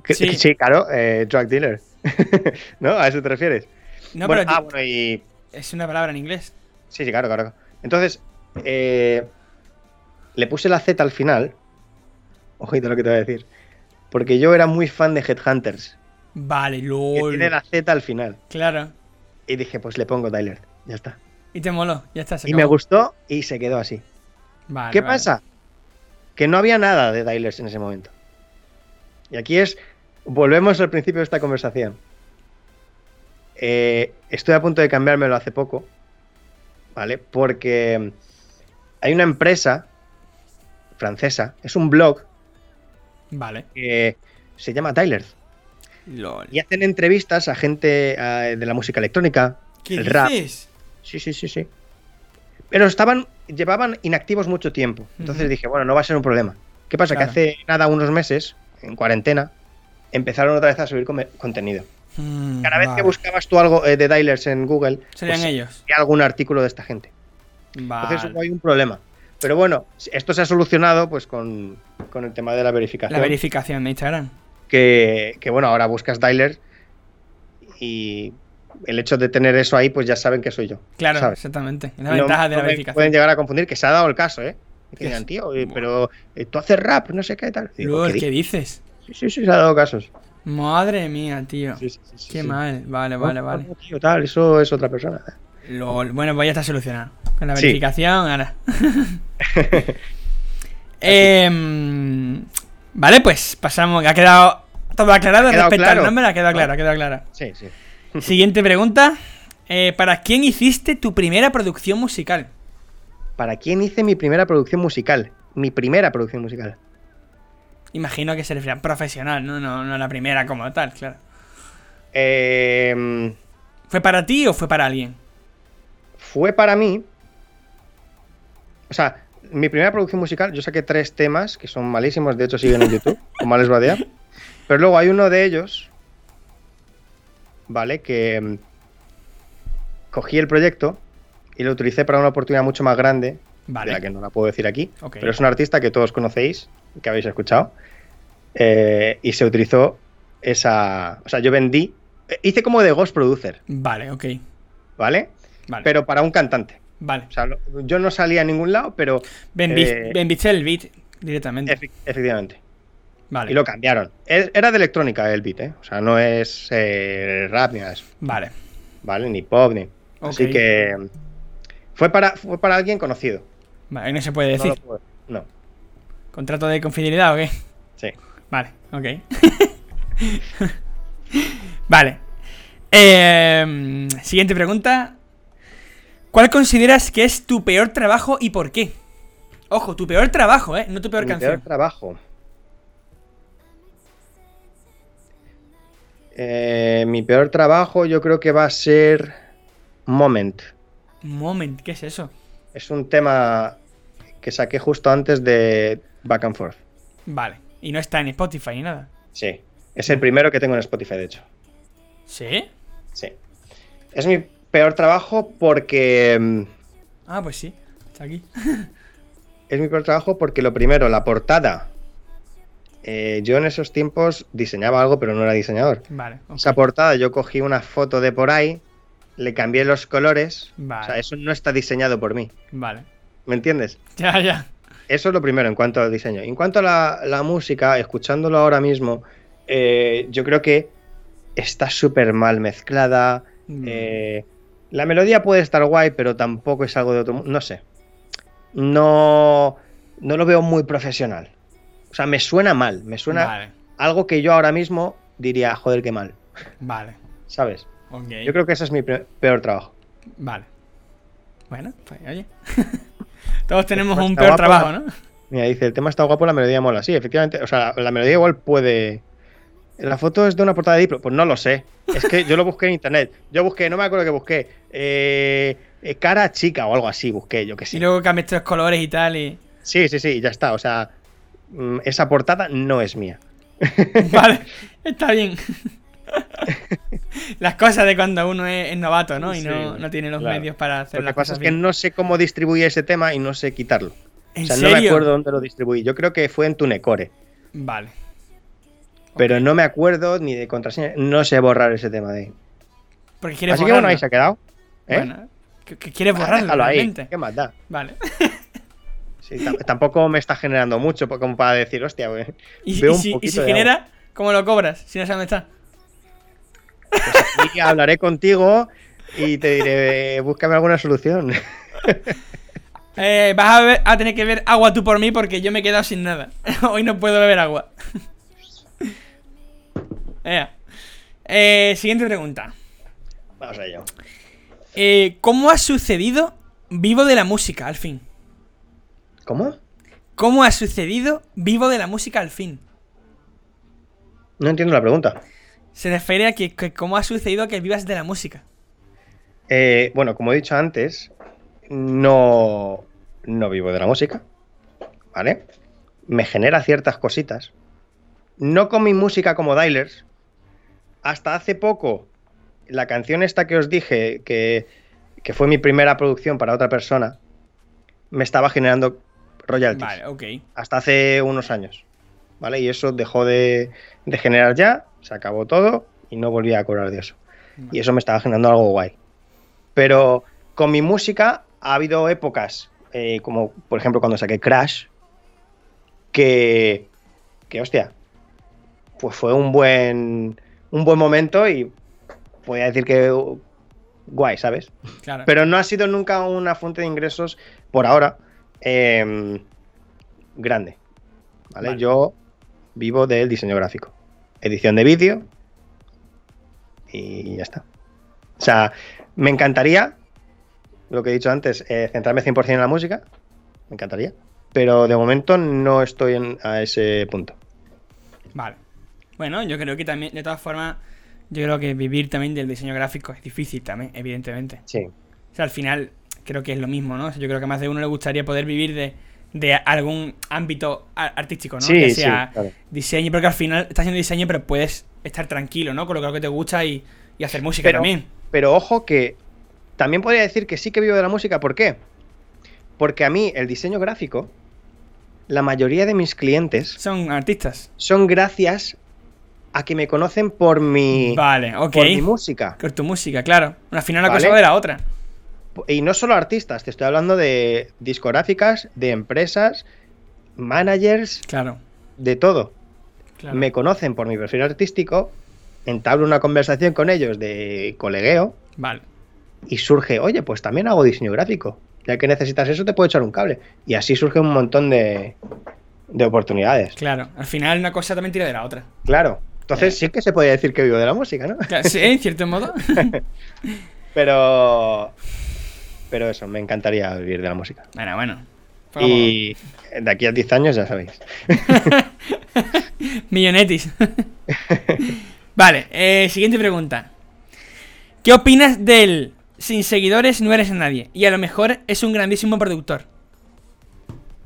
S2: Que-
S1: Sí.
S2: sí, claro, eh, drug dealer. ¿No? ¿A eso te refieres?
S1: no,
S2: Bueno,
S1: pero
S2: ah,
S1: di-
S2: bueno, y.
S1: es una palabra en inglés.
S2: Sí, sí, claro, claro. Entonces, eh, le puse la Z al final. Ojito lo que te voy a decir. Porque yo era muy fan de Headhunters.
S1: Vale,
S2: Que
S1: lol.
S2: tiene la Z al final.
S1: Claro.
S2: Y dije, pues le pongo Tyler. Ya está.
S1: Y te moló, ya está. se
S2: y me
S1: acabó.
S2: gustó y se quedó así.
S1: Vale,
S2: ¿Qué
S1: vale.
S2: pasa? Que no había nada de Dylers en ese momento. Y aquí es, volvemos al principio de esta conversación. Eh, estoy a punto de cambiármelo hace poco, ¿vale? Porque hay una empresa francesa, es un blog
S1: Vale.
S2: que se llama Dylers.
S1: Lol.
S2: Y hacen entrevistas a gente eh, de la música electrónica,
S1: ¿Qué
S2: el rap.
S1: dices?
S2: Sí, sí, sí, sí. Pero estaban, llevaban inactivos mucho tiempo. Entonces
S1: Ujú.
S2: dije, bueno, no va a ser un problema. ¿Qué pasa?
S1: Claro.
S2: Que hace nada, unos meses, en cuarentena, empezaron otra vez a subir come- contenido.
S1: Mm,
S2: Cada vez
S1: vale.
S2: que buscabas tú algo eh, de Dialers en Google,
S1: Serían
S2: pues,
S1: ellos.
S2: había algún artículo de esta gente.
S1: Vale.
S2: Entonces hubo ahí un problema. Pero bueno, esto se ha solucionado pues con, con el tema de la verificación.
S1: La verificación de Instagram.
S2: que, que, bueno, ahora buscas Dialers y el hecho de tener eso ahí, pues ya saben que soy yo.
S1: Claro,
S2: ¿sabes?
S1: exactamente. Es la
S2: No-
S1: ventaja de
S2: no
S1: la
S2: me
S1: verificación.
S2: Pueden llegar a confundir, que se ha dado el caso, ¿eh? Y que
S1: ¿Qué
S2: digan,
S1: es?
S2: tío, eh,
S1: Buah.
S2: pero eh, tú haces rap, no sé qué tal. Y digo,
S1: Lol,
S2: ¿qué
S1: ¿qué
S2: di-?
S1: dices?
S2: Sí, sí, sí, se ha dado casos.
S1: Madre mía, tío.
S2: Sí, sí, sí, sí,
S1: Ah,
S2: Oh,
S1: Qué
S2: sí.
S1: mal. Vale,
S2: No,
S1: vale,
S2: no,
S1: vale.
S2: no, tío, tal, eso es otra persona.
S1: Lol. Bueno, pues ya está solucionado. Con la
S2: Sí.
S1: verificación, ahora. Em, vale, pues pasamos. Ha quedado todo aclarado
S2: Ha quedado
S1: respecto
S2: claro.
S1: al nombre. Ha quedado claro, ha quedado claro.
S2: Sí, sí.
S1: Siguiente pregunta. Eh, ¿Para quién hiciste tu primera producción musical?
S2: ¿Para quién hice mi primera producción musical? Mi primera producción musical.
S1: Imagino que se refiere a profesional, ¿no? No, no a la primera como tal, claro.
S2: Eh,
S1: ¿Fue para ti o fue para alguien?
S2: fue para mí. O sea, mi primera producción musical, yo saqué tres temas que son malísimos, de hecho siguen en YouTube, o males badea. Pero luego hay uno de ellos, ¿vale? Que mm, cogí el proyecto y lo utilicé para una oportunidad mucho más grande,
S1: Vale.
S2: de la que no la puedo decir aquí,
S1: Ok.
S2: pero es un artista que todos conocéis, que habéis escuchado, eh, y se utilizó esa. O sea, yo vendí. eh, Hice como de Ghost Producer,
S1: Vale, ok.
S2: ¿vale?
S1: Vale.
S2: Pero para un cantante.
S1: vale.
S2: O sea, lo- yo no salía a ningún lado, pero.
S1: Benvi-
S2: eh,
S1: Benviste el beat directamente.
S2: efe- efectivamente.
S1: Mm. vale.
S2: Y lo cambiaron. E- Era de electrónica el beat, ¿eh? O sea, no es eh, rap ni nada de eso,
S1: Vale.
S2: ¿vale? Ni pop, ni. Así
S1: Ok.
S2: que. Fue para, fue para alguien conocido.
S1: Vale, no se puede
S2: No, lo
S1: decir.
S2: puedo- no,
S1: ¿Contrato de confidelidad o qué?
S2: sí.
S1: Vale, ok. vale. Em, siguiente pregunta. ¿Cuál consideras que es tu peor trabajo y por qué? Ojo, tu peor trabajo, ¿eh? No tu peor
S2: Mi
S1: canción.
S2: peor trabajo. Eh, mi peor trabajo yo creo que va a ser Moment.
S1: Moment, ¿qué es eso?
S2: Es un tema que saqué justo antes de Back and Forth.
S1: Vale. Y no está en Spotify ni nada.
S2: Sí. Es el primero que tengo en Spotify, de hecho.
S1: ¿Sí?
S2: Sí. Es mi peor trabajo porque. mm,
S1: Ah, pues sí. Está aquí.
S2: Es mi peor trabajo porque lo primero, la portada. Eh, yo en esos tiempos diseñaba algo, pero no era diseñador.
S1: Vale. ok.
S2: Esa portada, yo cogí una foto de por ahí, le cambié los colores.
S1: Vale.
S2: O sea, eso no está diseñado por mí.
S1: Vale.
S2: ¿Me entiendes?
S1: Ya, ya.
S2: Eso es lo primero en cuanto al diseño. En cuanto a la, la música, escuchándolo ahora mismo, eh, yo creo que está súper mal mezclada.
S1: Mm.
S2: eh, la melodía puede estar guay, pero tampoco es algo de otro mundo. No sé. No, no lo veo muy profesional. O sea, me suena mal. Me suena
S1: Vale.
S2: algo que yo ahora mismo diría, joder, qué mal.
S1: Vale.
S2: ¿Sabes?
S1: Ok.
S2: Yo creo que ese es mi pe- peor trabajo.
S1: Vale. Bueno, pues oye. Todos tenemos
S2: Pues
S1: un
S2: está
S1: peor
S2: guapo,
S1: trabajo,
S2: ¿no?
S1: ¿no?
S2: Mira, dice, el tema está guapo, la melodía mola. Sí, efectivamente. O sea, la, la melodía igual puede. La foto es de una portada de Diplo. Pues no lo sé. Es que yo lo busqué en internet. Yo busqué, no me acuerdo que busqué. eh, eh, cara chica o algo así, busqué, yo que
S1: Y
S2: sé.
S1: luego cambias tres colores y tal y...
S2: Sí, sí, sí, y ya está. O sea, mm, esa portada no es mía.
S1: Vale, está bien. Las cosas de cuando uno es, es novato, ¿no? Y
S2: Sí,
S1: no, no tiene los
S2: claro.
S1: medios para hacer
S2: Lo que
S1: las
S2: pasa
S1: cosas
S2: es que
S1: bien.
S2: no sé cómo distribuí ese tema y no sé quitarlo.
S1: ¿En
S2: O sea,
S1: serio?
S2: no me acuerdo dónde lo distribuí. Yo creo que fue en Tunecore.
S1: Vale.
S2: Pero no me acuerdo ni de contraseña. No sé borrar ese tema de ahí.
S1: Porque
S2: Así
S1: quieres
S2: que bueno,
S1: borrarlo.
S2: ahí se ha quedado. ¿eh?
S1: Bueno, que, que quieres
S2: Ah,
S1: borrarlo,
S2: déjalo ahí.
S1: realmente.
S2: ¿Qué más da?
S1: Vale.
S2: Sí, tam- tampoco me está generando mucho po- como para decir, hostia, güey,
S1: Y,
S2: veo
S1: y
S2: un
S1: si, y
S2: poquito
S1: si
S2: de
S1: genera, ¿cómo lo cobras? Si no sabes dónde está.
S2: agua. Y hablaré contigo y te diré, eh, búscame alguna solución.
S1: Eh, vas a, ver- a tener que ver agua tú por mí porque yo me he quedado sin nada. Hoy no puedo beber agua. Ea. Eh, siguiente pregunta.
S2: Vamos a ello.
S1: Eh, ¿Cómo ha sucedido Vivo de la Música al fin?
S2: ¿Cómo?
S1: ¿Cómo ha sucedido Vivo de la Música al fin?
S2: No entiendo la pregunta.
S1: Se refiere a que, que cómo ha sucedido que vivas de la música.
S2: Eh, bueno, como he dicho antes, no, no vivo de la música, ¿vale? Me genera ciertas cositas. No con mi música como Dailers. Hasta hace poco, la canción esta que os dije, que, que fue mi primera producción para otra persona, me estaba generando royalties.
S1: Vale, ok.
S2: Hasta hace unos años, ¿vale? Y eso dejó de, de generar ya, se acabó todo y no volví a cobrar de eso y eso me estaba generando algo guay. Pero con mi música ha habido épocas, eh, como por ejemplo cuando saqué Crash, que, que hostia, pues fue un buen, un buen momento y voy a decir que uh, guay, ¿sabes?
S1: Claro.
S2: Pero no ha sido nunca una fuente de ingresos, por ahora, em, grande. ¿vale?
S1: Vale.
S2: Yo vivo del diseño gráfico. Edición de vídeo. Y ya está. O sea, me encantaría, lo que he dicho antes, eh, centrarme 100% en la música. Me encantaría. Pero de momento no estoy en- a ese punto.
S1: Vale. Bueno, yo creo que también, de todas formas, Yo creo que vivir también del diseño gráfico es difícil también, evidentemente.
S2: Sí.
S1: O sea, al final creo que es lo mismo, ¿no? O sea, yo creo que a más de uno le gustaría poder vivir de, de algún ámbito a- artístico, ¿no?
S2: Sí,
S1: que
S2: sí,
S1: sea
S2: claro.
S1: diseño, porque al final estás haciendo diseño, pero puedes estar tranquilo, ¿no? Con lo que te gusta y, y hacer música
S2: Pero-
S1: también.
S2: Pero ojo que también podría decir que sí que vivo de la música. ¿Por qué? Porque a mí el diseño gráfico, la mayoría de mis clientes
S1: Son artistas.
S2: son gracias a que me conocen por mi,
S1: Vale, ok.
S2: por mi música.
S1: Con tu música, claro. Al final una cosa
S2: Vale.
S1: va de la otra.
S2: Y no solo artistas, te estoy hablando de discográficas, de empresas, managers,
S1: Claro.
S2: de todo.
S1: claro.
S2: Me conocen por mi perfil artístico, entablo una conversación con ellos de colegueo
S1: Vale.
S2: y surge, oye, pues también hago diseño gráfico. Ya que necesitas eso, te puedo echar un cable. Y así surge un montón de, de oportunidades.
S1: Claro, al final una cosa también tira de la otra.
S2: Claro. Entonces sí que se podría decir que vivo de la música, ¿no?
S1: Claro, sí, en cierto modo.
S2: Pero... Pero eso, me encantaría vivir de la música.
S1: bueno, bueno. Fue como
S2: Y de aquí a 10 años ya sabéis.
S1: Millonetis. vale, eh, siguiente pregunta. ¿Qué opinas del sin seguidores no eres nadie? Y a lo mejor es un grandísimo productor.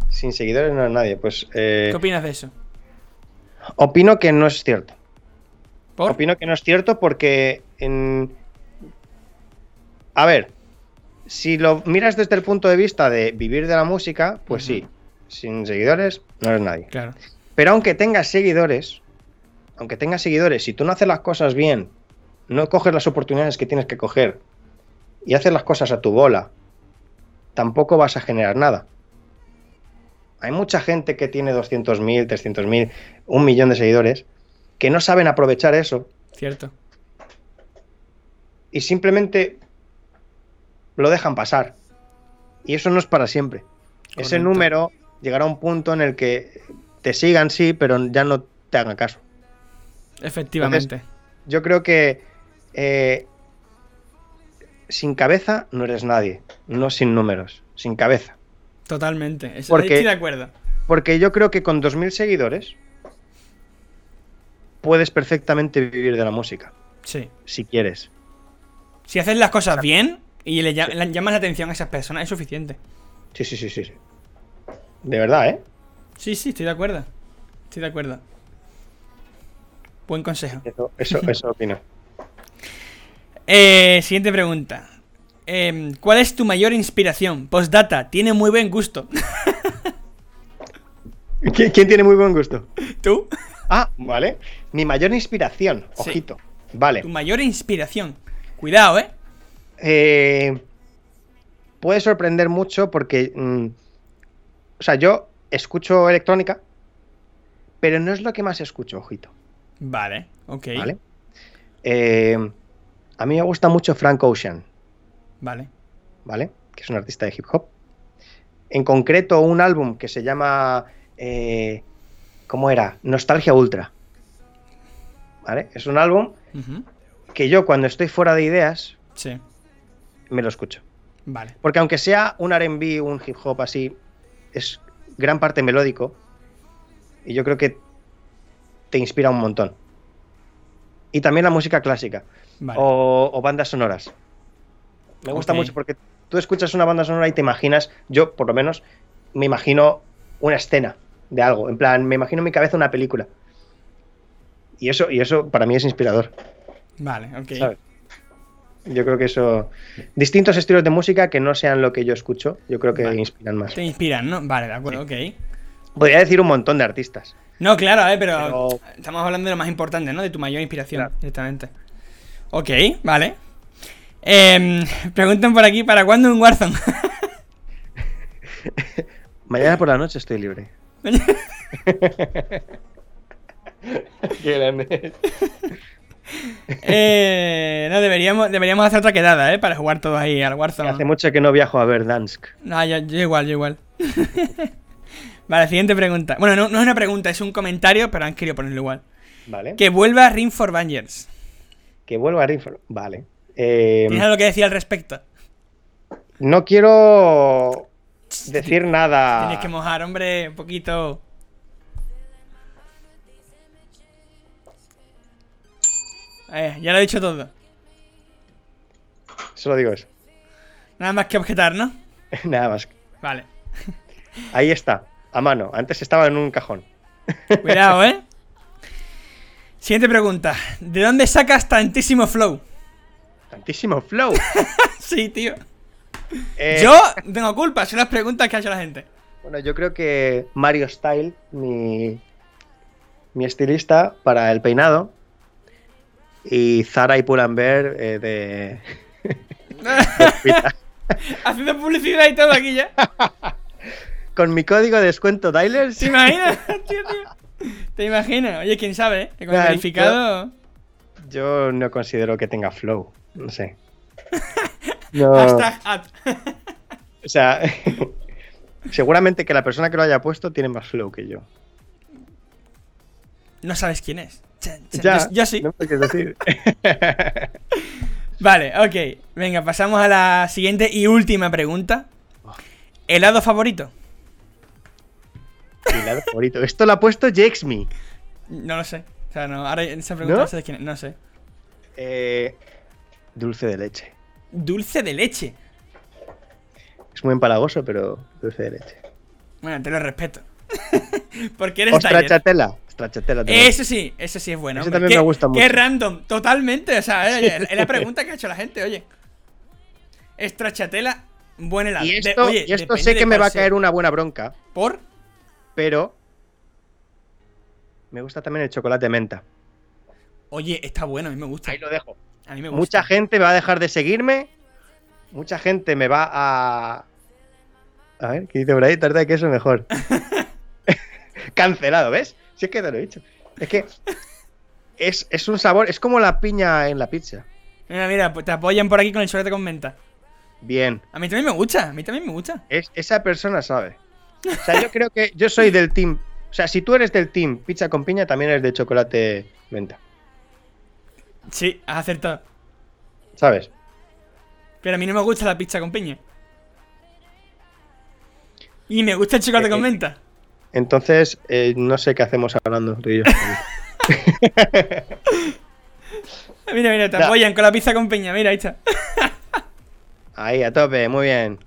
S2: Sin seguidores no es nadie. Pues eh,
S1: ¿Qué opinas de eso?
S2: opino que no es cierto.
S1: ¿Por?
S2: Opino que no es cierto porque en... A ver, si lo miras desde el punto de vista de vivir de la música, pues sí, sin seguidores no eres nadie.
S1: Claro.
S2: Pero aunque tengas seguidores, aunque tengas seguidores, si tú no haces las cosas bien, no coges las oportunidades que tienes que coger y haces las cosas a tu bola, tampoco vas a generar nada. Hay mucha gente que tiene 200.000, 300.000, un millón de seguidores que no saben aprovechar eso
S1: Cierto.
S2: y simplemente lo dejan pasar. Y eso no es para siempre. Ese
S1: Correcto.
S2: número llegará a un punto en el que te sigan, sí, pero ya no te hagan caso.
S1: Efectivamente.
S2: Yo creo que eh, sin cabeza no eres nadie, no sin números, sin cabeza.
S1: Totalmente. Es-
S2: Porque-
S1: Estoy de acuerdo.
S2: Porque yo creo que con 2.000 seguidores puedes perfectamente vivir de la música,
S1: Sí.
S2: si quieres.
S1: Si haces las cosas bien y le, llam- le llamas la atención a esas personas, es suficiente.
S2: Sí, sí, sí, sí. sí. De verdad, ¿eh?
S1: Sí, sí, estoy de acuerdo. Estoy de acuerdo. Buen consejo.
S2: Eso, eso, eso opino.
S1: Eh, siguiente pregunta. Em, ¿Cuál es tu mayor inspiración? Postdata, tiene muy buen gusto.
S2: ¿Qui- ¿Quién tiene muy buen gusto?
S1: ¿Tú?
S2: Ah, vale. Mi mayor inspiración,
S1: Sí.
S2: ojito. Vale.
S1: Tu mayor inspiración. Cuidado, ¿eh?
S2: Eh, puede sorprender mucho porque. mm, o sea, yo escucho electrónica, pero no es lo que más escucho, ojito.
S1: Vale, ok.
S2: ¿Vale? Eh, a mí me gusta mucho Frank Ocean,
S1: Vale.
S2: ¿vale? Que es un artista de hip hop. En concreto, un álbum que se llama. eh, ¿Cómo era? Nostalgia Ultra. ¿Vale? Es un álbum
S1: Ujú.
S2: que yo cuando estoy fuera de ideas
S1: Sí,
S2: me lo escucho.
S1: vale.
S2: Porque aunque sea un RB, un hip hop así, es gran parte melódico. Y yo creo que te inspira un montón. Y también la música clásica
S1: Vale.
S2: o, o bandas sonoras. Oh, Me gusta
S1: Ok.
S2: mucho porque tú escuchas una banda sonora y te imaginas, yo por lo menos me imagino una escena de algo. En plan, me imagino en mi cabeza una película. Y eso, y eso para mí es inspirador.
S1: Vale, ok.
S2: ¿sabes? Yo creo que eso. Distintos estilos de música que no sean lo que yo escucho, yo creo que
S1: Vale.
S2: inspiran más.
S1: Te inspiran, ¿no? Vale, de acuerdo, ok.
S2: Podría decir un montón de artistas.
S1: No, claro, eh, pero,
S2: Pero-
S1: estamos hablando de lo más importante, ¿no? De tu mayor inspiración
S2: Claro.
S1: directamente. Ok, vale. Em, preguntan por aquí, ¿para cuándo un Warzone?
S2: Mañana por la noche estoy libre. Qué grande.
S1: Eh, no, deberíamos, deberíamos hacer otra quedada, ¿eh? Para jugar todos ahí al Warzone.
S2: Hace mucho que no viajo a Verdansk.
S1: No, yo, yo igual, yo igual. vale, siguiente pregunta. Bueno, no, no es una pregunta, es un comentario, pero han querido ponerlo igual.
S2: Vale.
S1: Que vuelva Ring for Bangers.
S2: Que vuelva a Rinfor. Vale. Eh,
S1: ¿Tienes algo que decir al respecto?
S2: no quiero decir nada.
S1: Tienes que mojar, hombre, un poquito. Eh, ya lo he dicho todo.
S2: Solo digo eso.
S1: Nada más que objetar, ¿no?
S2: Nada más.
S1: Vale.
S2: Ahí está, a mano. Antes estaba en un cajón.
S1: Cuidado, ¿eh? Siguiente pregunta. ¿De dónde sacas tantísimo flow?
S2: Tantísimo flow.
S1: Sí, tío.
S2: Eh,
S1: Yo tengo culpa, son las preguntas que ha hecho la gente.
S2: Bueno, yo creo que Mario Style, mi, mi estilista para el peinado, y Zara y Pull&Bear eh, de...
S1: Haciendo publicidad y todo aquí ya.
S2: Con mi código de descuento Dialers.
S1: ¿Te imaginas? Tío, tío. ¿Te imaginas? Oye, quién sabe, eh? Que Con el
S2: Nah,
S1: verificado.
S2: Yo no considero que tenga flow, no sé. No,
S1: Hashtag ad.
S2: o sea, seguramente que la persona que lo haya puesto tiene más flow que yo.
S1: No sabes quién es. Chan, chan.
S2: Ya,
S1: yo, yo sí.
S2: No sé qué decir.
S1: Vale, ok. Venga, pasamos a la siguiente y última pregunta. ¿Helado favorito?
S2: Mi lado favorito. Esto lo ha puesto Jakesme.
S1: No lo sé. O sea, no, ahora esa pregunta no,
S2: ¿No?
S1: sé de quién es. No sé.
S2: Eh, dulce de leche.
S1: Dulce de leche.
S2: Es muy empalagoso, pero dulce de leche.
S1: Bueno, te lo respeto. Porque eres
S2: Ostra
S1: Tyler.
S2: chatela. Ostra chatela. también.
S1: Eso sí, eso sí es bueno.
S2: Ese
S1: hombre.
S2: también me
S1: Qué-
S2: gusta mucho.
S1: Qué random, totalmente. O sea, es- es la pregunta que ha hecho la gente, oye. Estrachatela, buen helado.
S2: Y
S1: De-
S2: esto,
S1: oye,
S2: y esto
S1: depende
S2: sé
S1: de
S2: que me
S1: cuál
S2: va a
S1: sea.
S2: caer una buena bronca,
S1: ¿Por?
S2: pero me gusta también el chocolate de menta.
S1: Oye, está bueno, a mí me gusta.
S2: Ahí lo dejo.
S1: A mí me gusta.
S2: Mucha gente va a dejar de seguirme. Mucha gente me va a. A ver, ¿qué dice por ahí? Tarta de queso mejor. Cancelado, ¿ves? Si es que te lo he dicho. Es que. Es, es un sabor, es como la piña en la pizza.
S1: Mira, mira, pues te apoyan por aquí con el chocolate con menta.
S2: Bien.
S1: A mí también me gusta, a mí también me gusta.
S2: Es, esa persona sabe. O sea, yo creo que yo soy del team. O sea, si tú eres del team pizza con piña, también eres de chocolate menta.
S1: Sí, has acertado.
S2: ¿Sabes?
S1: Pero a mí no me gusta la pizza con piña. Y me gusta el chocolate
S2: Eh,
S1: con
S2: eh.
S1: menta.
S2: Entonces, eh, no sé qué hacemos hablando tú y yo.
S1: Mira, mira, te
S2: Ya.
S1: apoyan con la pizza con piña, mira, ahí está.
S2: Ahí, a tope, muy bien.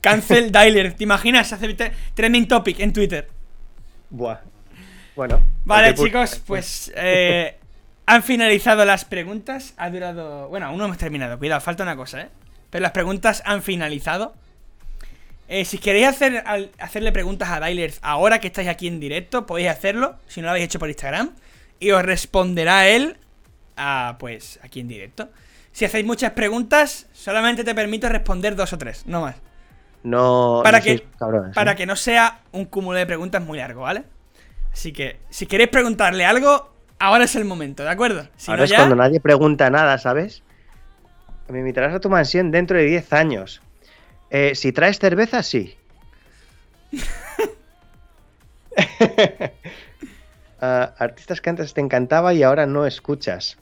S1: Cancel Dialer, ¿te imaginas? Se Hace te- trending topic en Twitter.
S2: Buah. Bueno.
S1: Vale,
S2: porque-
S1: chicos, pues eh, han finalizado las preguntas. Ha durado. Bueno, aún no hemos terminado, cuidado, falta una cosa, ¿eh? Pero las preguntas han finalizado. Eh, si queréis hacer, al- hacerle preguntas a Dialer ahora que estáis aquí en directo, podéis hacerlo, si no lo habéis hecho por Instagram. Y os responderá él, a, pues, aquí en directo. Si hacéis muchas preguntas, solamente te permito responder dos o tres, no más.
S2: No.
S1: Para
S2: no
S1: que-
S2: sois cabrones,
S1: Para
S2: ¿eh?
S1: que no sea un cúmulo de preguntas muy largo, ¿vale? Así que, si queréis preguntarle algo, ahora es el momento, ¿de acuerdo? Si
S2: Ahora
S1: no
S2: es
S1: ya,
S2: cuando nadie pregunta nada, ¿sabes? Me invitarás a tu mansión dentro de 10 años. Eh, si traes cerveza, sí. Ah, artistas que antes te encantaba y ahora no escuchas.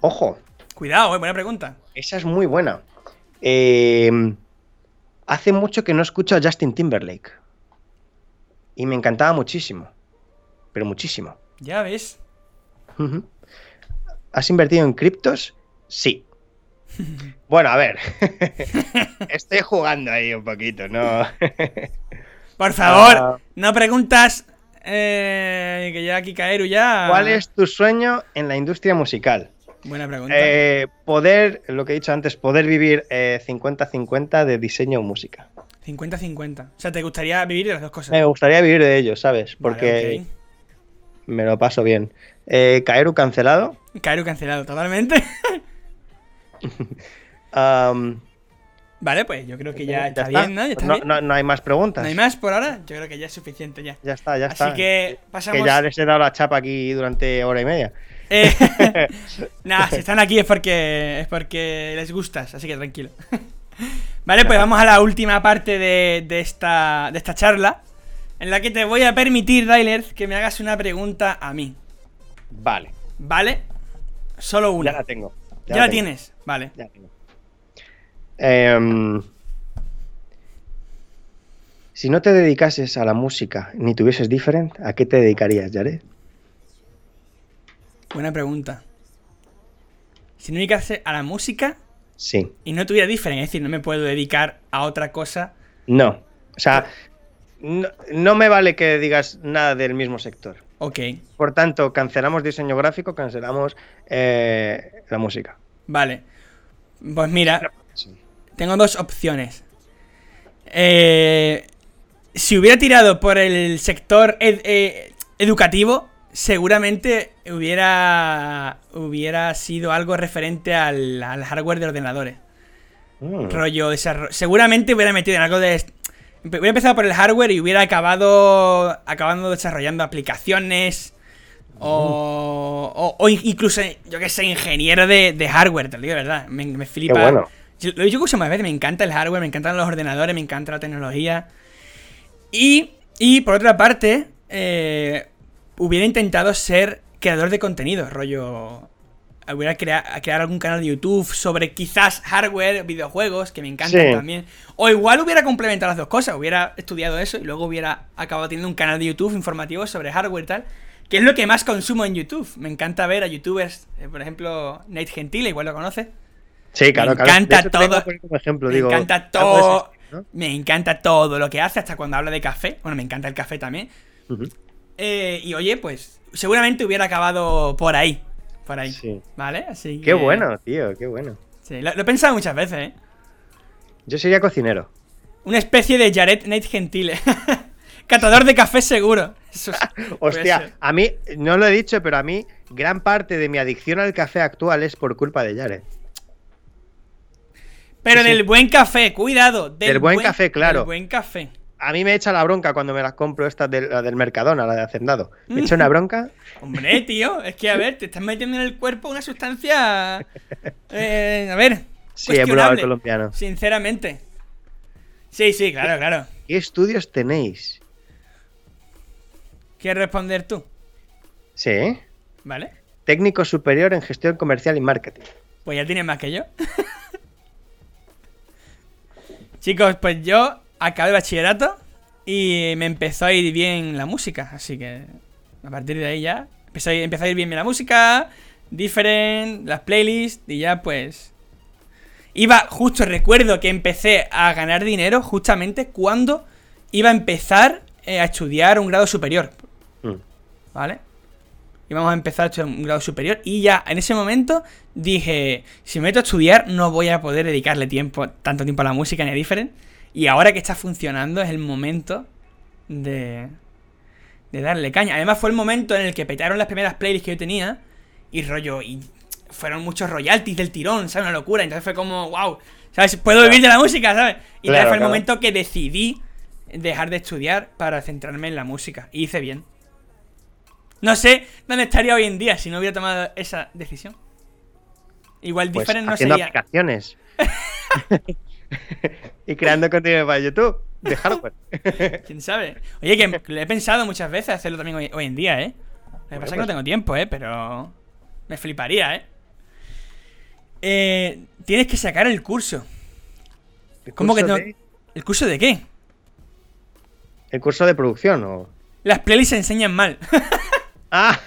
S2: Ojo,
S1: cuidado, eh, buena pregunta.
S2: esa es muy buena. Eh, hace mucho que no escucho a Justin Timberlake. Y me encantaba muchísimo. Pero muchísimo.
S1: Ya ves.
S2: Ujú. ¿Has invertido en criptos? Sí. Bueno, a ver. Estoy jugando ahí un poquito, ¿no?
S1: Ah. Por favor,
S2: Ah.
S1: no preguntas. eh, que ya aquí Kaeru ya.
S2: ¿Cuál es tu sueño en la industria musical?
S1: Buena pregunta.
S2: Eh, poder, lo que he dicho antes, poder vivir eh, 50-50 de diseño o música.
S1: Ah. 50-50. O sea, te gustaría vivir de las dos cosas.
S2: Me gustaría vivir de ello,
S1: Vale,
S2: ¿sabes? eh, Porque me lo paso bien. Eh, Kaeru cancelado.
S1: ok. Kaeru cancelado totalmente.
S2: Am,
S1: vale, pues yo creo que ya, está,
S2: está.
S1: bien, ¿no? Ya está
S2: No-
S1: bien.
S2: no- no hay más preguntas.
S1: ¿No hay más por ahora. Yo creo que ya es suficiente ya.
S2: Ya está, ya
S1: Así
S2: está.
S1: que pasamos.
S2: que ya les he dado la chapa aquí durante hora y media.
S1: Eh, Nada, si están aquí es porque es porque les gustas, así que tranquilo. vale, pues vamos a la última parte de, de esta, de esta charla, en la que te voy a permitir, Dailer, que me hagas una pregunta a mí,
S2: Vale.
S1: ¿vale? Solo una.
S2: Ya la tengo.
S1: Ya
S2: la
S1: la
S2: tengo,
S1: tienes, vale.
S2: ya la tengo. Em, si no te dedicases a la música ni tuvieses Different, ¿a qué te dedicarías, Jared?
S1: Buena pregunta. si no dedicase a la música
S2: Sí.
S1: y no tuviera diferencia, es decir, no me puedo dedicar a otra cosa.
S2: No. O sea, no, no me vale que digas nada del mismo sector.
S1: Ok,
S2: Por tanto, cancelamos diseño gráfico, cancelamos eh, la música.
S1: vale. Pues mira,
S2: Sí.
S1: tengo dos opciones. Eh, si hubiera tirado por el sector ed- eh, educativo, seguramente hubiera, hubiera sido algo referente al, al hardware de ordenadores.
S2: Mm.
S1: rollo desarrollo. Seguramente hubiera metido en algo de. Hubiera empezado por el hardware y hubiera acabado. acabando desarrollando aplicaciones. O, o, o in- incluso, yo que sé, ingeniero de, de hardware, te lo digo de verdad. Me, me flipa.
S2: bueno.
S1: Yo, lo he dicho muchas veces, me encanta el hardware, me encantan los ordenadores, me encanta la tecnología. Y, y por otra parte, eh, hubiera intentado ser creador de contenido, rollo. Hubiera crea- a crear algún canal de YouTube sobre quizás hardware, videojuegos, que me encantan
S2: Sí.
S1: también. O igual hubiera complementado las dos cosas, hubiera estudiado eso y luego hubiera acabado teniendo un canal de YouTube informativo sobre hardware y tal. Que es lo que más consumo en YouTube. Me encanta ver a youtubers, eh, por ejemplo, Nate Gentile, igual lo conoces.
S2: Sí, claro,
S1: me
S2: claro.
S1: encanta
S2: De hecho, te vengo
S1: todo.
S2: a poner como ejemplo,
S1: Me
S2: digo, ah, pues,
S1: encanta
S2: algo de ese
S1: todo.
S2: estilo, ¿no?
S1: Me encanta todo lo que hace, hasta cuando habla de café. Bueno, me encanta el café también.
S2: Ujú.
S1: Eh, y oye, pues seguramente hubiera acabado por ahí. Por ahí.
S2: Sí.
S1: ¿Vale? Así
S2: Qué
S1: que-
S2: bueno, tío, qué bueno.
S1: Sí, lo, lo he pensado muchas veces, ¿eh?
S2: Yo sería cocinero.
S1: Una especie de Jared Nate Gentile. Catador de café seguro. Eso es- puede
S2: Hostia,
S1: ser.
S2: a mí, no lo he dicho, pero a mí, gran parte de mi adicción al café actual es por culpa de Jared.
S1: Pero
S2: sí, sí.
S1: del buen café, cuidado. Del,
S2: Del buen café, claro.
S1: Del buen café.
S2: A mí me echa la bronca cuando me las compro estas del, la del Mercadona, la de Hacendado. Me echa una bronca.
S1: Hombre, tío, es que a ver, te estás metiendo en el cuerpo una sustancia. eh, a ver.
S2: Sí, he probado el
S1: cuestionable.
S2: colombiano.
S1: Sinceramente. Sí, sí, claro, claro.
S2: ¿Qué estudios tenéis?
S1: ¿Quieres responder tú?
S2: Sí. ¿eh?
S1: ¿Vale?
S2: Técnico superior en gestión comercial y marketing.
S1: Pues ya tienes más que yo. Chicos, pues yo acabé el bachillerato y me empezó a ir bien la música. Así que a partir de ahí ya empezó a ir, empezó a ir bien la música, Different, las playlists y ya pues... Iba, justo recuerdo que empecé a ganar dinero justamente cuando iba a empezar eh, a estudiar un grado superior.
S2: Mm.
S1: ¿vale? Y vamos a empezar a estudiar un grado superior. Y ya en ese momento dije, si me meto a estudiar no voy a poder dedicarle tiempo, tanto tiempo a la música ni a Different. Y ahora que está funcionando es el momento de, de darle caña. Además fue el momento en el que petaron las primeras playlists que yo tenía. Y rollo, y fueron muchos royalties del tirón, ¿sabes? Una locura. Entonces fue como, wow, ¿sabes? Puedo vivir de la música, ¿sabes? Y
S2: Claro,
S1: fue el
S2: claro.
S1: momento que decidí dejar de estudiar para centrarme en la música. Y hice bien. No sé dónde estaría hoy en día si no hubiera tomado esa decisión. Igual
S2: Pues,
S1: Different no
S2: haciendo
S1: sería.
S2: aplicaciones. y creando contenido para YouTube de hardware.
S1: ¿Quién sabe? Oye, que lo he pensado muchas veces hacerlo también hoy, hoy en día, ¿eh? Lo que
S2: Bueno,
S1: pasa es que no
S2: pues.
S1: tengo tiempo, ¿eh? Pero. Me fliparía, ¿eh? Eh, Tienes que sacar el curso. ¿Cómo que
S2: Curso
S1: no?
S2: de-
S1: ¿El curso de qué?
S2: El curso de producción o.
S1: Las playlists se enseñan mal.
S2: Ah,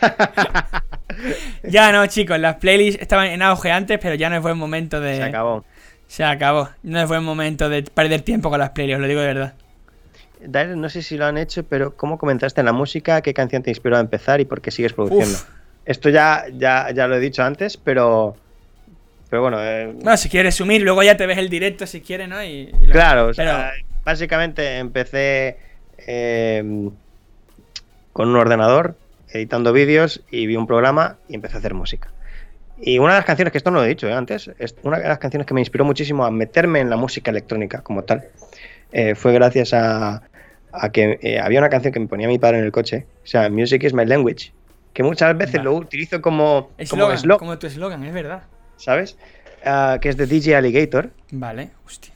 S1: ya no, chicos, las playlists estaban en auge antes, pero ya no es buen momento de.
S2: se acabó.
S1: Se acabó. No es buen momento de perder tiempo con las playlists, os lo digo de verdad.
S2: Dar, no sé si lo han hecho, pero ¿cómo comenzaste en la música? ¿Qué canción te inspiró a empezar y por qué sigues produciendo?
S1: Uf.
S2: Esto ya, ya, ya lo he dicho antes, pero. Pero bueno, eh,
S1: Bueno, si quieres sumir, luego ya te ves el directo si quieres, ¿no? Y, y lo-
S2: Claro, o
S1: pero-
S2: sea, básicamente empecé eh, con un ordenador, editando vídeos y vi un programa y empecé a hacer música. Y una de las canciones, que esto no lo he dicho eh, antes, es una de las canciones que me inspiró muchísimo a meterme en la música electrónica como tal, eh, fue gracias a, a que eh, había una canción que me ponía mi padre en el coche, o sea, Music is my language, que muchas veces
S1: Vale.
S2: lo utilizo como,
S1: Eslogan,
S2: como
S1: como,
S2: slogan,
S1: tu eslogan, es verdad.
S2: ¿sabes? Ah, que es de DJ Alligator
S1: Vale, hostia.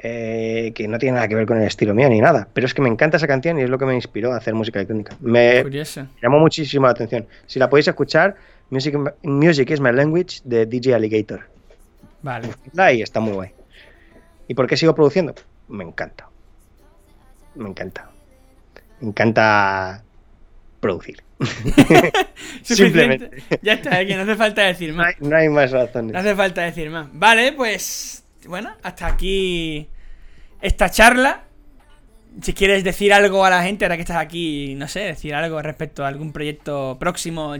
S2: eh, que no tiene nada que ver con el estilo mío ni nada, pero es que me encanta esa canción y es lo que me inspiró a hacer música electrónica. Me
S1: Curioso.
S2: llamó muchísimo la atención. Si la podéis escuchar, Music, Music is my language de DJ Alligator.
S1: Vale.
S2: Ahí está muy guay. ¿Y por qué sigo produciendo? Me encanta. Me encanta. Me encanta producir.
S1: Simplemente. Ya está, es que no hace falta decir
S2: No hay,
S1: más.
S2: no hay más razones.
S1: No hace falta decir más. Vale, pues. Bueno, hasta aquí. Esta charla. Si quieres decir algo a la gente ahora que estás aquí, no sé, decir algo respecto a algún proyecto próximo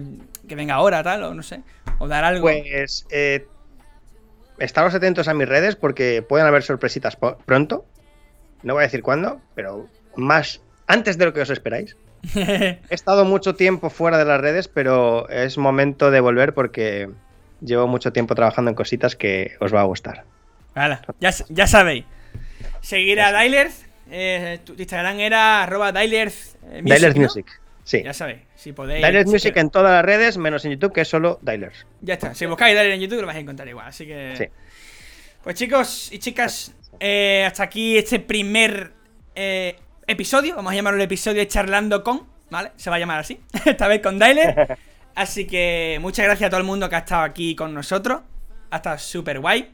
S1: que venga ahora, tal, o no sé, o dar algo.
S2: Pues eh, estaros atentos a mis redes porque pueden haber sorpresitas po- pronto. No voy a decir cuándo, pero más antes de lo que os esperáis. He estado mucho tiempo fuera de las redes, pero es momento de volver porque llevo mucho tiempo trabajando en cositas que os va a gustar.
S1: Hala, ya, s- ya sabéis. Seguir a Dailers. eh, tu Instagram era arroba Dailers eh, Music,
S2: Dailers
S1: ¿no?
S2: Music. Sí.
S1: Ya sabéis, si podéis.
S2: Dailers
S1: si
S2: Music
S1: queréis.
S2: en todas las redes, menos en YouTube, que es solo Dailers.
S1: Ya está, si buscáis Dailers en YouTube lo vais a encontrar igual. Así que.
S2: Sí.
S1: Pues chicos y chicas, eh, hasta aquí este primer eh, episodio. Vamos a llamarlo el episodio Charlando con, ¿vale? Se va a llamar así, esta vez con Dailer. Así que muchas gracias a todo el mundo que ha estado aquí con nosotros. Ha estado súper guay.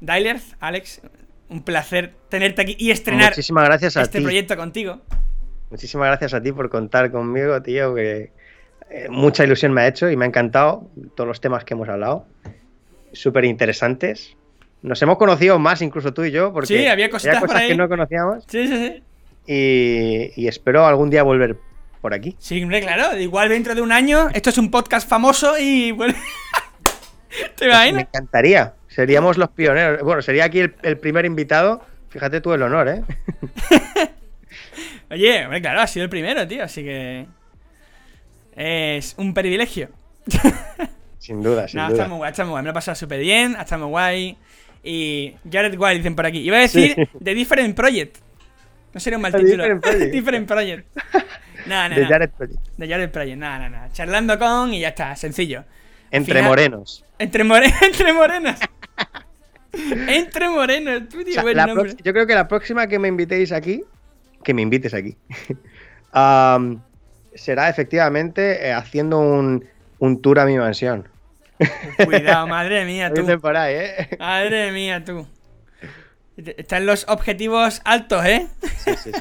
S1: Dailer, Alex, un placer tenerte aquí y estrenar
S2: Muchísimas gracias a
S1: este
S2: ti.
S1: proyecto contigo.
S2: Muchísimas gracias a ti por contar conmigo, tío, que eh, mucha ilusión me ha hecho y me ha encantado todos los temas que hemos hablado. Súper interesantes. Nos hemos conocido más incluso tú y yo, porque
S1: Sí, había cositas por
S2: cosas
S1: ahí.
S2: que no conocíamos.
S1: Sí, sí, sí.
S2: Y, y espero algún día volver por aquí.
S1: Sí, hombre, claro. Igual dentro de un año, esto es un podcast famoso y bueno. ¿Te
S2: Me
S1: imaginas?
S2: encantaría. Seríamos los pioneros. Bueno, sería aquí el, el primer invitado. Fíjate tú el honor, ¿eh?
S1: Oye, hombre, claro, ha sido el primero, tío, así que. Es un privilegio.
S2: Sin duda, sin
S1: No,
S2: duda.
S1: está muy guay, está muy guay. Me lo he pasado súper bien, está muy guay. Y Jared Wild dicen por aquí. Iba a decir The Different Project. No sería un mal
S2: The
S1: título.
S2: Different Project.
S1: Different Project. No, no,
S2: De
S1: no.
S2: Jared Project.
S1: The Jared Project. No, no, no. Charlando con y ya está, sencillo.
S2: Entre
S1: final-
S2: morenos.
S1: Entre, more- entre morenos. entre morenos. Tú, tío,
S2: O sea,
S1: buen
S2: la
S1: nombre.
S2: prox- yo creo que la próxima que me invitéis aquí, que me invites aquí, am, será efectivamente eh, haciendo un, un tour a mi mansión.
S1: Cuidado, madre mía, tú.
S2: Dicen por ahí, ¿eh?
S1: Madre mía, tú. Te- Están los objetivos altos, ¿eh?
S2: Sí, sí, sí.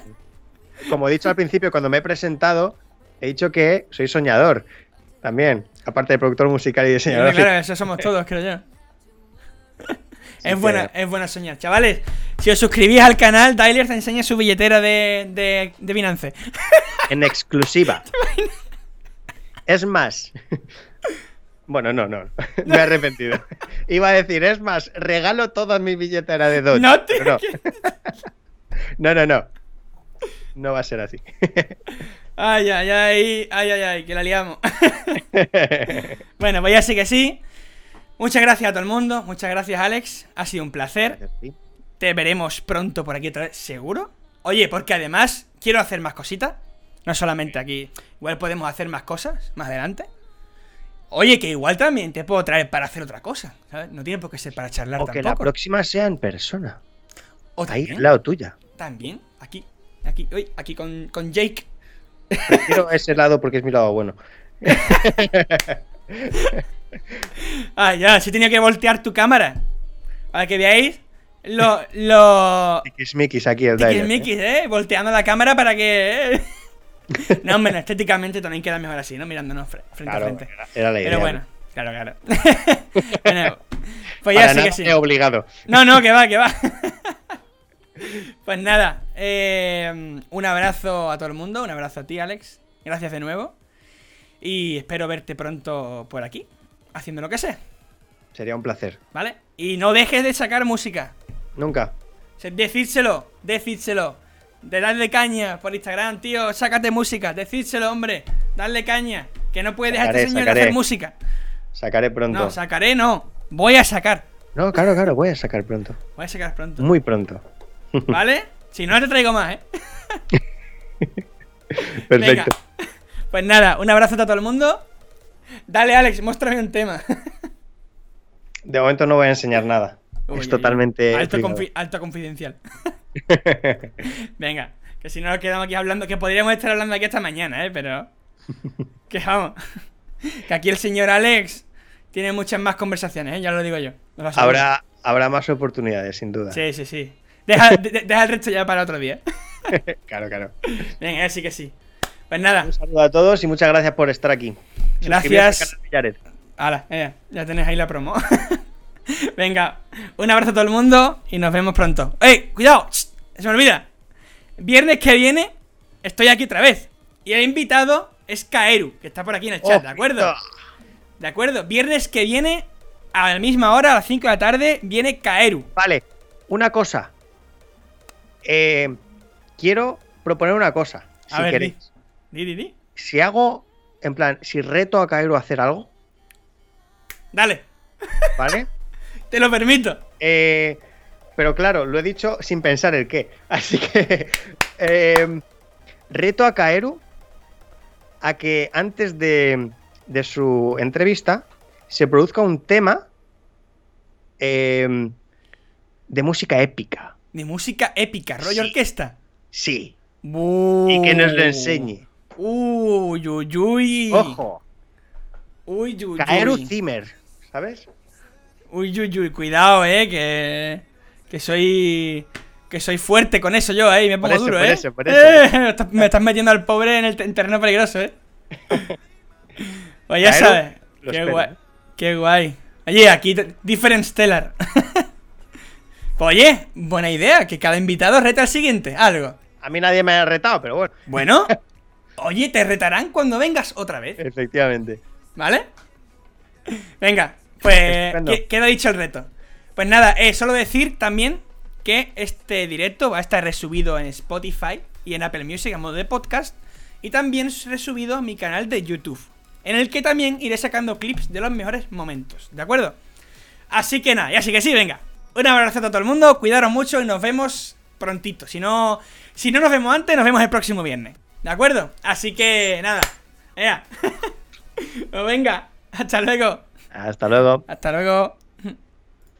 S2: Como he dicho al principio, cuando me he presentado, he dicho que soy soñador. También, aparte de productor musical y diseñador.
S1: claro, eso somos todos, creo yo.
S2: que-
S1: Es buena, es buena soñar, chavales. Si os suscribís al canal, Tyler te enseña su billetera de, de, de Binance.
S2: En exclusiva. Es más. Bueno, no, no. Me he arrepentido. Iba a decir, es más, regalo toda mi billetera de Dodge.
S1: No te-
S2: pero no. no, no, no. No va a ser así.
S1: Ay, ay, ay, ay, ay, ay, que la liamos. bueno, pues ya sí que sí. Muchas gracias a todo el mundo, muchas gracias, Alex. Ha sido un placer. te veremos pronto por aquí otra vez, seguro. Oye, porque además quiero hacer más cositas. No solamente aquí. Igual podemos hacer más cosas más adelante. Oye, que igual también te puedo traer para hacer otra cosa. ¿sabes? No tiene por qué ser para charlar
S2: O que la
S1: tampoco.
S2: próxima sea en persona.
S1: O
S2: Ahí,
S1: también,
S2: al lado tuya.
S1: también, aquí, aquí, uy, aquí con, con Jake.
S2: Prefiero ese lado porque es mi lado bueno.
S1: Ah, ya, sí tenía que voltear tu cámara. Para que veáis lo, lo,
S2: Tiquismiquis aquí el Diner, ¿eh?
S1: Tiquismiquis, ¿eh? Volteando la cámara para que... ¿eh? no, hombre, no, estéticamente también queda mejor así, ¿no? Mirándonos fre- frente
S2: Claro,
S1: a frente.
S2: era- era la idea.
S1: Pero bueno, claro, claro. Bueno, pues ya
S2: Para
S1: sí que
S2: nada
S1: sí.
S2: he obligado.
S1: No, no, que va, que va. pues nada, eh, un abrazo a todo el mundo, un abrazo a ti, Alex. Gracias de nuevo. Y espero verte pronto por aquí, haciendo lo que sé,
S2: Sería un placer.
S1: ¿vale? Y no dejes de sacar música.
S2: Nunca.
S1: Se- Decídselo, decídselo. De darle caña por Instagram, tío. Sácate música, decídselo, hombre. Darle caña. Que no puedes dejar a
S2: Sacaré,
S1: este señor de
S2: sacaré.
S1: hacer música.
S2: Sacaré pronto.
S1: No, sacaré, no. Voy a sacar.
S2: No, claro, claro, voy a sacar pronto.
S1: Voy a sacar pronto.
S2: Muy pronto.
S1: ¿Vale? Si no, te traigo más, ¿eh? Venga.
S2: Perfecto.
S1: Pues nada, un abrazo a todo el mundo. Dale, Alex, muéstrame un tema.
S2: De momento no voy a enseñar nada.
S1: Uy, uy,
S2: es
S1: uy.
S2: totalmente.
S1: Alto,
S2: privado.
S1: confi- alto confidencial. Venga, que si no nos quedamos aquí hablando, que podríamos estar hablando aquí hasta mañana, ¿eh? Pero... Que vamos. Que aquí el señor Alex tiene muchas más conversaciones, ¿eh? Ya lo digo yo. os lo aseguro.
S2: habrá, habrá más oportunidades, sin duda.
S1: Sí, sí, sí. Deja, de- de- deja el resto ya para otro día.
S2: Claro, claro.
S1: Venga, ya sí que sí. Pues nada.
S2: Un saludo a todos y muchas gracias por estar aquí. Suscribiros al
S1: Gracias.
S2: canal de Jared.
S1: Hala, eh, ya tenéis ahí la promo. Venga, un abrazo a todo el mundo y nos vemos pronto. ¡Ey! ¡Cuidado! ¡Shh! Se me olvida. Viernes que viene estoy aquí otra vez. Y el invitado es Kaeru, que está por aquí en el chat,
S2: Oh,
S1: ¿de acuerdo? ¿De acuerdo? Viernes que viene, a la misma hora, a las 5 de la tarde, viene Kaeru.
S2: Vale, una cosa. Eh, quiero proponer una cosa.
S1: A
S2: si
S1: ver,
S2: queréis.
S1: Di, di, di.
S2: Si hago, en plan, si reto a Cairo a hacer algo,
S1: Dale,
S2: ¿vale?
S1: te lo permito.
S2: Eh, pero claro, lo he dicho sin pensar el qué. Así que eh, reto a Kaeru a que antes de, de su entrevista se produzca un tema eh, de música épica.
S1: De música épica, rollo
S2: Sí.
S1: orquesta.
S2: Sí.
S1: Y
S2: Y que
S1: Uh.
S2: nos lo enseñe.
S1: Uy, uy, uy.
S2: Ojo,
S1: Uy, uy,
S2: Kaeru
S1: uy.
S2: Zimmer, ¿sabes?
S1: Uy, uy, uy, cuidado, eh, que. Que soy. Que soy fuerte con eso yo, eh, y me
S2: Por
S1: pongo
S2: eso,
S1: duro,
S2: por
S1: eh.
S2: eso, por eso.
S1: Eh, estás- me estás metiendo al pobre en el te- en terreno peligroso, eh. Pues ya
S2: Claro,
S1: sabes.
S2: lo
S1: Qué
S2: espero.
S1: guay. Qué guay. Oye, aquí, te- Different Stellar. pues oye, buena idea, que cada invitado reta al siguiente, algo.
S2: A mí nadie me ha retado, pero bueno,
S1: Bueno, oye, te retarán cuando vengas otra vez.
S2: efectivamente.
S1: ¿Vale? Venga, pues
S2: Estupendo.
S1: que- queda dicho el reto. Pues nada, eh, solo decir también que este directo va a estar resubido en Spotify y en Apple Music a modo de podcast. Y también es resubido a mi canal de YouTube, en el que también iré sacando clips de los mejores momentos, ¿de acuerdo? Así que nada, y así que sí, venga. Un abrazo a todo el mundo, cuidaros mucho y nos vemos prontito. Si no, si no nos vemos antes, nos vemos el próximo viernes. ¿De acuerdo? Así que nada. Ea. Pues venga, hasta luego.
S2: Hasta luego.
S1: Hasta luego.